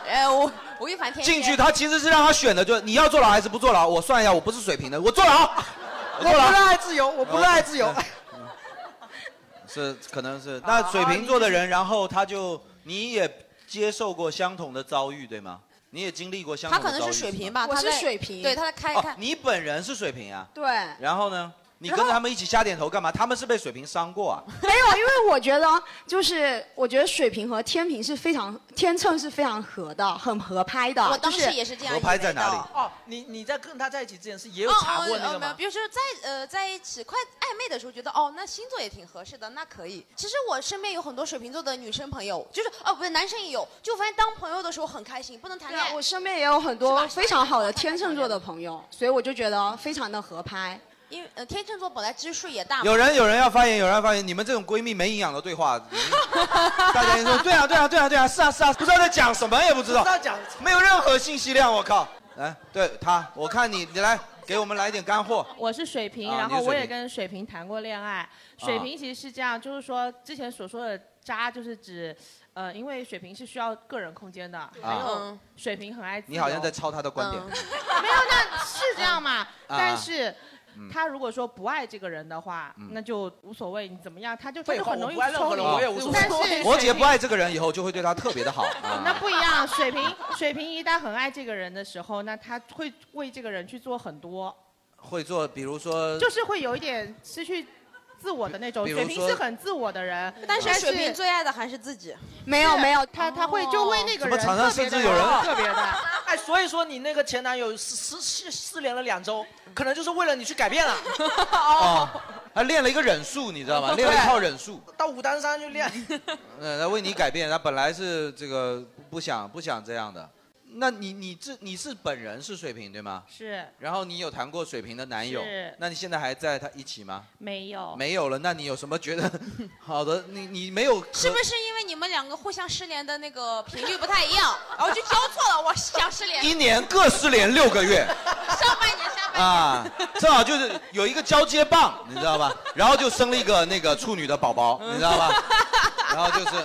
[SPEAKER 5] 哎，我吴亦凡天蝎
[SPEAKER 4] 进去，他其实是让他选的，就是你要坐牢还是不坐牢。我算一下，我不是水平的，我坐牢。
[SPEAKER 1] 我
[SPEAKER 4] 坐牢
[SPEAKER 1] 不热爱自由，我不热爱自由。
[SPEAKER 4] 是，可能是那水瓶座的人，然后他就你也接受过相同的遭遇，对吗？你也经历过相
[SPEAKER 5] 他
[SPEAKER 4] 同的
[SPEAKER 5] 可
[SPEAKER 4] 遭遇。
[SPEAKER 5] 能是水
[SPEAKER 4] 吗
[SPEAKER 5] 瓶吧，
[SPEAKER 24] 我
[SPEAKER 5] 他
[SPEAKER 24] 是
[SPEAKER 5] 在
[SPEAKER 24] 水瓶
[SPEAKER 5] 对，他在开
[SPEAKER 4] 哦
[SPEAKER 5] 开，，
[SPEAKER 4] 你本人是水瓶啊。
[SPEAKER 24] 对，
[SPEAKER 4] 然后呢？你跟着他们一起瞎点头干嘛？他们是被水瓶伤过啊。
[SPEAKER 24] 没有，因为我觉得就是我觉得水瓶和天平是非常天秤是非常合的，很合拍的。
[SPEAKER 5] 我当
[SPEAKER 24] 就
[SPEAKER 5] 时也是这样
[SPEAKER 4] 合拍在哪里？
[SPEAKER 1] 哦，你你在跟他在一起之前是也有
[SPEAKER 5] 哦
[SPEAKER 1] 查过
[SPEAKER 5] 哦哦
[SPEAKER 1] 那个
[SPEAKER 5] 没有
[SPEAKER 1] 吗？
[SPEAKER 5] 比如说在呃在一起快暧昧的时候，觉得哦那星座也挺合适的，那可以。其实我身边有很多水瓶座的女生朋友，就是哦不是男生也有，就发现当朋友的时候很开心，不能谈
[SPEAKER 24] 对
[SPEAKER 5] 恋
[SPEAKER 24] 啊
[SPEAKER 5] 爱。
[SPEAKER 24] 我身边也有很多非常好的天秤座的朋友，所以我就觉得非常的合拍。
[SPEAKER 5] 因为呃天秤座本来基数也大嘛。
[SPEAKER 4] 有人有人要发言，有人要发言，你们这种闺蜜没营养的对话， 大家一说对啊对啊对啊对啊是啊是啊，不知道在讲什么也不知道，
[SPEAKER 1] 不知道讲
[SPEAKER 4] 没有任何信息量，我靠！来，哎对他，我看你你来给我们来点干货。
[SPEAKER 2] 我是水瓶，
[SPEAKER 4] 啊
[SPEAKER 2] 然
[SPEAKER 4] 你是
[SPEAKER 2] 后我
[SPEAKER 4] 水
[SPEAKER 2] 也
[SPEAKER 4] 瓶
[SPEAKER 2] 跟水瓶谈过恋
[SPEAKER 1] 啊
[SPEAKER 2] 爱。水瓶其实是这样，就是说之前所说的渣，就是指，呃，因为水瓶是需要个人空间的，还有
[SPEAKER 4] 嗯
[SPEAKER 2] 水瓶很爱自由。
[SPEAKER 4] 你好像在抄他的观点。
[SPEAKER 1] 嗯
[SPEAKER 2] 没有，那 是这样嘛？但是
[SPEAKER 4] 啊嗯。
[SPEAKER 2] 他如果说不爱这个人的话，那就无所谓，你怎么样，他就他
[SPEAKER 1] 废
[SPEAKER 2] 就
[SPEAKER 1] 话
[SPEAKER 2] 很容易
[SPEAKER 1] 我不爱任
[SPEAKER 2] 抽
[SPEAKER 1] 何
[SPEAKER 2] 离。
[SPEAKER 1] 人我也无所谓
[SPEAKER 2] 嗯但是
[SPEAKER 4] 我姐
[SPEAKER 2] 水
[SPEAKER 4] 不
[SPEAKER 2] 瓶
[SPEAKER 4] 爱这个人，以后就会对他特别的好。啊
[SPEAKER 2] 那不一样，水瓶 水瓶一旦很爱这个人的时候，那他会为这个人去做很多，
[SPEAKER 4] 会做，比如说，
[SPEAKER 2] 就是会有一点失去自我的那种。
[SPEAKER 4] 呃比如说
[SPEAKER 2] 水瓶是很自我的人，
[SPEAKER 5] 嗯但是
[SPEAKER 2] 是
[SPEAKER 5] 水瓶最爱的还是自己。
[SPEAKER 24] 没有
[SPEAKER 2] 是
[SPEAKER 24] 没有
[SPEAKER 2] 他他会就
[SPEAKER 5] 哦
[SPEAKER 2] 为那个
[SPEAKER 4] 怎么
[SPEAKER 2] 人
[SPEAKER 4] 场上
[SPEAKER 2] 特别
[SPEAKER 4] 甚
[SPEAKER 2] 的
[SPEAKER 4] 至有人
[SPEAKER 2] 特别的。
[SPEAKER 1] 哎，所以说你那个前男友失失失失联了两周，可能就是为了你去改变了。
[SPEAKER 4] 哦，他练了一个忍术，你知道吗？练了一套忍术，
[SPEAKER 1] 到武当山去练。
[SPEAKER 4] 嗯，他为你改变，他本来是这个不想不想这样的。那你你这你是本人是水瓶对吗？
[SPEAKER 2] 是
[SPEAKER 4] 然后你有谈过水瓶的男友
[SPEAKER 2] 是，哦
[SPEAKER 4] 那你现在还在他一起吗？
[SPEAKER 2] 没有
[SPEAKER 4] 没有了，那你有什么觉得 好的？你你没有
[SPEAKER 5] 是不
[SPEAKER 4] 和
[SPEAKER 5] 是因为你们两个互相失联的那个频率不太一 样，然后就交错了？我想失联，
[SPEAKER 4] 一年各失联六个月？
[SPEAKER 5] 上半年下半
[SPEAKER 4] 啊，正好就是有一个交接棒，你知道吧？然后就生了一个那个处女的宝宝，
[SPEAKER 5] 嗯
[SPEAKER 4] 你知道吧？然后就是，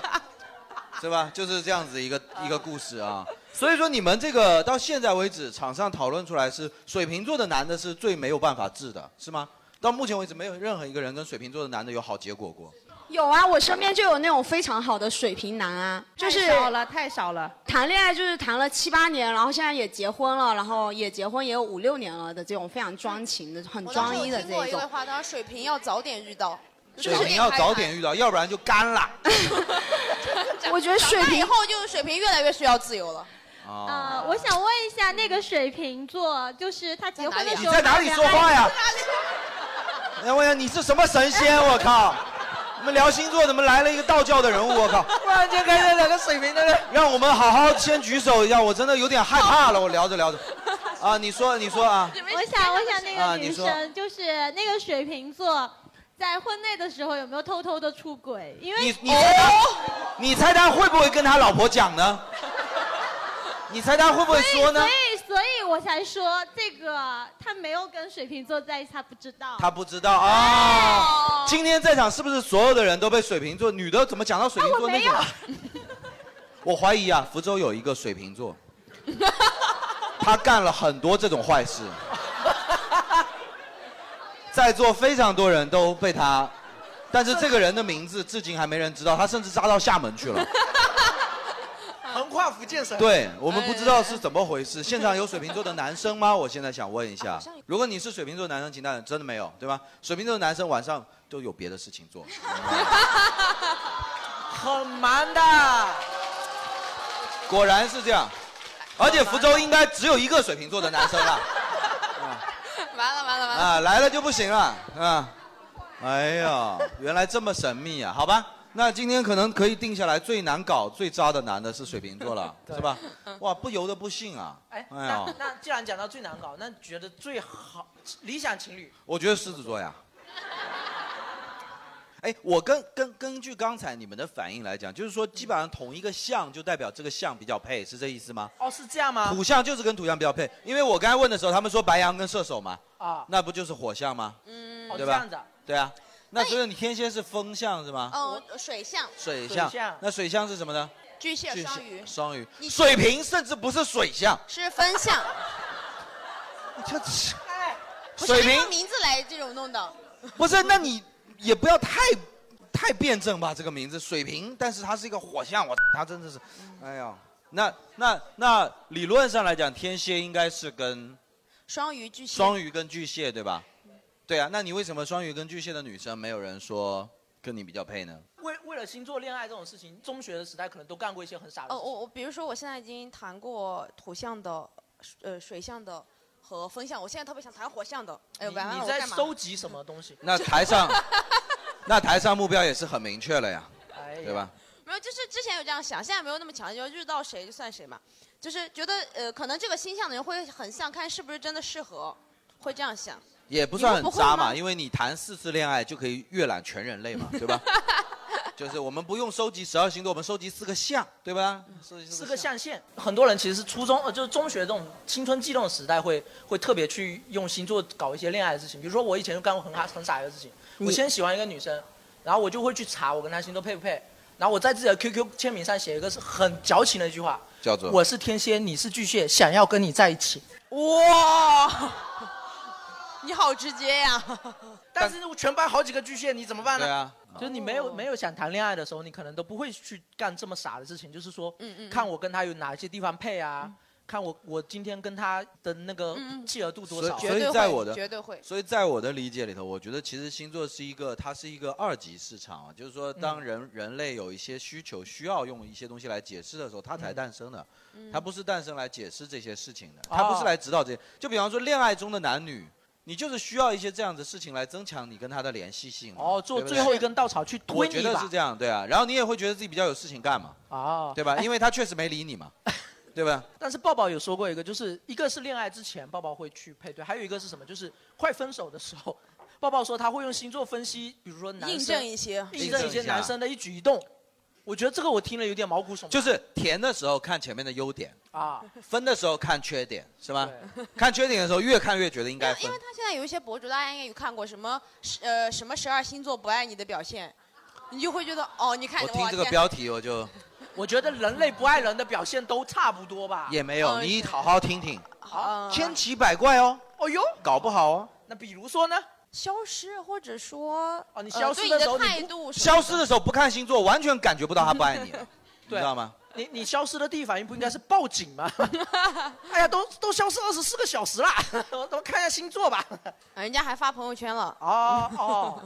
[SPEAKER 4] 是吧？就是这样子一个一个故事啊。所以说你们这个到现在为止，场上讨论出来是水瓶座的男的是最没有办法治的，是吗？到目前为止，没有任何一个人跟水瓶座的男的有好结果过。
[SPEAKER 24] 有啊，我身边就有那种非常好的水瓶男啊，就是
[SPEAKER 2] 太少了，太少了。
[SPEAKER 24] 谈恋爱就是谈了七八年，然后现在也结婚了，然后也结婚也有五六年了的这种非常专情的、很
[SPEAKER 5] 我当
[SPEAKER 24] 专
[SPEAKER 5] 时有
[SPEAKER 24] 一的
[SPEAKER 5] 听
[SPEAKER 24] 这
[SPEAKER 5] 过
[SPEAKER 24] 一
[SPEAKER 5] 一位
[SPEAKER 24] 种。
[SPEAKER 5] 话，当然水瓶要早点遇到，
[SPEAKER 4] 水瓶要早 点遇到，要不然就干了。
[SPEAKER 24] 我觉得
[SPEAKER 5] 长
[SPEAKER 24] 水
[SPEAKER 5] 大
[SPEAKER 24] 瓶
[SPEAKER 5] 以后就是水瓶越来越需要自由了。
[SPEAKER 4] 啊，
[SPEAKER 25] 啊、我想问一下，那个水瓶座，就是他结婚的
[SPEAKER 4] 你
[SPEAKER 25] 时候，
[SPEAKER 4] 在哪里说话呀？哎，我想你是什么神仙？我靠！我们聊星座怎么来了一个道教的人物？我靠！
[SPEAKER 1] 突然间看见两个水瓶的人，
[SPEAKER 4] 让我们好好先举手一下，我真的有点害怕了。我聊着聊着，啊，你说你说啊，
[SPEAKER 25] 我想，我想那
[SPEAKER 4] 啊
[SPEAKER 25] 个
[SPEAKER 4] 你
[SPEAKER 25] 女
[SPEAKER 4] 说
[SPEAKER 25] 生、就是那个水瓶座，在婚内的时候有没有偷偷的出轨？因为
[SPEAKER 4] 你你猜他、
[SPEAKER 5] 哦
[SPEAKER 4] 你猜他会不会跟他老婆讲呢？你猜他会不会说呢
[SPEAKER 25] 所？以，所以所以我才说这个他没有跟水瓶座在一起，他不知道。
[SPEAKER 4] 他不知道啊。今天在场是不是所有的人都被水瓶座女的怎么讲到水瓶座那种？我怀疑啊，福州有一个水瓶座， 他干了很多这种坏事，在座非常多人都被他，但是这个人的名字至今还没人知道，他甚至扎到厦门去了。
[SPEAKER 1] 横跨福建省。
[SPEAKER 4] 对我们不知道是怎么回事。现场有水瓶座的男生吗？我现在想问一下，如果你是水瓶座男生，请大胆，真的没有，对吧？水瓶座的男生晚上都有别的事情做，
[SPEAKER 1] 很忙的。
[SPEAKER 4] 果然是这样。而且福州应该只有一个水瓶座的男生了，
[SPEAKER 5] 完了完了完了！
[SPEAKER 4] 啊，来了就不行了，啊，哎呀，原来这么神秘啊，好吧。那今天可能可以定下来，最难搞、最渣的男的是水瓶座了，是吧？哇，不由得不信啊！
[SPEAKER 1] 哎，
[SPEAKER 4] 哎呀
[SPEAKER 1] 那那既然讲到最难搞，那觉得最好理想情侣，
[SPEAKER 4] 我觉得狮子座呀。哎，我跟跟根据刚才你们的反应来讲，就是说基本上同一个象就代表这个象比较配，是这意思吗？
[SPEAKER 1] 哦，是这样吗？
[SPEAKER 4] 土象就是跟土象比较配，因为我刚才问的时候，他们说白羊跟射手嘛，
[SPEAKER 1] 啊，
[SPEAKER 4] 那不就是火象吗？
[SPEAKER 5] 嗯
[SPEAKER 4] 对吧？对啊，那所以你天蝎是风象是吗？
[SPEAKER 5] 嗯，水象、
[SPEAKER 4] 水象，那水象是什么呢？
[SPEAKER 5] 巨蟹、
[SPEAKER 4] 巨
[SPEAKER 5] 双鱼
[SPEAKER 4] 双鱼，
[SPEAKER 5] 你
[SPEAKER 4] 水瓶甚至不是水象，
[SPEAKER 5] 是风象，
[SPEAKER 4] 这
[SPEAKER 5] 不是
[SPEAKER 4] 水瓶
[SPEAKER 5] 按照名字来这种弄的。
[SPEAKER 4] 不是，那你也不要太太辩证吧，这个名字水瓶，但是它是一个火象，我它真的是，
[SPEAKER 5] 嗯
[SPEAKER 4] 哎呀，那那那理论上来讲，天蝎应该是跟
[SPEAKER 5] 双鱼、巨蟹、
[SPEAKER 4] 双鱼跟巨蟹对吧？对啊，那你为什么双鱼跟巨蟹的女生没有人说跟你比较配呢？
[SPEAKER 1] 为为了星座恋爱这种事情，中学的时代可能都干过一些很傻的
[SPEAKER 5] 哦，
[SPEAKER 1] 事情。
[SPEAKER 5] 我我比如说，我现在已经谈过土象的，呃，水象的和风象，我现在特别想谈火象的。哎，
[SPEAKER 1] 你
[SPEAKER 5] 完了，
[SPEAKER 1] 你
[SPEAKER 5] 我
[SPEAKER 1] 在
[SPEAKER 5] 干嘛
[SPEAKER 1] 收集什么东西？
[SPEAKER 4] 那 台上那台上目标也是很明确了呀，对吧？
[SPEAKER 5] 没有，就是之前有这样想，现在没有那么强，就遇到谁就算谁嘛。就是觉得呃，可能这个星象的人会很像，看是不是真的适合，会这样想。
[SPEAKER 4] 也不算
[SPEAKER 26] 你
[SPEAKER 4] 很
[SPEAKER 26] 们不会吗
[SPEAKER 4] 渣嘛，因为你谈四次恋爱就可以阅览全人类嘛，对吧？ 就是我们不用收集十二星座，我们收集四个象，对吧？
[SPEAKER 1] 四个象限，很多人其实是初中呃就是中学这种青春悸动的时代会会特别去用星座搞一些恋爱的事情，比如说我以前就干过很哈很傻的事情，
[SPEAKER 13] 你
[SPEAKER 1] 我先喜欢一个女生，然后我就会去查我跟她星座配不配，然后我在自己的 QQ 签名上写一个是很矫情的一句话，
[SPEAKER 4] 叫做
[SPEAKER 1] 我是天蝎，你是巨蟹，想要跟你在一起。
[SPEAKER 3] 哇， 你好直接呀、
[SPEAKER 1] 但是全班好几个巨蟹，你怎么办呢？
[SPEAKER 4] 对啊
[SPEAKER 1] 就是你没有没有想谈恋爱的时候，你可能都不会去干这么傻的事情，就是说，
[SPEAKER 3] 嗯嗯嗯
[SPEAKER 1] 看我跟他有哪些地方配啊，看我我今天跟他的那个
[SPEAKER 3] 嗯
[SPEAKER 1] 契合度多
[SPEAKER 4] 所
[SPEAKER 1] 少啊、
[SPEAKER 4] 以，所以在我的
[SPEAKER 3] 会
[SPEAKER 4] 所以在我的理解里头，我觉得其实星座是一个，它是一个二级市场啊，就是说，
[SPEAKER 1] 嗯
[SPEAKER 4] 当人、人类有一些需求需要用一些东西来解释的时候，它才
[SPEAKER 26] 嗯
[SPEAKER 4] 诞生的。
[SPEAKER 26] 嗯
[SPEAKER 4] 它不是诞生来解释这些事情的，
[SPEAKER 26] 哦
[SPEAKER 4] 它不是来指导这些。就比方说，恋爱中的男女，你就是需要一些这样的事情来增强你跟他的联系性嘛。
[SPEAKER 1] 哦，做
[SPEAKER 4] 对不对
[SPEAKER 1] 最后一根稻草去
[SPEAKER 4] 我
[SPEAKER 1] 推
[SPEAKER 4] 觉
[SPEAKER 1] 你
[SPEAKER 4] 得
[SPEAKER 1] 吧
[SPEAKER 4] 是。这样，对啊。然后你也会觉得自己比较有事情干嘛，
[SPEAKER 1] 哦，
[SPEAKER 4] 对吧？
[SPEAKER 1] 哎
[SPEAKER 4] 因为他确实没理你 嘛，对吧？
[SPEAKER 1] 但是抱抱有说过一个，就是一个是恋爱之前抱抱会去配对，还有一个是什么？就是快分手的时候，抱抱说他会用星座分析，比如说男生
[SPEAKER 5] 印证一些
[SPEAKER 1] 印证一些男生的一举一动。我觉得这个我听了有点毛骨悚然。
[SPEAKER 4] 就是甜的时候看前面的优点，
[SPEAKER 1] 啊，
[SPEAKER 4] 分的时候看缺点，是吧？看缺点的时候越看越觉得应该分
[SPEAKER 5] 因为。他现在有一些博主，大家应该有看过什么十呃什么十二星座不爱你的表现，你就会觉得哦，你看
[SPEAKER 4] 我听
[SPEAKER 5] 哇
[SPEAKER 4] 这个
[SPEAKER 5] 天
[SPEAKER 4] 标题我就
[SPEAKER 1] 我觉得人类不爱人的表现都差不多吧。
[SPEAKER 4] 也没有，
[SPEAKER 5] 哦
[SPEAKER 1] 嗯
[SPEAKER 4] 你好好听听，
[SPEAKER 1] 好
[SPEAKER 5] 嗯
[SPEAKER 4] 千奇百怪哦，
[SPEAKER 1] 哦哟，
[SPEAKER 4] 搞不好哦。
[SPEAKER 1] 那比如说呢？
[SPEAKER 5] 消失，或者说
[SPEAKER 1] 哦，你
[SPEAKER 5] 呃
[SPEAKER 1] 消失的时候
[SPEAKER 5] 对
[SPEAKER 1] 你
[SPEAKER 5] 你的态
[SPEAKER 1] 不
[SPEAKER 5] 度什么的，
[SPEAKER 4] 消失的时候不看星座，完全感觉不到他不爱 你了，你
[SPEAKER 1] 对
[SPEAKER 4] 知道吗？
[SPEAKER 1] 你你消失的地方不应该是报警吗？ 哎呀，都都消失二十四个小时啦，我我看一下星座吧。
[SPEAKER 5] 人家还发朋友圈了。
[SPEAKER 1] 哦 哦，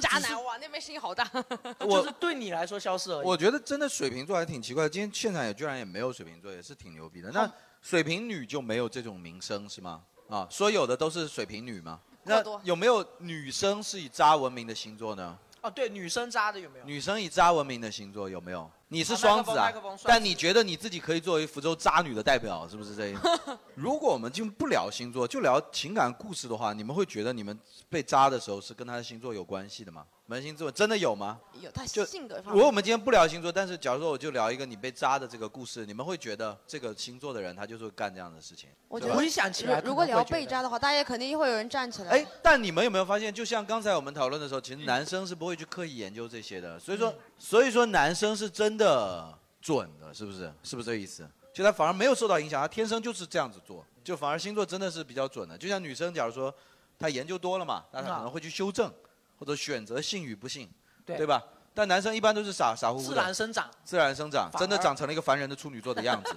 [SPEAKER 5] 渣男哇，那边声音好大。
[SPEAKER 1] 就是对你来说消失而已。
[SPEAKER 4] 我觉得真的水瓶座还挺奇怪，今天现场也居然也没有水瓶座，也是挺牛逼的。
[SPEAKER 5] 哦
[SPEAKER 4] 那水瓶女就没有这种名声是吗？啊，说有的都是水瓶女吗？那
[SPEAKER 1] 过多
[SPEAKER 4] 有没有女生是以渣闻名的星座呢？
[SPEAKER 1] 哦，对，女生渣的有没有？
[SPEAKER 4] 女生以渣闻名的星座有没有？你是
[SPEAKER 1] 啊
[SPEAKER 4] 双子
[SPEAKER 1] 麦
[SPEAKER 4] 啊
[SPEAKER 1] 克风麦克风，双子
[SPEAKER 4] 但你觉得你自己可以作为福州渣女的代表，是不是这 意思？如果我们就不聊星座，就聊情感故事的话，你们会觉得你们被渣的时候是跟他的星座有关系的吗？扪心自问，真的有吗？
[SPEAKER 5] 有他
[SPEAKER 4] 就
[SPEAKER 5] 性格方
[SPEAKER 4] 如果我
[SPEAKER 5] 面，
[SPEAKER 4] 们今天不聊星座，但是假如说我就聊一个你被渣的这个故事，你们会觉得这个星座的人他就是会干这样的事情？
[SPEAKER 5] 我觉
[SPEAKER 4] 对
[SPEAKER 5] 得
[SPEAKER 4] 吧
[SPEAKER 5] 如如果聊被渣的话，大家肯定会有人站起来。
[SPEAKER 4] 哎，但你们有没有发现，就像刚才我们讨论的时候，
[SPEAKER 1] 嗯
[SPEAKER 4] 其实男生是不会去刻意研究这些的，所以说，所以说男生是真的准的，是不是？是不是这意思？就他反而没有受到影响，他天生就是这样子做，就反而星座真的是比较准的。就像女生，假如说她研究多了嘛，那她可能会去修正，或者选择信与不信，
[SPEAKER 1] 嗯对
[SPEAKER 4] 对吧？但男生一般都是傻傻乎乎的，
[SPEAKER 1] 自然生长。
[SPEAKER 4] 自然生长，
[SPEAKER 1] 反而
[SPEAKER 4] 真的长成了一个凡人的处女座的样子，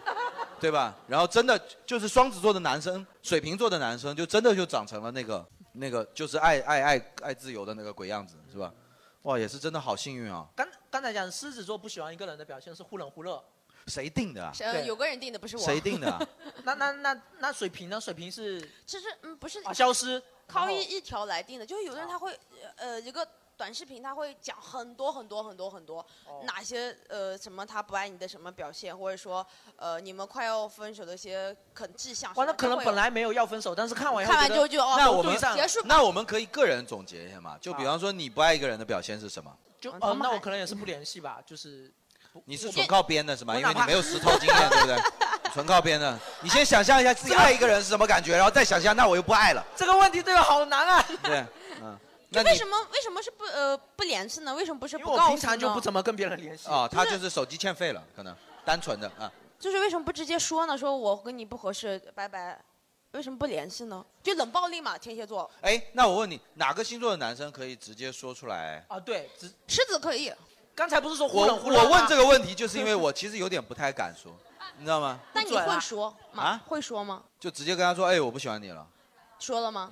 [SPEAKER 4] 对吧？然后真的就是双子座的男生，水瓶座的男生，就真的就长成了那个那个就是爱爱爱爱自由的那个鬼样子，是吧？哇，也是真的好幸运啊！
[SPEAKER 1] 刚刚才讲狮子座不喜欢一个人的表现是忽冷忽热。
[SPEAKER 4] 谁定的啊？
[SPEAKER 5] 呃，有个人定的不是我。
[SPEAKER 4] 谁定的啊？
[SPEAKER 1] 那那那那水瓶呢？水瓶是
[SPEAKER 5] 其实嗯不是
[SPEAKER 1] 啊消失，啊
[SPEAKER 5] 靠一一条来定的，就是有的人他会呃一个短视频他会讲很多很多很多很多，
[SPEAKER 1] 哦
[SPEAKER 5] 哪些呃什么他不爱你的什么表现，或者说呃你们快要分手的一些可迹象什
[SPEAKER 1] 哇，
[SPEAKER 5] 么的。
[SPEAKER 1] 那可能
[SPEAKER 5] 会有
[SPEAKER 1] 本来没有要分手，但是看完以后
[SPEAKER 5] 看完
[SPEAKER 1] 觉得
[SPEAKER 5] 就就哦
[SPEAKER 4] 那我们
[SPEAKER 1] 对上
[SPEAKER 5] 结束吧
[SPEAKER 4] 那我们可以个人总结一下嘛？就比方说你不爱一个人的表现是什么？
[SPEAKER 1] 就
[SPEAKER 5] 嗯他
[SPEAKER 1] 哦
[SPEAKER 5] 们，
[SPEAKER 1] 那我
[SPEAKER 5] 还
[SPEAKER 1] 可能也是不联系吧，就是
[SPEAKER 4] 你是纯靠编的是吗？
[SPEAKER 1] 我
[SPEAKER 4] 因为
[SPEAKER 1] 哪
[SPEAKER 4] 你
[SPEAKER 1] 怕
[SPEAKER 4] 没有实操经 验，对不对？纯靠编的。你先想象一下自己爱一个人是什么感觉，然后再想象那我又不爱了，
[SPEAKER 1] 这个问题对我好难啊。
[SPEAKER 4] 对，嗯。
[SPEAKER 5] 就
[SPEAKER 4] 那
[SPEAKER 5] 为
[SPEAKER 4] 你
[SPEAKER 5] 什么为什么是不呃不联系呢？为什么不是不
[SPEAKER 1] 我
[SPEAKER 5] 告诉呢？
[SPEAKER 1] 平常就不怎么跟别人联系。
[SPEAKER 4] 哦，他就是手机欠费了，可能单纯的啊。
[SPEAKER 5] 就是为什么不直接说呢？说我跟你不合适，拜拜。为什么不联系呢？就冷暴力嘛，天蝎座，
[SPEAKER 4] 哎，那我问你，哪个星座的男生可以直接说出来？
[SPEAKER 1] 啊，对，只
[SPEAKER 5] 狮子可以。
[SPEAKER 1] 刚才不是说
[SPEAKER 4] 我
[SPEAKER 5] 啊
[SPEAKER 4] 我问这个问题，就是因 为我其实有点不太敢说，你知道吗？
[SPEAKER 5] 但你会说吗？
[SPEAKER 4] 啊
[SPEAKER 5] 会说吗？
[SPEAKER 4] 就直接跟他说，哎，我不喜欢你了，
[SPEAKER 5] 说了吗？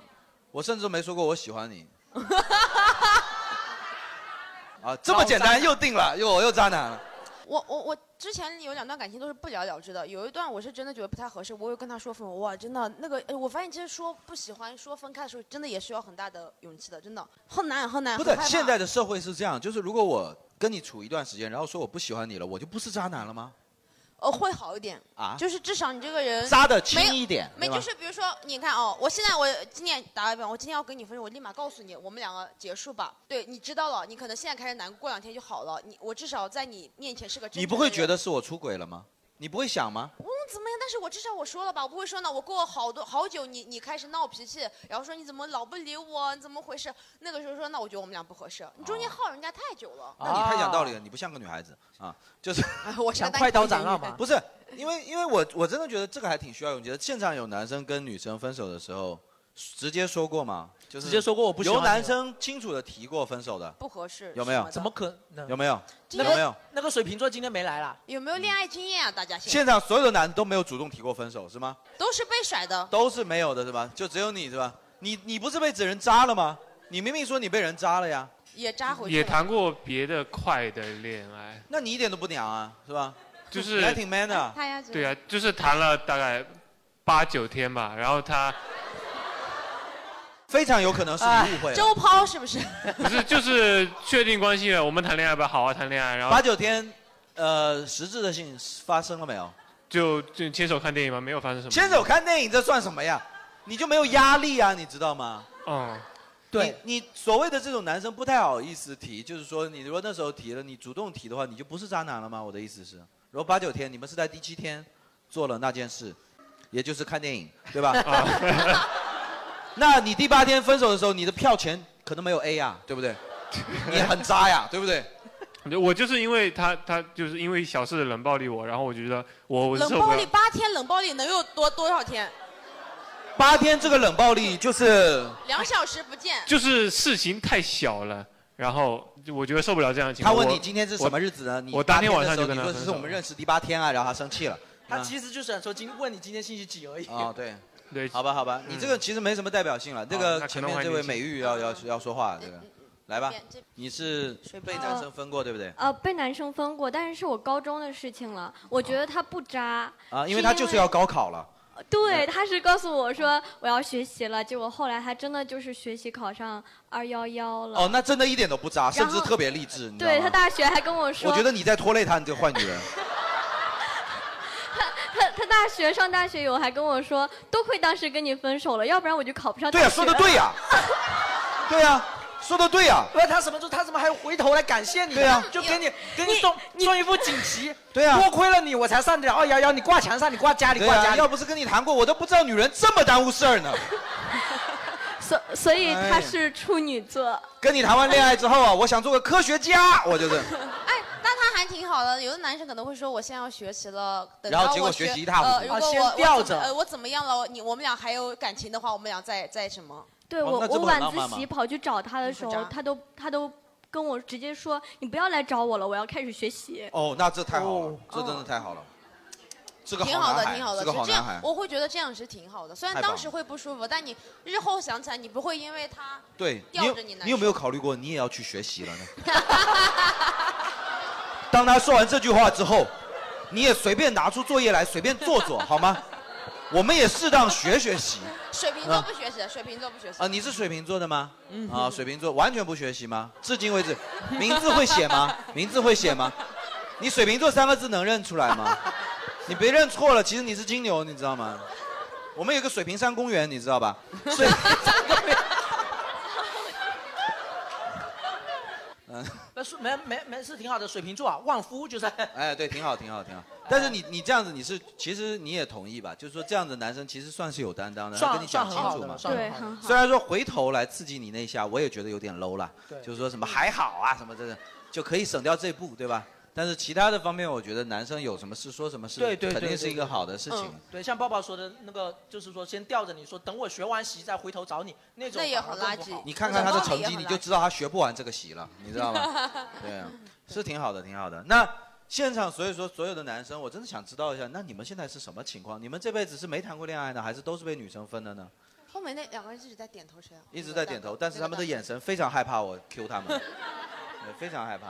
[SPEAKER 4] 我甚至都没说过我喜欢你。啊，这么简单又定了，又我又渣男了。
[SPEAKER 5] 我我我之前有两段感情都是不了了之的，有一段我是真的觉得不太合适，我有跟他说分手，哇，真的那个，哎我发现其实说不喜欢、说分开的时候，真的也需要很大的勇气的，真的很难很难。
[SPEAKER 4] 不
[SPEAKER 5] 很
[SPEAKER 4] 是
[SPEAKER 5] 害怕
[SPEAKER 4] 现在的社会是这样，就是如果我跟你处一段时间，然后说我不喜欢你了，我就不是渣男了吗？
[SPEAKER 5] 呃，会好一点
[SPEAKER 4] 啊
[SPEAKER 5] 就是至少你这个人
[SPEAKER 4] 扎得轻一点
[SPEAKER 5] 没有
[SPEAKER 4] 对
[SPEAKER 5] 没
[SPEAKER 4] 吧
[SPEAKER 5] 就是比如说，你看哦，我现在我今天打个比方，我今天要跟你分手，我立马告诉你，我们两个结束吧。对你知道了，你可能现在开始难过，过两天就好了。你我至少在你面前是个真
[SPEAKER 4] 你不
[SPEAKER 5] 诚的
[SPEAKER 4] 会
[SPEAKER 5] 人
[SPEAKER 4] 觉得是我出轨了吗？你不会想吗？
[SPEAKER 5] 嗯，怎么样？但是我至少我说了吧，我不会说呢。我过好多好久你，你开始闹脾气，然后说你怎么老不理我，你怎么回事？那个时候说，那我觉得我们俩不合
[SPEAKER 4] 哦
[SPEAKER 5] 适。你中间耗人家太久了。
[SPEAKER 4] 啊那你太讲道理了，你不像个女孩子啊，就是。
[SPEAKER 5] 哎我想快刀斩乱麻
[SPEAKER 4] 不是，因为因为我我真的觉得这个还挺需要勇气的。现场有男生跟女生分手的时候，直接说过吗？就是
[SPEAKER 1] 直接说过我不喜欢
[SPEAKER 4] 有
[SPEAKER 1] 你了
[SPEAKER 4] 男生清楚的提过分手的，
[SPEAKER 5] 不合适
[SPEAKER 4] 有没有？
[SPEAKER 5] 什
[SPEAKER 1] 么可能？
[SPEAKER 4] 有没有？
[SPEAKER 5] 这
[SPEAKER 4] 有
[SPEAKER 5] 个
[SPEAKER 4] 没有？
[SPEAKER 1] 那个水瓶座今天没来啦。
[SPEAKER 5] 有没有恋爱经验啊？大家
[SPEAKER 4] 现场所有的男的都没有主动提过分手是吗？
[SPEAKER 5] 都是被甩的。
[SPEAKER 4] 都是没有的是吧？就只有你是吧？你你不是被人渣了吗？你明明说你被人渣了呀，
[SPEAKER 5] 也扎回去了。
[SPEAKER 18] 也谈过别的快的恋爱，
[SPEAKER 4] 那你一点都不娘啊，是吧？
[SPEAKER 18] 就是
[SPEAKER 4] 你还挺 man 的。
[SPEAKER 5] 他呀
[SPEAKER 18] 对啊，就是谈了大概八九天吧，然后他
[SPEAKER 4] 非常有可能是你误会了。
[SPEAKER 5] 哎啊周抛是不 是？
[SPEAKER 18] 不是就是确定关系了，我们谈恋爱吧，好啊，谈恋爱，然后
[SPEAKER 4] 八九天，呃，实质的性发生了没有？
[SPEAKER 18] 就就牵手看电影嘛，没有发生什么。
[SPEAKER 4] 牵手看电影这算什么呀？你就没有压力啊，你知道吗？
[SPEAKER 18] 嗯，
[SPEAKER 4] 对你，你所谓的这种男生不太好意思提，就是说你如果那时候提了，你主动提的话，你就不是渣男了吗？我的意思是，如果八九天你们是在第七天做了那件事，也就是看电影，对吧？那你第八天分手的时候，你的票钱可能没有 A 呀、对不对？你很渣呀，对不对？
[SPEAKER 18] 我就是因为他，他就是因为小事冷暴力我，然后我觉得我我是
[SPEAKER 5] 冷
[SPEAKER 18] 受不
[SPEAKER 5] 暴
[SPEAKER 18] 了
[SPEAKER 5] 力。八天，冷暴力能有多多少天？
[SPEAKER 4] 八天这个冷暴力就是
[SPEAKER 5] 两小时不见。
[SPEAKER 18] 就是事情太小了，然后就我觉得受不了这样的情
[SPEAKER 4] 他
[SPEAKER 18] 况。
[SPEAKER 4] 问
[SPEAKER 18] 我
[SPEAKER 4] 你今天是什么日子呢？你
[SPEAKER 18] 我
[SPEAKER 4] 八
[SPEAKER 18] 当天晚上就
[SPEAKER 4] 的时候
[SPEAKER 18] 跟
[SPEAKER 4] 你
[SPEAKER 18] 他
[SPEAKER 4] 说
[SPEAKER 18] 分
[SPEAKER 4] 是
[SPEAKER 18] 手
[SPEAKER 4] 我们认识第八天啊，然后他生气了。
[SPEAKER 1] 他
[SPEAKER 4] 啊
[SPEAKER 1] 其实就想说今问你今天星期几而已。
[SPEAKER 4] 哦， 对，
[SPEAKER 18] 对，
[SPEAKER 4] 好吧，好吧，你这个其实没什么代表性了。这
[SPEAKER 1] 嗯那
[SPEAKER 4] 个
[SPEAKER 1] 可
[SPEAKER 4] 前
[SPEAKER 1] 能
[SPEAKER 4] 面
[SPEAKER 1] 还
[SPEAKER 4] 这位
[SPEAKER 1] 年轻
[SPEAKER 4] 美玉要要要说话，这个来吧
[SPEAKER 13] 这边这，
[SPEAKER 4] 你是被男生分过对不对？
[SPEAKER 13] 呃，被男生分过，但是是我高中的事情了。我觉得他不渣，
[SPEAKER 4] 哦啊，因为他就是要嗯高考了，
[SPEAKER 13] 对，他是告诉我说我要学习了，结果后来他真的就是学习考上二幺幺了。
[SPEAKER 4] 哦，那真的一点都不渣，甚
[SPEAKER 13] 然后
[SPEAKER 4] 至特别励志，你知道
[SPEAKER 13] 对
[SPEAKER 4] 吗
[SPEAKER 13] 他大学还跟我说，
[SPEAKER 4] 我觉得你在拖累他，你这个坏女人。
[SPEAKER 13] 他他大学上大学以后还跟我说，多亏当时跟你分手了，要不然我就考不上大学
[SPEAKER 4] 对呀，
[SPEAKER 13] 了。
[SPEAKER 4] 说的对啊呀，对呀，说的对啊呀。
[SPEAKER 1] 不是他什么时候，他怎么还回头来感谢你？
[SPEAKER 4] 对啊
[SPEAKER 1] 就给你给你送送一副锦旗。
[SPEAKER 4] 对啊
[SPEAKER 1] 多亏了你我才上得了二幺幺，你挂墙上，你挂家里，
[SPEAKER 4] 对
[SPEAKER 1] 挂家
[SPEAKER 4] 呀，
[SPEAKER 1] 里。
[SPEAKER 4] 要不是跟你谈过，我都不知道女人这么耽误事儿呢。
[SPEAKER 13] 所所以
[SPEAKER 4] 哎
[SPEAKER 13] 他是处女座。
[SPEAKER 4] 跟你谈完恋 爱之后啊，我想做个科学家，我就是。
[SPEAKER 5] 哎那他还挺好的，有的男生可能会说我现在要学习了，等
[SPEAKER 4] 然后
[SPEAKER 5] 到
[SPEAKER 4] 结果
[SPEAKER 5] 我
[SPEAKER 4] 学习一塌糊涂
[SPEAKER 5] 呃、如果
[SPEAKER 4] 啊
[SPEAKER 5] 我
[SPEAKER 4] 先
[SPEAKER 5] 我怎
[SPEAKER 4] 吊
[SPEAKER 5] 么
[SPEAKER 4] 着
[SPEAKER 5] 呃，我怎么样了？你我们俩还有感情的话，我们俩再再什么？
[SPEAKER 13] 对
[SPEAKER 4] 哦
[SPEAKER 13] 我，
[SPEAKER 4] 那这
[SPEAKER 13] 我
[SPEAKER 4] 不很
[SPEAKER 13] 晚
[SPEAKER 4] 浪漫
[SPEAKER 13] 自
[SPEAKER 4] 吗
[SPEAKER 13] 习跑去找他的时候，他都他都跟我直接说：“你不要来找我了，我要开始学习。
[SPEAKER 4] 哦，那这太好了，这真的太好了。这个
[SPEAKER 5] 挺好的
[SPEAKER 4] 男，孩
[SPEAKER 5] 挺好的，
[SPEAKER 4] 这个好
[SPEAKER 5] 这
[SPEAKER 4] 男
[SPEAKER 5] 样
[SPEAKER 4] 孩，。
[SPEAKER 5] 我会觉得这样是挺好的。虽然
[SPEAKER 4] 太棒
[SPEAKER 5] 当时会不舒服，但你日后想起来，你不会因为他
[SPEAKER 4] 对，
[SPEAKER 5] 吊
[SPEAKER 4] 有
[SPEAKER 5] 着你难
[SPEAKER 4] 你有没有考虑过，你也要去学习了呢？ 当他说完这句话之后，你也随便拿出作业来，随便做做好吗？我们也适当学学习。
[SPEAKER 5] 水瓶
[SPEAKER 4] 嗯
[SPEAKER 5] 座不学习，水瓶座不学习
[SPEAKER 4] 啊，你是水瓶座的吗？啊，水瓶座完全不学习吗？至今为止，名字会写吗？名字会写吗？你水瓶座三个字能认出来吗？你别认错了，其实你是金牛，你知道吗？我们有个水瓶山公园，你知道吧？水瓶山公园。 嗯，
[SPEAKER 1] 不是没没没事，挺好的。水瓶座啊，旺夫就是。
[SPEAKER 4] 哎，对，挺好，挺好， 挺好。但是你你这样子，你是其实你也同意吧？就是说这样的男生其实算是有担当的，他
[SPEAKER 1] 算
[SPEAKER 4] 跟你讲清
[SPEAKER 1] 算很好
[SPEAKER 4] 楚
[SPEAKER 1] 的
[SPEAKER 4] 嘛
[SPEAKER 1] 了。算很好的对很好
[SPEAKER 4] 虽然说回头来刺激你那一下，我也觉得有点 low 啦。
[SPEAKER 1] 对
[SPEAKER 4] 就是说什么还好啊，什么这的，就可以省掉这步，对吧？但是其他的方面，我觉得男生有什么事说什么事，
[SPEAKER 1] 对对，
[SPEAKER 4] 肯定
[SPEAKER 1] 对
[SPEAKER 4] 是一个好的事情。
[SPEAKER 1] 嗯对，像抱抱说的那个，就是说先吊着你说，等我学完习再回头找你，那种
[SPEAKER 5] 那也
[SPEAKER 1] 反而
[SPEAKER 5] 很垃
[SPEAKER 1] 更不
[SPEAKER 5] 圾
[SPEAKER 1] 好
[SPEAKER 4] 你看看他的成绩，你就知道他学不完这个习了，你知道吗？对啊，是挺好的，挺好的。那现场，所以说所有的男生，我真的想知道一下，那你们现在是什么情况？你们这辈子是没谈过恋爱呢，还是都是被女生分的呢？
[SPEAKER 5] 后面那两个人一直在点头，谁啊？
[SPEAKER 4] 一直在点头，但是他们的眼神非常害怕我 Q 他们，对，非常害怕。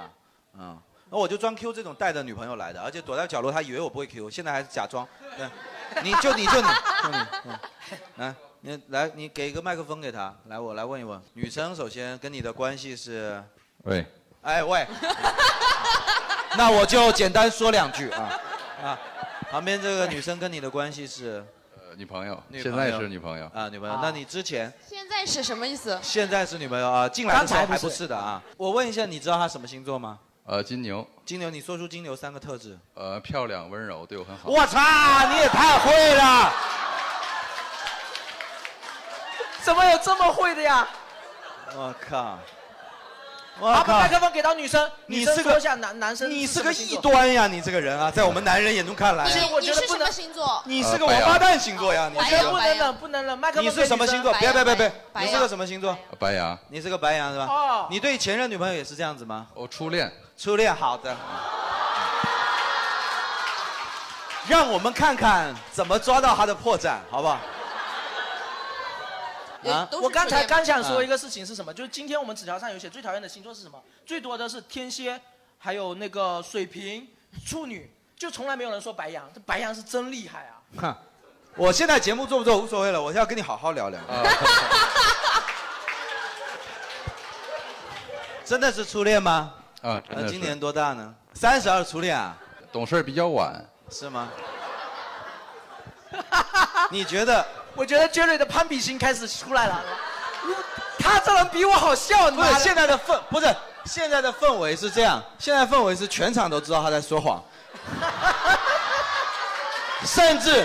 [SPEAKER 4] 嗯，那我就装 Q 这种带着女朋友来的，而且躲在角落，他以为我不会 Q，现在还是假装。对，你就你就你就你，嗯，来，你来，你给个麦克风给他，来，我来问一问，女生首先跟你的关系是，
[SPEAKER 11] 喂，
[SPEAKER 4] 哎喂，那我就简单说两句啊啊，旁边这个女生跟你的关系是
[SPEAKER 26] 呃女朋友，
[SPEAKER 4] 女
[SPEAKER 26] 现
[SPEAKER 4] 朋友
[SPEAKER 26] 在是女朋友
[SPEAKER 4] 啊，女朋友。那你之前
[SPEAKER 5] 现在是什么意思？
[SPEAKER 4] 现在是女朋友啊？进来的时候
[SPEAKER 5] 刚才不
[SPEAKER 4] 还
[SPEAKER 5] 是
[SPEAKER 4] 不是的啊？我问一下，你知道她什么星座吗？
[SPEAKER 26] 呃，金牛，
[SPEAKER 4] 金牛，你说出金牛三个特质。
[SPEAKER 26] 呃，漂亮、温柔，对我很好。
[SPEAKER 4] 我操，你也太会 了！
[SPEAKER 1] 怎么有这么会的呀？
[SPEAKER 4] 我靠，
[SPEAKER 1] 把
[SPEAKER 4] 我靠
[SPEAKER 1] 麦克风给到女生，
[SPEAKER 4] 你
[SPEAKER 1] 女生
[SPEAKER 4] 是个
[SPEAKER 1] 说一下男男生，
[SPEAKER 4] 你是个异。端呀！你这个人啊，在我们男人眼中看来，
[SPEAKER 1] 不是我觉得不能。
[SPEAKER 5] 星座
[SPEAKER 4] 你是
[SPEAKER 26] 呃
[SPEAKER 4] 个王八蛋星座呀！你
[SPEAKER 1] 我
[SPEAKER 4] 是
[SPEAKER 1] 觉得
[SPEAKER 4] 个
[SPEAKER 1] 不能冷，不能冷。麦克风
[SPEAKER 4] 你
[SPEAKER 1] 给
[SPEAKER 4] 是什么
[SPEAKER 1] 女生
[SPEAKER 4] 星座？别别别别，
[SPEAKER 1] 白
[SPEAKER 4] 你
[SPEAKER 1] 羊
[SPEAKER 4] 是个什么星座？
[SPEAKER 26] 白羊，
[SPEAKER 4] 你是个白羊是吧？
[SPEAKER 1] 哦
[SPEAKER 4] 你对前任女朋友也是这样子吗？
[SPEAKER 26] 我哦初恋。
[SPEAKER 4] 初恋，好的。让我们看看怎么抓到他的破绽，好不好？啊
[SPEAKER 1] 我刚才刚想说一
[SPEAKER 4] 个，
[SPEAKER 1] 个事情是什么？就是今天我们纸条上有写最讨厌的星座是什么？最多的是天蝎，还有那个水瓶、处女，就从来没有人说白羊。这白羊是真厉害啊！
[SPEAKER 4] 哼，我现在节目做不做无所谓了，我要跟你好好聊聊。
[SPEAKER 26] 啊
[SPEAKER 4] 真的是初恋吗？
[SPEAKER 26] 啊，真的
[SPEAKER 4] 呃
[SPEAKER 26] 是
[SPEAKER 4] 今年多大呢？三十二初恋啊，
[SPEAKER 26] 懂事儿比较晚。
[SPEAKER 4] 是吗？ 你觉得？
[SPEAKER 1] 我觉得 Jerry 的攀比心开始出来了。他这人比我好笑，你
[SPEAKER 4] 不
[SPEAKER 1] 妈
[SPEAKER 4] 是
[SPEAKER 1] 的
[SPEAKER 4] 现在的氛，不是现在的氛围是这样，现在氛围是全场都知道他在说 谎，甚至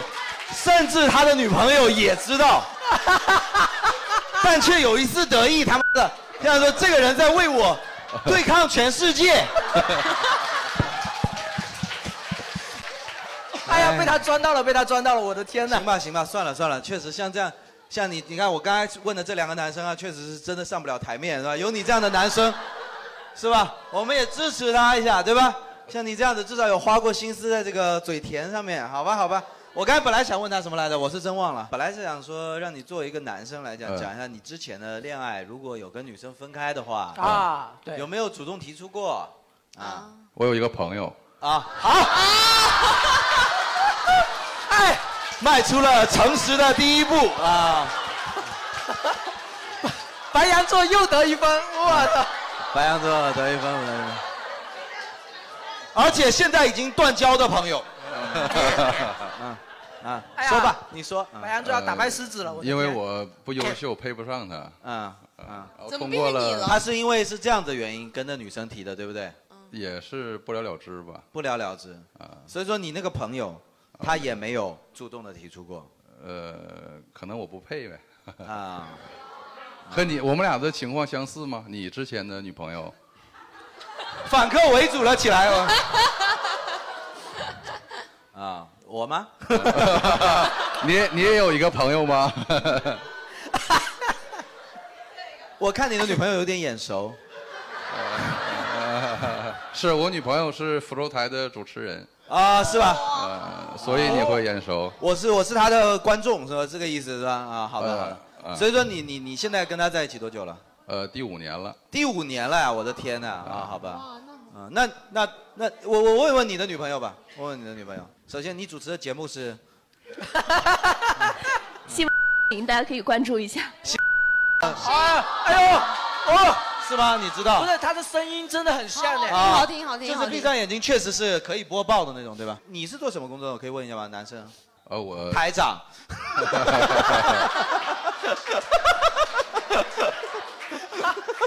[SPEAKER 4] 甚至他的女朋友也知 道，但却有一丝得意，他妈的，这样说这个人在为我对抗全世界。
[SPEAKER 1] 哎呀，被他钻到了，被他钻到了，我的天
[SPEAKER 4] 呐！行吧，行吧，算了算了，确实像这样，像你，你看我刚才问的这两个男生啊，确实是真的上不了台面，是吧？有你这样的男生，是吧？我们也支持他一下，对吧？像你这样子，至少有花过心思在这个嘴甜上面，好吧，好吧。我刚才本来想问他什么来着，我是真忘了。本来是想说让你作为一个男生来讲，
[SPEAKER 26] 嗯
[SPEAKER 4] 讲一下你之前的恋爱，如果有跟女生分开的话
[SPEAKER 1] 啊，对，
[SPEAKER 4] 有没有主动提出过？
[SPEAKER 26] 我有一个朋 友，
[SPEAKER 4] 啊，好。哎，迈出了诚实的第一步啊！
[SPEAKER 1] 白羊座又得一分，我操！
[SPEAKER 4] 白羊座得一分，得一分。而且现在已经断交的朋友，嗯啊，
[SPEAKER 1] 哎呀
[SPEAKER 4] 说吧，你说。嗯
[SPEAKER 1] 白羊座要打败狮子了，我的
[SPEAKER 26] 嗯呃因为
[SPEAKER 1] 天
[SPEAKER 26] 我不优秀，配不上他。
[SPEAKER 4] 嗯
[SPEAKER 26] 嗯，通过了，
[SPEAKER 4] 他是因为是这样的原因跟那女生提的，对不对？
[SPEAKER 26] 嗯也是不了了之吧？啊
[SPEAKER 4] 不了了之。所以说你那个朋友，他也没有主动的提出过。
[SPEAKER 26] 呃，可能我不配呗。
[SPEAKER 4] 啊，
[SPEAKER 26] 和你我们俩的情况相似吗？你之前的女朋友
[SPEAKER 4] 反客为主了起来 哦。啊，我吗？
[SPEAKER 26] 你也你也有一个朋友吗？
[SPEAKER 4] 我看你的女朋友有点眼熟。
[SPEAKER 26] 是我女朋友是福州台的主持人，
[SPEAKER 4] 啊，是吧？
[SPEAKER 26] 呃，所以你会眼熟。
[SPEAKER 4] 我是我是他的观众，是吧？这个意思是吧？啊，好的
[SPEAKER 26] 呃
[SPEAKER 4] 好的。
[SPEAKER 26] 呃
[SPEAKER 4] 所以说你你你现在跟他在一起多久了？
[SPEAKER 26] 呃，第五年了，
[SPEAKER 4] 第五年了呀！我的天呐！啊，好吧。啊，那那那我我问问你的女朋友吧，问问你的女朋友。首先，你主持的节目是
[SPEAKER 7] 喜马拉雅云，大家可以关注一下。
[SPEAKER 1] 啊，哎呦，哦，
[SPEAKER 4] 是吗？你知道？
[SPEAKER 1] 不是他的声音真的很像哎，
[SPEAKER 7] 哦
[SPEAKER 4] 啊就
[SPEAKER 1] 就是是
[SPEAKER 4] 闭
[SPEAKER 1] 闭上
[SPEAKER 4] 上眼睛确实是可以播报的那种，对吧？你是做什么工作的？我可以问一下吗，男生？
[SPEAKER 26] 呃，我
[SPEAKER 4] 台长。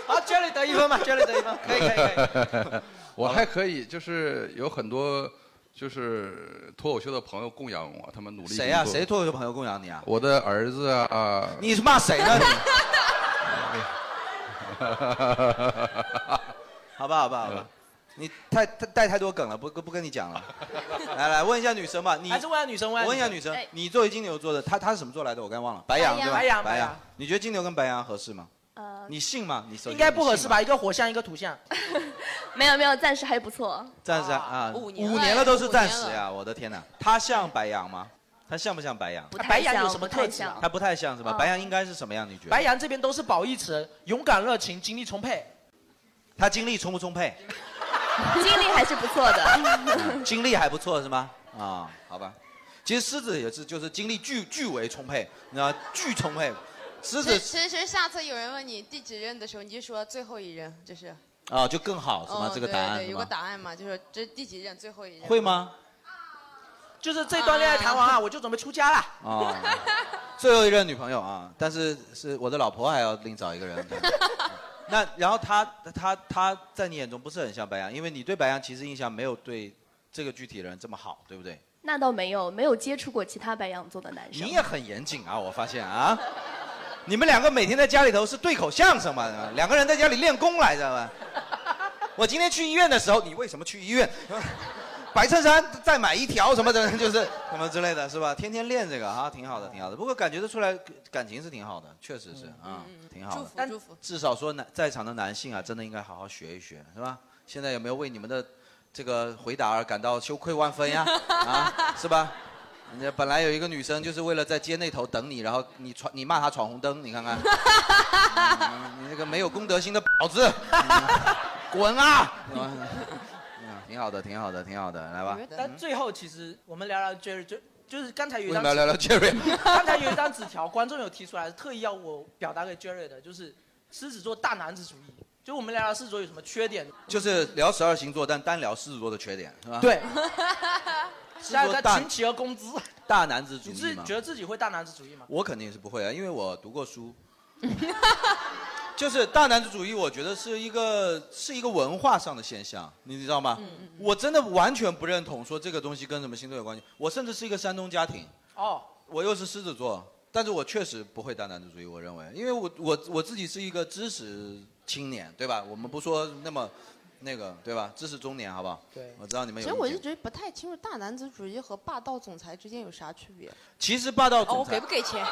[SPEAKER 1] 好，Jerry 得一分吧，Jerry 得一分， 可以可以可以。
[SPEAKER 26] 我还可以，就是有很多就是脱口秀的朋友供养我，他们努力工作。
[SPEAKER 4] 谁呀、谁脱口秀朋友供养你啊？
[SPEAKER 26] 我的儿子啊。
[SPEAKER 4] 你是骂谁呢 你 好吧，好吧，好吧，你太太带太多梗了，不不跟你讲了。来来，问一下女生吧，你
[SPEAKER 1] 啊还是问下女生问下女生
[SPEAKER 4] 问一下女生
[SPEAKER 1] 哎，
[SPEAKER 4] 你作为金牛座的，她她是什么座来着？我刚才忘了，白羊
[SPEAKER 1] 白
[SPEAKER 4] 对
[SPEAKER 1] 羊
[SPEAKER 4] 吧？
[SPEAKER 1] 白羊
[SPEAKER 4] 白
[SPEAKER 1] 白
[SPEAKER 4] 羊
[SPEAKER 1] 羊，
[SPEAKER 4] 你觉得金牛跟白羊合适吗？
[SPEAKER 7] 呃，
[SPEAKER 4] 你信吗？你首先
[SPEAKER 1] 应该不合适吧？
[SPEAKER 4] 你
[SPEAKER 1] 一个火象，一个土象。
[SPEAKER 7] 没有没有，暂时还不错。
[SPEAKER 4] 信吗？暂时啊，
[SPEAKER 7] 五年了
[SPEAKER 4] 五年了都是暂时
[SPEAKER 7] 五年
[SPEAKER 4] 呀，我的天哪！他像白羊吗？他像不像白羊？
[SPEAKER 7] 太白羊像有什么不太特质像
[SPEAKER 4] 他不太像是吧？
[SPEAKER 1] 嗯
[SPEAKER 4] 白羊应该是什么样？你觉得？
[SPEAKER 1] 白羊这边都是褒义词，勇敢、热情、精力充沛。
[SPEAKER 4] 他精力充不充沛？
[SPEAKER 7] 经历还是不错的。
[SPEAKER 4] 精力还不错是吗？啊，好吧。其实狮子也是，就是精力巨巨为充沛，你知道吗巨充沛。狮
[SPEAKER 5] 其
[SPEAKER 4] 子
[SPEAKER 5] 其实下次有人问你第几任的时候，你就说最后一任，就是。
[SPEAKER 4] 啊就更好是吗？
[SPEAKER 5] 嗯，
[SPEAKER 4] 这个
[SPEAKER 5] 对
[SPEAKER 4] 答案
[SPEAKER 5] 对，
[SPEAKER 4] 是
[SPEAKER 5] 有个
[SPEAKER 4] 吗？
[SPEAKER 5] 答案嘛，就是这是第几任，最后一任。
[SPEAKER 4] 会？吗？
[SPEAKER 1] 就是这段恋爱谈完啊，我就准备出家了。
[SPEAKER 4] 啊，最后一任女朋友啊，但是是我的老婆还要另找一 个人。那然后她她她在你眼中不是很像白羊，因为你对白羊其实印象没有对这个具体人这么好，对不对？
[SPEAKER 7] 那倒没有，没有接触过其他白羊座的男生。
[SPEAKER 4] 你也很严谨啊，我发现啊，你们两个每天在家里头是对口相声嘛，两个人在家里练功来着嘛。我今天去医院的时候，你为什么去医院？ 白衬衫再买一条什么的， 就是什么之类的，是吧？天天练这个啊，挺好的，挺好的。不过感觉得出来，感情是挺好的，确实是啊，挺好的。但
[SPEAKER 5] 嗯祝福。
[SPEAKER 4] 至少说男在场的男性啊，真的应该好好学一学，是吧？现在有没有为你们的这个回答而感到羞愧万分 呀？啊，是吧？人家本来有一个女生就是为了在街那头等你，然后你闯你骂她闯红灯，你看 看，嗯你这个没有公德心的婊子， 嗯滚啊！是吧嗯挺好的，挺好的，挺好的，来吧。
[SPEAKER 1] 但最后其实我们聊聊 Jerry，就就是刚才有一
[SPEAKER 4] 为什
[SPEAKER 1] 张
[SPEAKER 4] 么要聊聊 Jerry？
[SPEAKER 1] 刚才有一张纸条，观众有提出来，特意要我表达给 Jerry 的，就是狮子座大男子主义。就我们聊聊狮子座有什么缺点？
[SPEAKER 4] 就是聊十二星座，但单聊狮子座的缺点，是吧？
[SPEAKER 1] 对，
[SPEAKER 4] 狮
[SPEAKER 1] 下
[SPEAKER 4] 子
[SPEAKER 1] 一
[SPEAKER 4] 座
[SPEAKER 1] 个
[SPEAKER 4] 大
[SPEAKER 1] 群起而攻之。
[SPEAKER 4] 大男子主
[SPEAKER 1] 你
[SPEAKER 4] 义
[SPEAKER 1] 是
[SPEAKER 4] 嘛。
[SPEAKER 1] 觉得自己会大男子主义吗？
[SPEAKER 4] 我肯定是不会啊，因为我读过书。 就是大男子主义，我觉得是一个是一个文化上的现象，你知道吗？
[SPEAKER 5] 嗯
[SPEAKER 4] 我真的完全不认同说这个东西跟什么星座有关系。我甚至是一个山东家庭，
[SPEAKER 1] 哦，
[SPEAKER 4] 我又是狮子座，但是我确实不会大男子主义，我认为，因为我我我自己是一个知识青年，对吧？我们不说那么那个，对吧？知识中年，好不好？
[SPEAKER 1] 对，
[SPEAKER 4] 我知道你们
[SPEAKER 5] 其
[SPEAKER 4] 有
[SPEAKER 5] 实
[SPEAKER 4] 意见。
[SPEAKER 5] 我一直不太清楚大男子主义和霸道总裁之间有啥区别。
[SPEAKER 4] 其实霸道
[SPEAKER 5] 哦，
[SPEAKER 4] 总
[SPEAKER 5] 我
[SPEAKER 4] 裁
[SPEAKER 5] 给
[SPEAKER 4] 啊
[SPEAKER 5] 不给钱？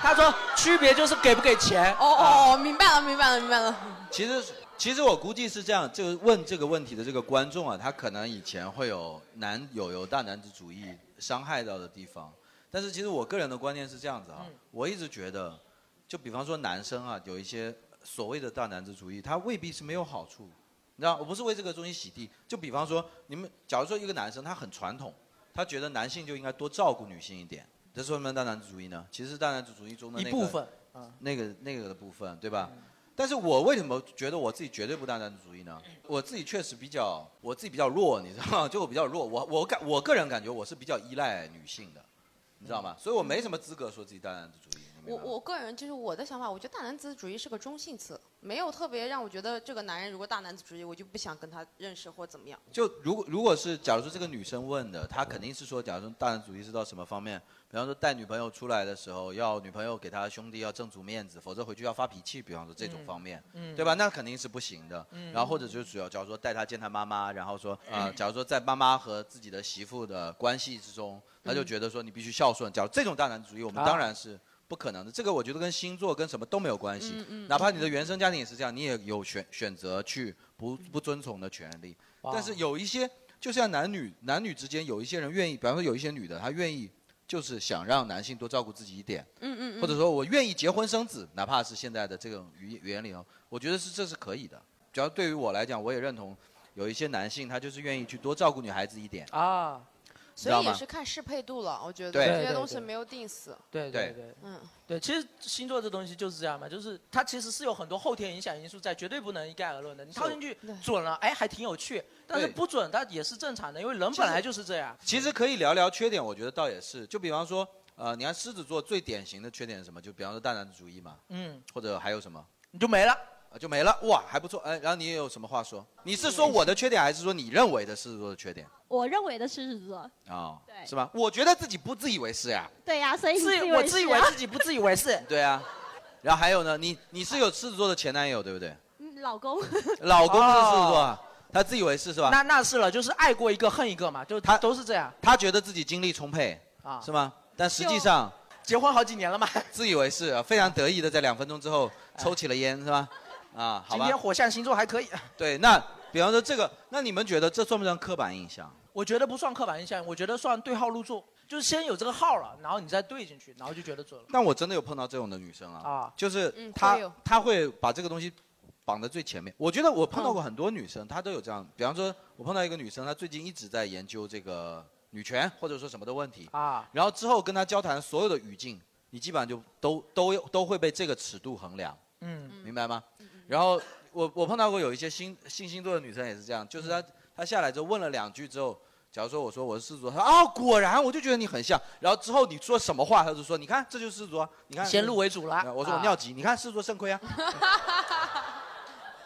[SPEAKER 1] 他说区别就是给不给钱。
[SPEAKER 5] 哦哦哦，明白了，明白了，明白了。
[SPEAKER 4] 其实，其实我估计是这样，就是问这个问题的这个观众啊，他可能以前会有男有有大男子主义伤害到的地方，但是其实我个人的观念是这样子啊，
[SPEAKER 1] 嗯
[SPEAKER 4] 我一直觉得，就比方说男生啊，有一些所谓的大男子主义，他未必是没有好处，你知道，我不是为这个东西洗地，就比方说你们，假如说一个男生他很传统，他觉得男性就应该多照顾女性一点，这算不算大男子主义呢？其实是大男子主义中的、那个、
[SPEAKER 1] 一部分
[SPEAKER 2] 嗯
[SPEAKER 1] 啊
[SPEAKER 4] 那个那个的部分，对吧？但是我为什么觉得我自己绝对不大男子主义呢？我自己确实比较，我自己比较弱，你知道吗？就 我比较弱，我我感我个人感觉我是比较依赖女性的，你知道吗？所以我没什么资格说自己大男子主义。你明白
[SPEAKER 5] 我
[SPEAKER 4] 吗
[SPEAKER 5] 我个人就是我的想法，我觉得大男子主义是个中性词，没有特别让我觉得这个男人如果大男子主义，我就不想跟他认识或怎么样。
[SPEAKER 4] 就如果如果是假如说这个女生问的，她肯定是说，假如说大男子主义是到什么方面？比方说带女朋友出来的时候，要女朋友给她兄弟要正足面子，否则回去要发脾气。比方说这种方面，
[SPEAKER 26] 嗯嗯
[SPEAKER 4] 对吧？那肯定是不行的。
[SPEAKER 26] 嗯
[SPEAKER 4] 然后或者就是主要，假如说带她见她妈妈，然后说呃，假如说在妈妈和自己的媳妇的关系之中，她就
[SPEAKER 26] 嗯
[SPEAKER 4] 觉得说你必须孝顺。假如这种大男子主义，我们
[SPEAKER 26] 啊
[SPEAKER 4] 当然是。不可能的，这个我觉得跟星座跟什么都没有关系，
[SPEAKER 26] 嗯嗯
[SPEAKER 4] 哪怕你的原生家庭也是这样，你也有选选择去不不遵从的权利。
[SPEAKER 26] 哇
[SPEAKER 4] 但是有一些，就像男女男女之间，有一些人愿意，比方说有一些女的，她愿意就是想让男性多照顾自己一点，
[SPEAKER 22] Mm,
[SPEAKER 5] 嗯嗯嗯
[SPEAKER 4] 或者说我愿意结婚生子，哪怕是现在的这种语语言里头，我觉得是这是可以的。主要对于我来讲，我也认同有一些男性他就是愿意去多照顾女孩子一点
[SPEAKER 1] 啊，
[SPEAKER 4] 知
[SPEAKER 5] 所
[SPEAKER 4] 道
[SPEAKER 5] 以也
[SPEAKER 4] 吗？
[SPEAKER 5] 是看适配度了，我觉得
[SPEAKER 4] 对
[SPEAKER 5] 这
[SPEAKER 4] 对
[SPEAKER 5] 些
[SPEAKER 4] 对
[SPEAKER 5] 东西
[SPEAKER 1] 对
[SPEAKER 5] 没有定死。
[SPEAKER 1] 对对对，
[SPEAKER 5] 嗯，
[SPEAKER 1] 对，其实星座这东西就是这样嘛，就是它其实是有很多后天影响因素在，绝对不能一概而论的。你套进去准了，哎，还挺有趣；但是
[SPEAKER 4] 对
[SPEAKER 1] 不准，它也是正常的，因为人
[SPEAKER 4] 其实
[SPEAKER 1] 本来就是这样。
[SPEAKER 4] 其实可以聊聊缺点，我觉得倒也是，就比方说，呃，你看狮子座最典型的缺点是什么？就比方说大男子主义嘛，
[SPEAKER 1] 嗯，
[SPEAKER 4] 或者还有什么？
[SPEAKER 1] 你就没了。
[SPEAKER 4] 啊，就没了，哇，还不错，哎，然后你也有什么话说？你是说我的缺点，还是说你认为的狮子座的缺点
[SPEAKER 25] 我认为的狮子座，
[SPEAKER 4] 啊、
[SPEAKER 25] 对
[SPEAKER 4] 是吧？我觉得自己不自以为是呀，
[SPEAKER 25] 对呀、所以你
[SPEAKER 1] 自以
[SPEAKER 25] 以
[SPEAKER 1] 我
[SPEAKER 25] 为
[SPEAKER 1] 自以
[SPEAKER 25] 是
[SPEAKER 1] 为
[SPEAKER 25] 啊
[SPEAKER 1] 自己不自以 为是。
[SPEAKER 4] 对 啊。然后还有呢，你你是有狮子座的前男友对不对？
[SPEAKER 25] 嗯老公，
[SPEAKER 4] 老公是狮子座啊，他自以为是是吧？
[SPEAKER 1] 哦那那是了，就是爱过一个恨一个嘛，就他都是这样
[SPEAKER 4] 他觉得自己精力充沛，
[SPEAKER 1] 啊。
[SPEAKER 4] 是？吗？但实际上
[SPEAKER 1] 结婚好几年了嘛，
[SPEAKER 4] 自以为是啊，非常得意的在两分钟之后抽起了烟是吧？啊，好
[SPEAKER 1] 哎今
[SPEAKER 4] 吧。
[SPEAKER 1] 天火象星座还可以，
[SPEAKER 4] 对，那比方说这个，那你们觉得这算不算刻板印象？
[SPEAKER 1] 我觉得不算刻板印象，我觉得算对号入座，就是先有这个号了，然后你再对进去，然后就觉得准了。
[SPEAKER 4] 但我真的有碰到这种的女生啊，
[SPEAKER 1] 啊
[SPEAKER 4] 就是
[SPEAKER 1] 嗯
[SPEAKER 4] 她
[SPEAKER 1] 会有
[SPEAKER 4] 她会把这个东西绑在最前面。我觉得我碰
[SPEAKER 1] 嗯
[SPEAKER 4] 到过很多女生，她都有这样。比方说，我碰到一个女生，她最近一直在研究这个女权或者说什么的问题
[SPEAKER 1] 啊，
[SPEAKER 4] 然后之后跟她交谈所有的语境，你基本上就都都都会被这个尺度衡量。
[SPEAKER 1] 嗯，
[SPEAKER 4] 明白吗？然后
[SPEAKER 5] 嗯
[SPEAKER 4] 我我碰到过有一些新新星座的女生也是这样，就是她她下来之后问了两句之后，假如说我说我是狮子座，他说啊，果然我就觉得你很像。然后之后你说什么话，他就说你看这就是狮子座啊，你看
[SPEAKER 1] 先入为主了
[SPEAKER 4] 我说我
[SPEAKER 1] 啊
[SPEAKER 4] 尿急，你看狮子座肾亏啊，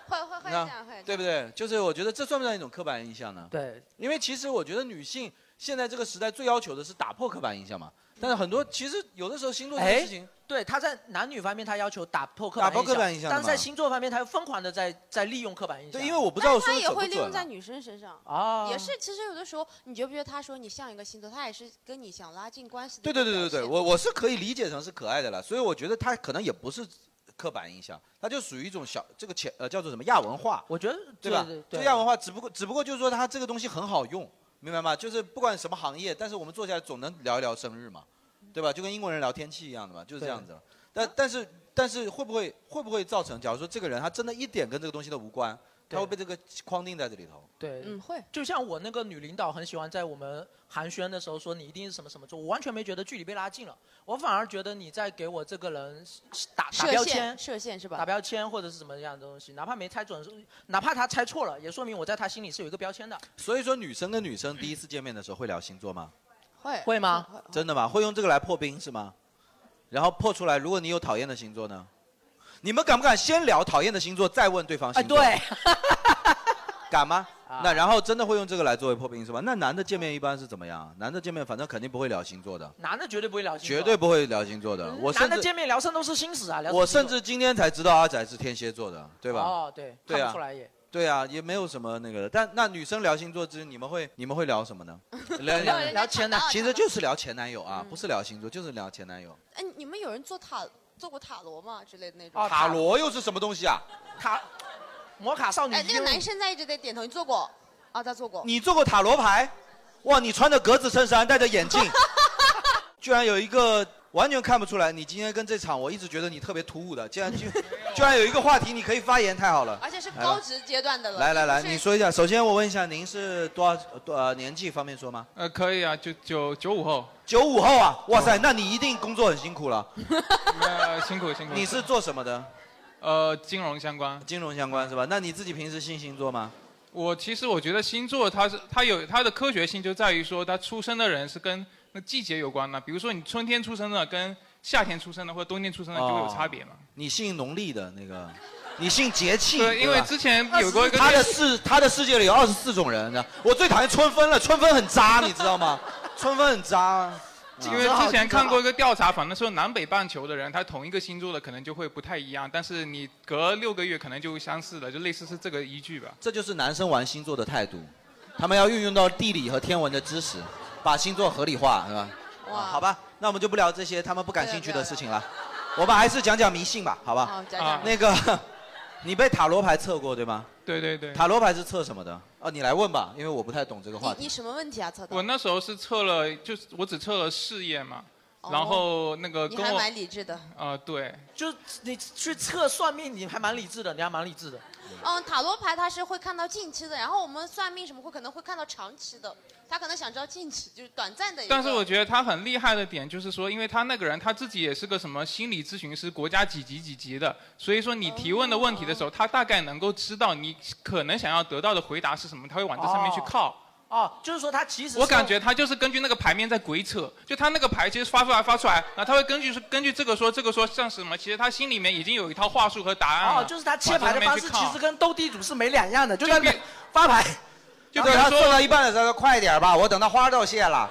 [SPEAKER 5] 会会会这
[SPEAKER 4] 那
[SPEAKER 5] 样会这
[SPEAKER 4] 对
[SPEAKER 5] 样。
[SPEAKER 4] 不对？就是我觉得这算不算一种刻板印象呢？
[SPEAKER 1] 对，
[SPEAKER 4] 因为其实我觉得女性现在这个时代最要求的是打破刻板印象嘛。但是很多其实有的时候星座这个
[SPEAKER 1] 哎
[SPEAKER 4] 事情，，
[SPEAKER 1] 对，他在男女方面他要求打破刻
[SPEAKER 4] 打
[SPEAKER 1] 板
[SPEAKER 4] 破刻板印象的
[SPEAKER 1] 但是在
[SPEAKER 4] 嘛
[SPEAKER 1] 星座方面他又疯狂的在在利用刻板印象。对，因为
[SPEAKER 4] 我
[SPEAKER 5] 但是他也会利用在女生身上
[SPEAKER 1] 啊
[SPEAKER 5] 也是。其实有的时候，你觉不觉得他说你像一个星座，他也是跟你想拉近关系的。
[SPEAKER 4] 对对对对对，我我是可以理解成是可爱的了，所以我觉得它可能也不是刻板印象，它就属于一种小这个潜呃叫做什么亚文化，
[SPEAKER 1] 我觉得
[SPEAKER 4] 对吧？
[SPEAKER 1] 对对对
[SPEAKER 4] 这亚文化只不过只不过就是说它这个东西很好用，明白吗？就是不管什么行业，但是我们坐下来总能聊一聊生日嘛，对吧？就跟英国人聊天气一样的嘛，就是这样子了。但但是但是会不会会不会造成，假如说这个人他真的一点跟这个东西都无关，他
[SPEAKER 1] 对
[SPEAKER 4] 会被这个框定在这里头？
[SPEAKER 1] 对，
[SPEAKER 5] 嗯会。
[SPEAKER 1] 就像我那个女领导很喜欢在我们寒暄的时候说你一定是什么什么座，我完全没觉得距离被拉近了，我反而觉得你在给我这个人打打
[SPEAKER 5] 射
[SPEAKER 1] 标
[SPEAKER 5] 线
[SPEAKER 1] 签，
[SPEAKER 5] 射线是吧？
[SPEAKER 1] 打标签或者是什么样的东西，哪怕没猜准，哪怕他猜错了，也说明我在他心里是有一个标签的。
[SPEAKER 4] 所以说女生跟女生第一次见面的时候会聊星座吗？
[SPEAKER 5] 会
[SPEAKER 1] 会吗？
[SPEAKER 4] 真的吗？会用这个来破冰是吗？然后破出来，如果你有讨厌的星座呢？你们敢不敢先聊讨厌的星座，再问对方星座？
[SPEAKER 1] 啊对，
[SPEAKER 4] 敢吗？
[SPEAKER 1] 啊
[SPEAKER 4] 那然后真的会用这个来作为破冰是吧？那男的见面一般是怎么样？男的见面反正肯定不会聊星座的，
[SPEAKER 1] 男的绝对不会聊星座，
[SPEAKER 4] 绝对不会聊星座的。我
[SPEAKER 1] 嗯男
[SPEAKER 4] 甚
[SPEAKER 1] 的
[SPEAKER 4] 至
[SPEAKER 1] 见面聊甚都是心死啊，聊
[SPEAKER 4] 我
[SPEAKER 1] 什
[SPEAKER 4] 甚
[SPEAKER 1] 么星座
[SPEAKER 4] 至今天才知道阿仔是天蝎座的，对吧？
[SPEAKER 1] 哦，对，
[SPEAKER 4] 对
[SPEAKER 1] 看
[SPEAKER 4] 啊
[SPEAKER 1] 不出来也。
[SPEAKER 4] 对啊，也没有什么那个的。但那女生聊星座之，你们会你们会聊什么 呢？聊
[SPEAKER 5] 没有人家
[SPEAKER 1] 前男，
[SPEAKER 4] 其实就是聊前男友
[SPEAKER 1] 嗯
[SPEAKER 4] 啊，不是聊星座，就是聊前男友。
[SPEAKER 5] 哎，你们有人做塔做过塔罗吗之类的那种？
[SPEAKER 4] 哦塔罗又是什么东西啊？
[SPEAKER 1] 塔哦摩卡少女
[SPEAKER 5] 哎，那个男生在一直在点头，你做过？啊，他做过。
[SPEAKER 4] 你做过塔罗牌？哇，你穿着格子衬衫，戴着 眼镜，居然有一个完全看不出来。你今天跟这场，我一直觉得你特别突兀的，竟然居居然有一个话题你可以发言，太好了。
[SPEAKER 5] 而且是
[SPEAKER 4] 来吧
[SPEAKER 5] 高职阶段的了。
[SPEAKER 4] 来来来，
[SPEAKER 5] 不是
[SPEAKER 4] 你说一下。首先我问一下，您是多少多呃年纪方便说吗？
[SPEAKER 27] 呃，可以啊，就九九五 后，
[SPEAKER 4] 九五后啊，哇塞，那你一定工作很辛苦了。
[SPEAKER 27] 呃，辛苦辛苦。
[SPEAKER 4] 你是做什么的？
[SPEAKER 27] 呃，金融相关。
[SPEAKER 4] 金融相关是吧？那你自己平时信星座吗？
[SPEAKER 27] 我其实我觉得星座它是它有它的科学性，就在于说它出生的人是跟那季节有关的。比如说你春天出生的跟夏天出生的或者冬天出生的就会有差别嘛。
[SPEAKER 4] 哦你信农历的那个，你信节气。
[SPEAKER 27] 对因为
[SPEAKER 4] 吧
[SPEAKER 27] 之前有过一个
[SPEAKER 4] 他的世他的世界里有二十四种人，我最讨厌春分了，春分很渣，你知道吗？ 春分很渣啊。
[SPEAKER 27] 因为之前看过一个调查，反正说南北半球的人，他同一个星座的可能就会不太一样，但是你隔六个月可能就相似了，就类似是这个依据吧。
[SPEAKER 4] 这就是男生玩星座的态度，他们要运用到地理和天文的知识，把星座合理化，是吧？哇、好吧，那我们就不聊这些他们不感兴趣的事情
[SPEAKER 27] 啊
[SPEAKER 4] 了，我们还是讲讲迷信吧，好吧？
[SPEAKER 27] 好哦讲讲
[SPEAKER 4] 那个，你被塔罗牌测过对吗？
[SPEAKER 27] 啊对对对。
[SPEAKER 4] 塔罗牌是测什么的？哦，你来问吧，因为我不太懂这个话题。
[SPEAKER 5] 你什么问题啊，曹导？
[SPEAKER 27] 我那时候是测了，就是我只测了事业嘛，然后那个
[SPEAKER 5] 哦
[SPEAKER 27] 呃
[SPEAKER 5] 你
[SPEAKER 27] 跟
[SPEAKER 5] 还
[SPEAKER 27] 我
[SPEAKER 5] 蛮理智的。
[SPEAKER 27] 啊、对，
[SPEAKER 1] 就你去测算命，你还蛮理智的，你还蛮理智的。
[SPEAKER 5] 嗯，塔罗牌它是会看到近期的，然后我们算命什么会可能会看到长期的，他可能想知道近期就是短暂的一个。
[SPEAKER 27] 但是我觉得他很厉害的点就是说，因为他那个人他自己也是个什么心理咨询师，国家几级几级的，所以说你提问的问题的
[SPEAKER 5] 哦
[SPEAKER 27] 时候，他大概能够知道你可能想要得到的回答是什么，他会往这上面去靠。
[SPEAKER 1] 哦，就是说他其实
[SPEAKER 27] 我
[SPEAKER 1] 是
[SPEAKER 27] 感觉他就是根据那个牌面在鬼扯，就他那个牌其实发出来发出来，然后他会根据根据这个说这个说像什么，其实他心里面已经有一套话术和答案了。
[SPEAKER 1] 哦，就是他切牌的
[SPEAKER 27] 啊往
[SPEAKER 1] 方
[SPEAKER 27] 这
[SPEAKER 1] 式
[SPEAKER 27] 上面去靠
[SPEAKER 1] 其实跟斗地主是没两样的，就在那发牌。
[SPEAKER 27] 就比
[SPEAKER 4] 对
[SPEAKER 27] 如
[SPEAKER 4] 他
[SPEAKER 27] 说
[SPEAKER 4] 测到一半的时候，说快点吧，我等到花都谢了。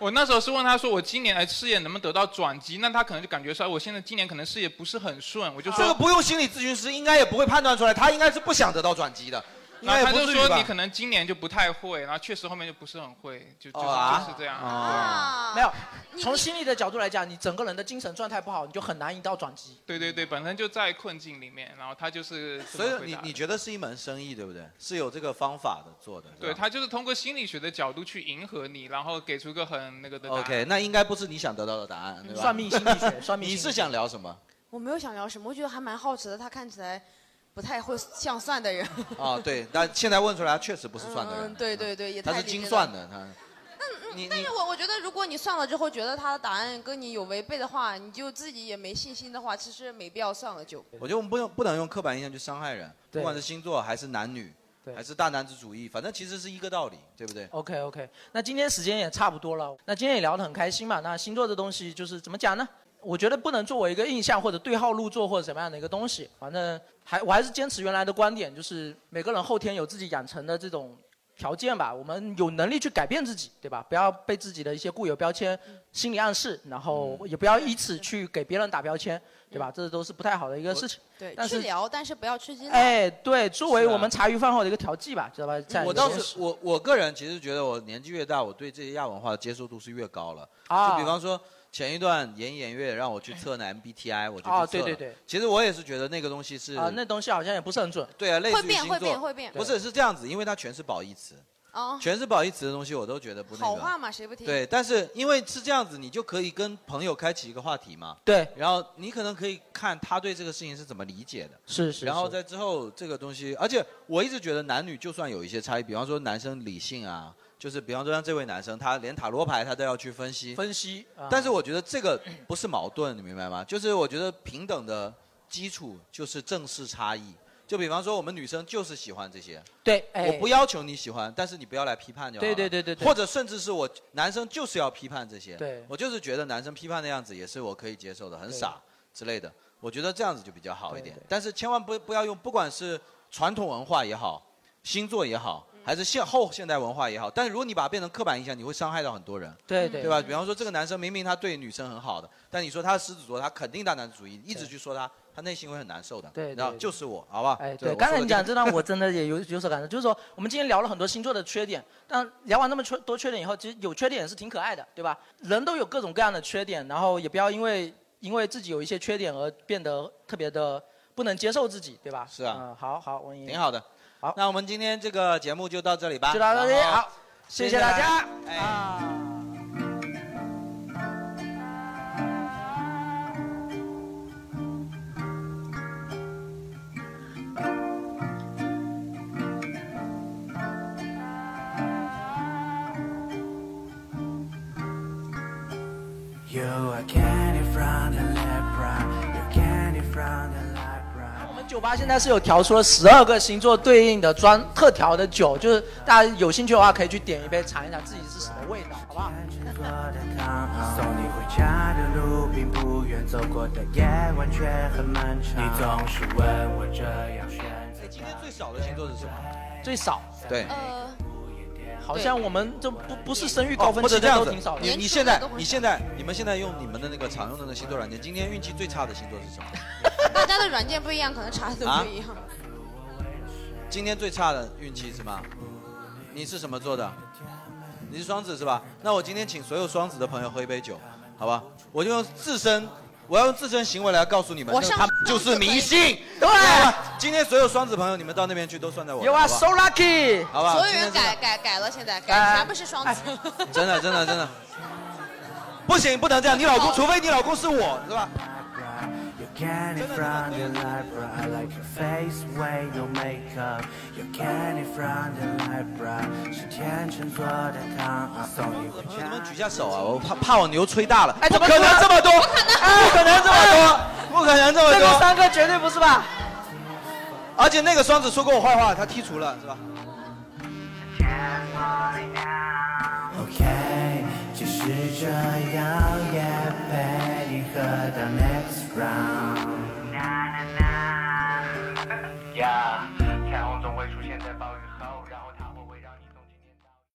[SPEAKER 27] 我那时候是问他说，我今年哎事业能不能得到转机？那他可能就感觉哎出来，我现在今年可能事业不是很顺，我就说
[SPEAKER 4] 这个不用心理咨询师，应该也不会判断出来，他应该是不想得到转机的，应
[SPEAKER 27] 然
[SPEAKER 4] 该也
[SPEAKER 27] 后他就
[SPEAKER 4] 不至于
[SPEAKER 14] 吧
[SPEAKER 27] 说你可能今年就不太会，然后确实后面就不是很会，就就是、
[SPEAKER 4] 哦啊
[SPEAKER 27] 就是这样。啊
[SPEAKER 4] 哦
[SPEAKER 1] 没有，从心理的角度来讲，你整个人的精神状态不好，你就很难一到转机。
[SPEAKER 27] 对对对，本身就在困境里面，然后他就是这么
[SPEAKER 4] 所以
[SPEAKER 27] 回
[SPEAKER 4] 你
[SPEAKER 27] 答
[SPEAKER 4] 你觉得是一门生意对不对？是有这个方法的做的。是吧
[SPEAKER 27] 对他就是通过心理学的角度去迎合你，然后给出一个很那个的答案。
[SPEAKER 4] OK，那应该不是你想得到的答案，对吧？
[SPEAKER 1] 算命心 理学算命
[SPEAKER 4] 你是想聊什么？
[SPEAKER 5] 我没有想聊什么，我觉得还蛮好奇的，他看起来不太会像算的人。
[SPEAKER 4] 啊、对，但现在问出来确实不是算的人，
[SPEAKER 5] 嗯，对对对，也
[SPEAKER 4] 他
[SPEAKER 5] 太
[SPEAKER 4] 是
[SPEAKER 5] 理智
[SPEAKER 4] 精
[SPEAKER 5] 了
[SPEAKER 4] 算。的，他
[SPEAKER 5] 嗯，但是我我觉得，如果你算了之后觉得他的答案跟你有违背的话，你就自己也没信心的话，其实没必要算了就。
[SPEAKER 4] 我觉得我们不用不能用刻板印象去伤害人，
[SPEAKER 26] 对
[SPEAKER 4] 不管是星座还是男女，
[SPEAKER 1] 对
[SPEAKER 4] 还是大男子主义，反正其实是一个道理，对不对？
[SPEAKER 1] OK OK，那今天时间也差不多了，那今天也聊得很开心嘛。那星座这东西就是怎么讲呢？我觉得不能作为一个印象或者对号入座或者什么样的一个东西，反正还我还是坚持原来的观点，就是每个人后天有自己养成的这种条件吧，我们有能力去改变自己，对吧？不要被自己的一些固有标签、心理暗示，然后
[SPEAKER 4] 嗯
[SPEAKER 1] 也不要以此去给别人打标签，对吧？这都是不太好的一个事情。
[SPEAKER 5] 对，
[SPEAKER 1] 但
[SPEAKER 5] 去
[SPEAKER 1] 是
[SPEAKER 5] 聊，但是不要啊去
[SPEAKER 4] 嗯
[SPEAKER 5] 激烈。
[SPEAKER 1] 哎，对，作为我们茶余饭后的一个调剂吧，知道吧？在
[SPEAKER 4] 啊嗯我
[SPEAKER 1] 有些
[SPEAKER 4] 倒是我我个人其实觉得我年纪越大，我对这些亚文化的接受度是越高了。
[SPEAKER 1] 啊
[SPEAKER 4] 就比方说前一段言言悦让我去测那 MBTI，我就去测
[SPEAKER 1] 啊
[SPEAKER 4] 了
[SPEAKER 1] 对对对
[SPEAKER 4] 其实我也是觉得那个东西是
[SPEAKER 1] 啊，那东西好像也不是很准。
[SPEAKER 4] 对啊，类似于星座不
[SPEAKER 1] 对
[SPEAKER 4] 是是这样子，因为它全是褒义词，
[SPEAKER 5] 哦，
[SPEAKER 4] 全是褒义词的东西我都觉得不那个。
[SPEAKER 5] 好话嘛，谁不听？
[SPEAKER 4] 对，但是因为是这样子，你就可以跟朋友开启一个话题嘛。
[SPEAKER 1] 对。
[SPEAKER 4] 然后你可能可以看他对这个事情是怎么理解的。
[SPEAKER 1] 是是
[SPEAKER 4] 然后
[SPEAKER 1] 是
[SPEAKER 4] 在之后这个东西，而且我一直觉得男女就算有一些差异，比方说男生理性啊，就是比方说像这位男生，他连塔罗牌他都要去分析。
[SPEAKER 1] 分析啊
[SPEAKER 4] 但是我觉得这个不是矛盾，你明白吗？就是我觉得平等的基础就是正视差异。就比方说我们女生就是喜欢这些。
[SPEAKER 1] 对，哎
[SPEAKER 4] 我不要求你喜欢，但是你不要来批判就好了。
[SPEAKER 1] 对对对对对
[SPEAKER 4] 或者甚至是我男生就是要批判这些。
[SPEAKER 1] 对
[SPEAKER 4] 我就是觉得男生批判的样子也是我可以接受的，很
[SPEAKER 1] 对
[SPEAKER 4] 傻之类的。我觉得这样子就比较好一
[SPEAKER 1] 对
[SPEAKER 4] 点。但是千万不不要用，不管是传统文化也好，星座也好，
[SPEAKER 1] 嗯
[SPEAKER 4] 还是现后现代文化也好，但是如果你把它变成刻板印象，你会伤害到很多人。
[SPEAKER 1] 对对
[SPEAKER 4] 对吧？
[SPEAKER 1] 对
[SPEAKER 4] 比方说这个男生明明他对女生很好的，但你说他是狮子座，他肯定大男子主义，一直
[SPEAKER 1] 对
[SPEAKER 4] 去说他，他内心会很难受的。
[SPEAKER 1] 对对
[SPEAKER 4] 你知道
[SPEAKER 1] 对
[SPEAKER 4] 就是我，好吧？
[SPEAKER 1] 哎，
[SPEAKER 4] 这个
[SPEAKER 1] 对，
[SPEAKER 4] 我
[SPEAKER 1] 刚才
[SPEAKER 4] 说的
[SPEAKER 1] 你讲
[SPEAKER 4] 就
[SPEAKER 1] 这让我真的也有有所感受，就是说我们今天聊了很多星座的缺点，但聊完那么缺多缺点以后，其实有缺点也是挺可爱的，对吧？人都有各种各样的缺点，然后也不要因为因为自己有一些缺点而变得特别的不能接受自己，对吧？
[SPEAKER 4] 是啊
[SPEAKER 1] 嗯，好好，文英，
[SPEAKER 4] 挺好的。
[SPEAKER 1] 好，
[SPEAKER 4] 那我们今天这个节目就到这里吧。
[SPEAKER 1] 就到这里，
[SPEAKER 4] 然后
[SPEAKER 1] 好，谢谢大家。啊。
[SPEAKER 22] You are candy from the lepra. You candy from the lepra.
[SPEAKER 1] 我们酒吧现在是有调出了十二个星座对应的专特调的酒，就是大家有兴趣的话可以去点一杯尝一尝自己是什么味道，好不 好？
[SPEAKER 22] 送你回家的路并不远，走过的夜晚却很漫长。你总是问我这样选择。今天最
[SPEAKER 4] 少的星座是什么？
[SPEAKER 1] 最少
[SPEAKER 4] 对
[SPEAKER 5] 呃，
[SPEAKER 1] 好像我们这不不是生育
[SPEAKER 4] 哦
[SPEAKER 1] 高
[SPEAKER 4] 或
[SPEAKER 1] 峰
[SPEAKER 4] 者
[SPEAKER 1] 期
[SPEAKER 4] 这
[SPEAKER 1] 间
[SPEAKER 4] 样
[SPEAKER 1] 都
[SPEAKER 4] 子
[SPEAKER 1] 挺少，的。
[SPEAKER 4] 你你现在你现在你们现在用你们的那个常用的那个星座软件，今天运气最差的星座是什么？
[SPEAKER 5] 大家的软件不一样，可能查的
[SPEAKER 4] 啊
[SPEAKER 5] 都不一样。
[SPEAKER 4] 今天最差的运气是吗？你是什么座的？你是双子是吧？那我今天请所有双子的朋友喝一杯酒，好吧？我就用自身，我要用自身行为来告诉你们，
[SPEAKER 1] 我
[SPEAKER 4] 那
[SPEAKER 1] 上
[SPEAKER 4] 他们就是迷信。
[SPEAKER 1] 对啊
[SPEAKER 4] 好吧，今天所有双子朋友，你们到那边去都算在我。
[SPEAKER 1] You are so lucky。
[SPEAKER 4] 好吧，
[SPEAKER 5] 所有
[SPEAKER 4] 今
[SPEAKER 5] 人
[SPEAKER 4] 天真
[SPEAKER 5] 改
[SPEAKER 4] 的
[SPEAKER 5] 改改了，现在
[SPEAKER 4] 哎
[SPEAKER 5] 改全部是双子。
[SPEAKER 4] 真的真的真的，不行不能这样，你老公，除非你老公是我，是吧？
[SPEAKER 22] You candy from the lepra. I like your face when you make up. You candy from the lepra. 是天秤座的糖，
[SPEAKER 1] 啊
[SPEAKER 22] 送你回家。
[SPEAKER 4] 能不能举一下手啊？我怕怕我牛吹大了。
[SPEAKER 1] 哎，怎么
[SPEAKER 4] 不可能这么多？哎不可能这么多，不可能这么
[SPEAKER 1] 这个
[SPEAKER 4] 多。
[SPEAKER 1] 三个绝对不是吧？
[SPEAKER 4] 而且那个双子说过我坏话，他剔除了，是吧？
[SPEAKER 22] OK，即使这样也陪你喝到 next round。